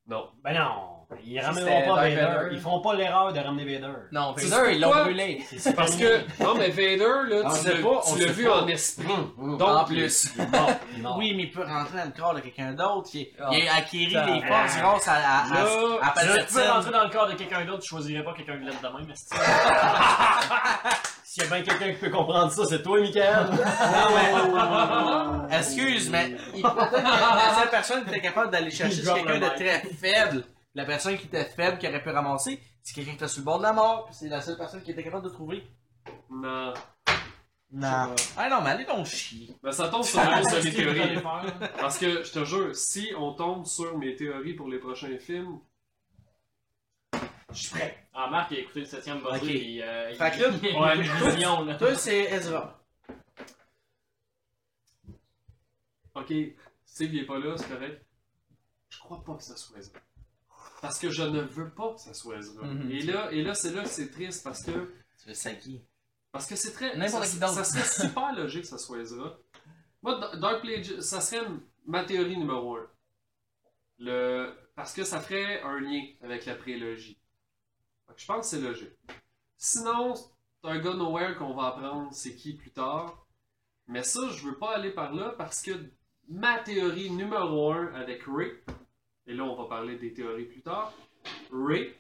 S4: Non.
S2: Ben non. Ils
S7: Ça,
S2: ramèneront
S7: c'était
S2: pas
S7: Darth
S2: Vader.
S7: Vader.
S2: Ils feront pas l'erreur de ramener Vader.
S7: Non,
S4: Tu sais
S7: Vader, ils l'ont
S4: pourquoi?
S7: brûlé.
S2: C'est
S4: Parce que, non, mais Vader,
S7: Ah,
S4: là,
S5: On
S4: tu
S5: sait
S4: l'as-
S5: pas, on
S4: tu l'as
S5: sait
S4: vu
S5: pas.
S4: en esprit.
S5: Mm.
S4: Donc,
S5: En plus.
S2: Non.
S5: Oui, mais il peut rentrer dans le corps de quelqu'un d'autre. Il,
S7: Ah.
S5: il a acquis
S7: Ah.
S5: des forces grâce à, à, à,
S4: Là,
S5: à
S6: Là, tu peux
S5: Palpatine.
S6: rentrer dans le corps de quelqu'un d'autre, tu choisirais pas quelqu'un de l'aide de même, mais c'est
S2: S'il y a bien quelqu'un qui peut comprendre ça, c'est toi, Michael.
S7: (laughs)
S5: Non, mais- Excuse, mais il- la seule personne qui était capable
S1: (laughs)
S5: d'aller chercher
S6: Il
S5: c'est quelqu'un
S6: drop
S5: de
S6: le
S5: très faible. La personne qui était faible, qui aurait pu ramasser, c'est quelqu'un qui était sur le bord de la mort. puis C'est la seule personne qui était capable de trouver.
S4: Non.
S5: Non. Ah non, mais allez donc chier.
S4: Ben, ça tombe sur une seule théorie.
S6: faire.
S4: Parce que, je te jure, si on tombe sur mes théories pour les prochains films,
S6: Je suis prêt. Ah, Marc, il a écouté le 7ème buzzer,
S5: Ok.
S6: puis euh,
S5: Fait
S6: (laughs)
S5: que là,
S6: il...
S4: ouais,
S6: il a une vision, là.
S5: toi, c'est Ezra.
S4: Ok, Steve il est pas là, c'est correct. Je crois pas que ça soit Ezra. Parce que je ne veux pas que ça soit Ezra.
S5: Mhm.
S4: Et là, et là c'est là que c'est triste parce que.
S5: Tu veux Saki.
S4: Parce que c'est très.
S5: N'importe
S4: ça-
S5: qui d'autre.
S4: Ça
S5: (laughs)
S4: serait super logique que ça soit Ezra. Moi, D- Dark Plague, ça serait m- ma théorie numéro 1. Le... Parce que ça ferait un lien avec la prélogie. Fait que je pense que c'est logique. Sinon, c'est un gars nowhere qu'on va apprendre c'est qui plus tard. Mais ça, je veux pas aller par là parce que ma théorie numéro 1 avec Ray, et là on va parler des théories plus tard, Ray,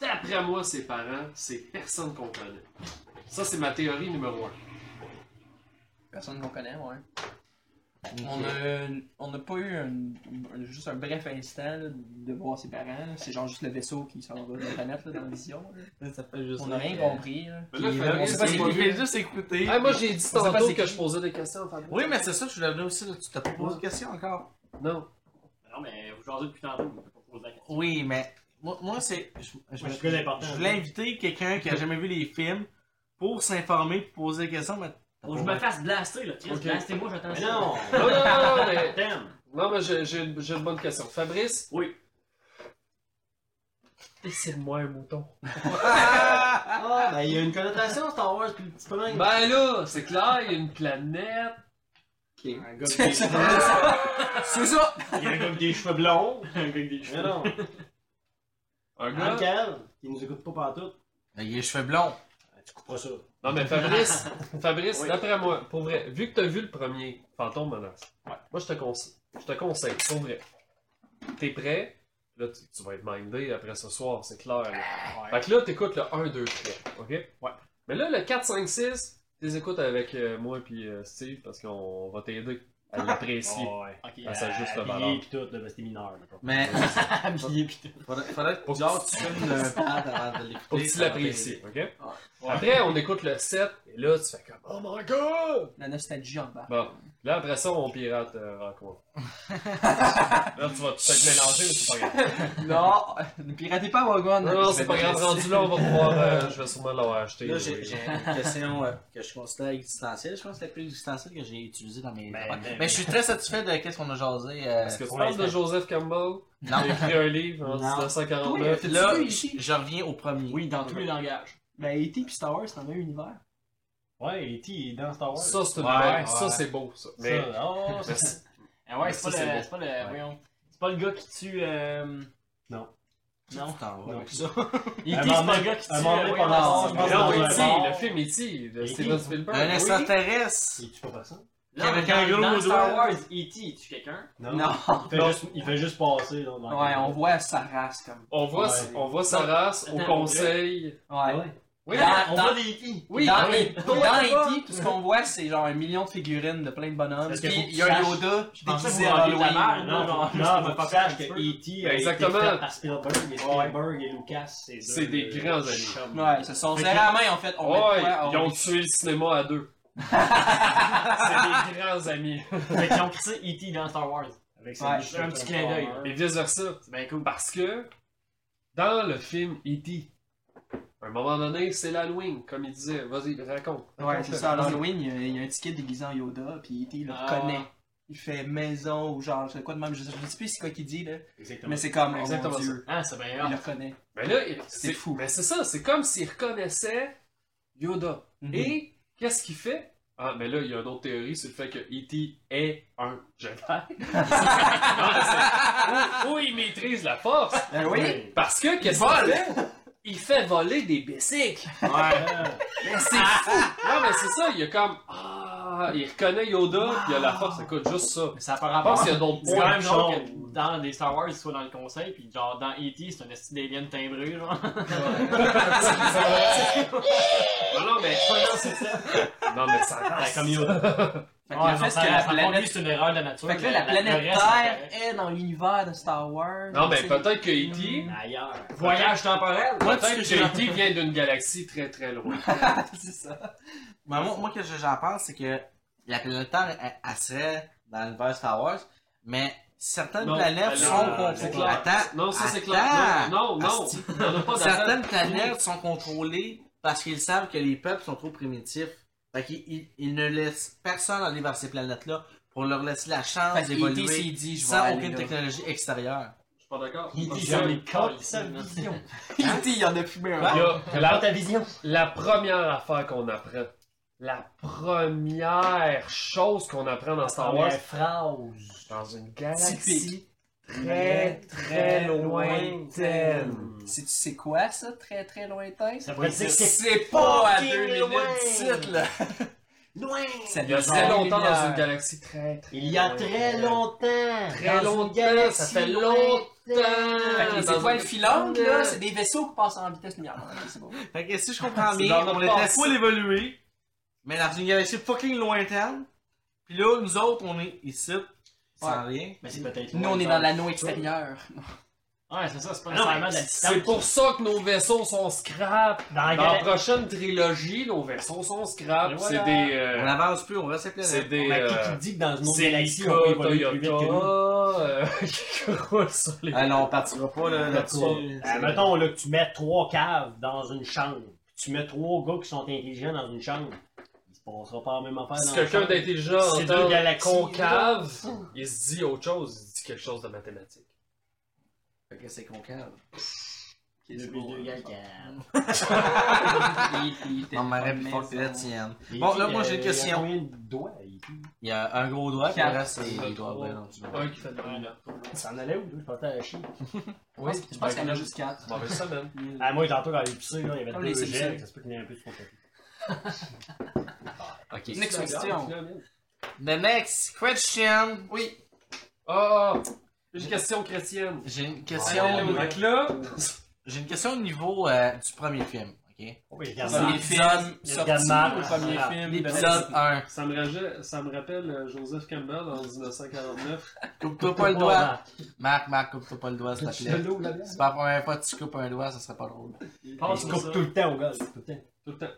S4: d'après moi, ses parents, c'est personne qu'on connaît. Ça, c'est ma théorie numéro 1.
S7: Personne qu'on connaît, ouais. On a, on n'a pas eu un- un- juste un bref instant là, de voir ses parents. là. C'est genre juste le vaisseau qui s'en va de la planète là, dans la vision. là.
S5: Ça fait juste
S7: On n'a rien compris. là.
S4: Mais là,
S7: Puis,
S4: il
S7: euh, on sait pas c'est qui.
S5: juste écouter.
S4: Ah, moi, j'ai dit
S7: On sait pas c'est
S4: tantôt que
S7: qui.
S4: je posais des questions, Fabien.
S5: Oui, mais c'est ça, je voulais venir aussi, là, tu t'as pas posé de question encore.
S4: Non.
S6: Non, mais vous jasez depuis tantôt, vous pouvez pas poser la question.
S5: Oui, mais moi, moi, c'est. Je, je-
S6: Moi, c'est plus important.
S5: je voulais inviter quelqu'un qui a jamais vu les films pour s'informer, pour poser des questions, mais. Ben,
S6: Faut que je me fasse blaster, là. Chris,
S4: Ok.
S6: blastez-moi, j'attends
S2: Mais
S6: ça.
S2: Ben non.
S4: Non, non, non, non, mais,
S2: Damn.
S4: non, mais j'ai, j'ai une, j'ai une bonne question. Fabrice?
S6: Oui.
S4: Dessine-moi un mouton.
S2: Ah, ben, il y a une connotation Star Wars puis le petit prince.
S4: Ben là, c'est clair, il y a une planète.
S2: Un gars avec des cheveux-
S5: C'est ça!
S2: il y a un gars avec des cheveux blonds. (laughs) Mais non. Ah.
S4: Un gars.
S2: Michael, qui nous écoute pas partout.
S5: Il a les cheveux blonds.
S2: Ah, Tu couperas ça.
S4: Non, mais Fabrice, Fabrice,
S2: Oui.
S4: d'après moi, pour vrai, vu que t'as vu le premier Fantôme Menace, moi je te conseille, je te conseille, pour vrai. T'es prêt? Là, tu, tu vas être mindé après ce soir, c'est clair.
S1: Ah,
S4: là. Fait que là, t'écoutes le 1, 2, 3, ok? Ouais. Mais là, le 4, 5, 6, t'es écoutes avec euh, moi puis euh, Steve parce qu'on va t'aider à l'apprécier.
S2: ouais. Ben,
S6: Ok,
S4: Ah, ça juste le
S2: Habillé
S4: valeur.
S2: pis euh, tout, là, parce que t'es mineur. là, pas.
S1: (laughs)
S5: Mais.
S2: Habillé pis tout.
S5: faudrait, faudrait que genre, tu filmes d'un pad avant de l'écouter.
S4: Faut que tu l'apprécies, ok? Après, on écoute le 7, et là, tu fais comme « Oh my God! »
S7: La nostalgie en bas.
S4: Bon. Là, après ça, on pirate euh, Rockwell. là, tu vas te mélanger, mais c'est pas grave.
S7: Non, euh, ne piratez pas Wagon.
S4: Non, non, c'est pas grave. Rendu là, on va pouvoir. euh, je vais sûrement l'avoir acheté.
S5: Là,
S4: euh, oui.
S5: j'ai
S4: (laughs)
S5: j'ai une question euh, que je considère existentielle. Je pense que c'est la plus existentielle que j'ai utilisée dans mes.
S2: Ben,
S5: affaires.
S2: ben,
S5: mais je suis très satisfait de qu'est-ce qu'on a jasé. euh,
S4: Est-ce que tu
S2: pour
S4: parles de
S2: l'instant.
S4: Joseph Campbell
S5: Non.
S4: Il a écrit un livre en
S5: Non.
S4: 1949.
S5: Là, je reviens au premier.
S6: Oui, dans tous les langages.
S7: Ben, E.T. puis Star Wars, c'est dans le même univers.
S2: Ouais, E.T. est dans Star Wars.
S4: Ça, c'est une
S5: Ouais,
S4: belle-
S5: ouais.
S4: Ça, c'est beau, ça.
S2: Mais...
S4: Mais.
S2: oh,
S4: mais
S2: ça-
S4: c'est-
S6: Ah ouais,
S4: Mais
S6: c'est
S4: ça,
S6: pas
S4: c'est beau.
S6: le. C'est pas le. Voyons. C'est pas le gars qui tue. euh,
S5: Non.
S2: Non.
S6: Il
S2: Un
S6: tue,
S2: moment donné-
S6: c'est pas le gars qui tue.
S2: un moment donné,
S6: euh,
S2: pendant- je
S6: voyons, c'est-
S2: pense
S4: Non,
S2: que-
S4: E.T., le film E.T. de
S2: E.T.
S4: Steven
S5: Un
S4: Spielberg. oui.
S5: extraterrestre.
S2: Il tue pas personne.
S6: Là,
S5: Avec
S6: dans-
S5: un gros
S6: dans
S5: doigt.
S6: Star Wars, E E.T., il tue quelqu'un.
S2: Non.
S7: Non.
S2: Il, fait juste, il fait juste passer. Là, dans
S7: Ouais, on voit sa race comme.
S4: On voit,
S2: Ouais.
S4: on voit sa race au
S6: Attends,
S4: conseil.
S6: Ah
S7: Ouais.
S2: Ouais.
S6: Oui,
S7: Dans-
S6: on
S7: dans-
S6: voit des hippies.
S7: Oui,
S5: Dans
S7: dans, E
S5: les-
S7: dans E.T., tout ce qu'on voit, c'est genre un million de figurines de plein de bonhommes.
S6: Parce que
S7: Puis
S6: faut que
S7: il y a un
S6: tu
S7: Yoda,
S6: Je
S7: puis
S6: pensais
S7: des
S6: vous enlever
S7: Halloween.
S6: ta mère,
S1: E Non, non,
S6: faut-
S1: non,
S6: faut
S1: faut
S6: pas
S1: faire
S6: faire
S1: que E euh,
S6: un petit
S1: E.T. a
S4: Ben, Exactement.
S1: été fait par Spielberg, et
S6: peu.
S1: Spielberg et Lucas, c'est euh,
S4: C'est des grands amis.
S7: Ouais, ils se sont
S4: Fait
S7: serrés
S4: que-
S7: à la main, en fait. On met
S4: Ouais,
S7: quoi, on-
S4: ils ont tué le cinéma à deux. c'est des grands amis.
S6: Fait qu'ils ont crissé E.T. E dans Star Wars.
S1: Avec
S7: Ouais,
S1: bouche
S6: c'est un
S1: de
S6: petit clin d'œil.
S1: transformer.
S4: Et vice versa.
S6: C'est bien cool.
S4: Parce que dans le film E.T., à un moment donné, c'est l'Halloween, comme il disait. Vas-y, raconte.
S7: Ouais, c'est ça. À l'Halloween, il y a- il y, a un ticket déguisé en Yoda, puis E.T. le
S6: Ah.
S7: reconnaît. Il fait maison ou genre, je sais quoi de même. Je sais, je sais plus c'est quoi qu'il dit, là.
S1: Exactement.
S7: Mais c'est comme, oh
S4: Exactement
S7: mon dieu,
S6: Ah, c'est bien
S7: il
S6: hot.
S7: le reconnaît.
S4: Mais Ben là, il- c'est
S7: fou.
S4: Mais c'est ça, c'est comme s'il reconnaissait Yoda.
S7: Mhm.
S4: Et qu'est-ce qu'il fait? Ah, mais là, il y a une autre théorie, c'est le fait que E.T. est un Jedi. (laughs) C'est- Ou ou il maîtrise la force.
S7: Ben oui,
S4: Parce que, qu'est-ce qu'il fait? Il fait voler des bicycles. Mais c'est fou! Non, mais c'est ça, il y a comme... Ah, il reconnaît Yoda, puis il a la force, écoute, juste ça.
S6: Ça part
S4: Je pense qu'il y a d'autres
S6: C'est quand
S4: points.
S6: même genre que dans des Star Wars, il soit dans le conseil, puis genre dans E.T., c'est un esti d'alien timbré, genre.
S4: Non, non,
S1: (laughs)
S4: mais... Non, mais ça reste.
S6: comme Yoda.
S7: Fait que le fait que la planète...
S6: c'est une erreur de nature. (laughs)
S7: Fait que là, la planète Terre est dans l'univers de Terre Wars.
S4: Non, mais
S7: tu sais.
S4: peut-être que E.T.
S6: Ailleurs.
S4: Voyage
S6: temporel.
S4: Peut-être que
S5: (laughs)
S4: E.T. vient d'une galaxie très très loin.
S7: c'est ça.
S5: Mais Ben, moi, moi, que j'en pense, c'est que la planète Terre, elle, elle serait dans l'univers Star Wars, mais certaines
S4: Non,
S5: planètes
S4: elle-
S5: sont
S4: euh,
S5: contrôlées.
S4: c'est clair.
S5: Attends,
S4: Non, ça c'est
S5: attends.
S1: Ah,
S4: clair. Non, non, non.
S5: Asti.
S4: On n'a pas d'attente.
S5: Certaines planètes sont contrôlées parce qu'ils savent que les peuples sont trop primitifs. Fait qu'ils ils- ils ne laissent personne aller vers ces planètes-là pour leur laisser la
S6: E
S7: Fait
S5: chance
S7: que E.T. s'est
S5: d'évoluer
S7: dit, je vais
S5: sans
S7: aller
S5: aucune
S7: là.
S5: technologie extérieure.
S4: Je suis pas d'accord.
S1: Il
S4: Parce
S1: dit
S4: que
S1: ça,
S4: il
S1: les codes, sa vision.
S7: E.T. il en a fumé un.
S4: y a
S1: Dans
S4: la,
S1: ta vision.
S4: la première affaire qu'on apprend, la première chose qu'on apprend dans Star Wars,
S1: phrase.
S4: dans une
S7: Typique.
S4: galaxie très très lointaine.
S7: C'est tu sais quoi ça, très très lointain?
S1: Ça pourrait dire que
S7: C'est pas à
S1: fucking
S7: 2
S1: loin.
S7: minutes 17 là!
S1: loin.
S7: Ça
S4: Il y a très longtemps dans une galaxie très très
S1: Il y a très
S4: lointaine.
S1: longtemps.
S4: Très
S1: dans une
S4: longtemps,
S1: galaxie
S4: ça fait
S1: lointaine.
S7: Fait que
S4: longtemps.
S7: les
S4: Dans
S7: étoiles
S4: une-
S7: filantes, là, c'est des vaisseaux qui passent en vitesse lumière. Ok, c'est bon.
S5: Fait que si je comprends
S4: C'est
S5: bien,
S4: dans notre
S5: on était
S4: passé.
S5: full évolué, mais dans une galaxie fucking lointaine. Puis là, nous autres, on est ici, sans rien.
S6: Mais c'est peut-être.
S7: Nous, on est dans l'anneau extérieur.
S6: Ouais, c'est ça, c'est pas
S1: Non, mais
S6: nécessairement de la distance.
S4: C'est pour ça que nos vaisseaux sont scrap.
S1: Dans la
S4: Dans la
S1: galaxie.
S4: prochaine trilogie, nos vaisseaux sont scrap.
S6: Et
S4: C'est
S6: voilà.
S4: des.
S5: On
S4: euh,
S5: avance plus, on reste à la
S4: c'est
S5: planète.
S4: des.
S1: Mais qui-
S4: euh,
S1: qui dit que dans une autre
S4: c'est
S1: galaxie,
S4: Ica,
S1: on peut évoluer plus vite que nous?
S4: Toyota, euh, (laughs) qui roulent sur les.
S5: Ah non, on partira pas là, là-dessus.
S1: Euh, mettons là, que tu mets trois caves dans une chambre. puis Tu mets trois gars qui sont intelligents dans une chambre. Il se passera pas la même affaire.
S4: Si
S1: dans
S4: quelqu'un
S1: la chambre.
S4: d'intelligent
S1: C'est deux
S4: entend
S1: galaxies,
S4: concave, il se dit autre chose, il se dit quelque chose de mathématique.
S5: Fait que c'est concave.
S1: Deux plus deux égale quatre.
S5: Non, ma rêve
S7: Maison.
S5: faut que la tienne. Bon, là, moi,
S1: euh, Il y
S5: j'ai une
S1: a
S5: question.
S1: combien de doigts, E.T.?
S5: Il y a un gros doigt, puis le
S7: Quatre.
S5: reste, c'est
S4: Un,
S5: les doigts.
S4: trois.
S5: Ben non, tu vois.
S4: Un qui fait de la
S1: Ça en allait où? Je partais à la chier.
S7: Je pense- je pense qu'il y en a juste 4.
S4: Ben, Mauvaise semaine.
S1: Ah, moi, tantôt, quand j'ai pissé, là, il y
S5: Ah,
S1: avait
S7: Comme
S1: deux
S7: les
S1: gels.
S7: Simpsons.
S1: Ça se peut qu'il y en ait un peu sur mon tapis.
S5: Ok.
S7: Next question.
S1: Ah
S5: The next question.
S7: Oui.
S4: Ah! J'ai une question chrétienne.
S5: J'ai une
S4: Question.
S5: question.
S4: Fait que là,
S5: J'ai une question au niveau euh, du premier film. Ok.
S1: Oui, regarde
S7: Ça,
S1: ça.
S7: les films
S5: L'épisode-
S1: Il y a
S7: sortis,
S1: Gamma,
S7: le premier
S1: ah,
S7: film.
S5: L'épisode 1.
S4: ça me, raje- ça me rappelle euh, Joseph Campbell en 1949.
S5: Coupe-toi pas le doigt. Marc, Marc, coupe-toi pas le doigt, s'il te
S4: Je te
S5: plaît.
S4: l'ouvre la bière.
S5: C'est pas la première fois que tu coupes un doigt, ça serait pas drôle.
S1: Il se coupe tout le temps, au gars. Tout le temps.
S4: Tout le temps.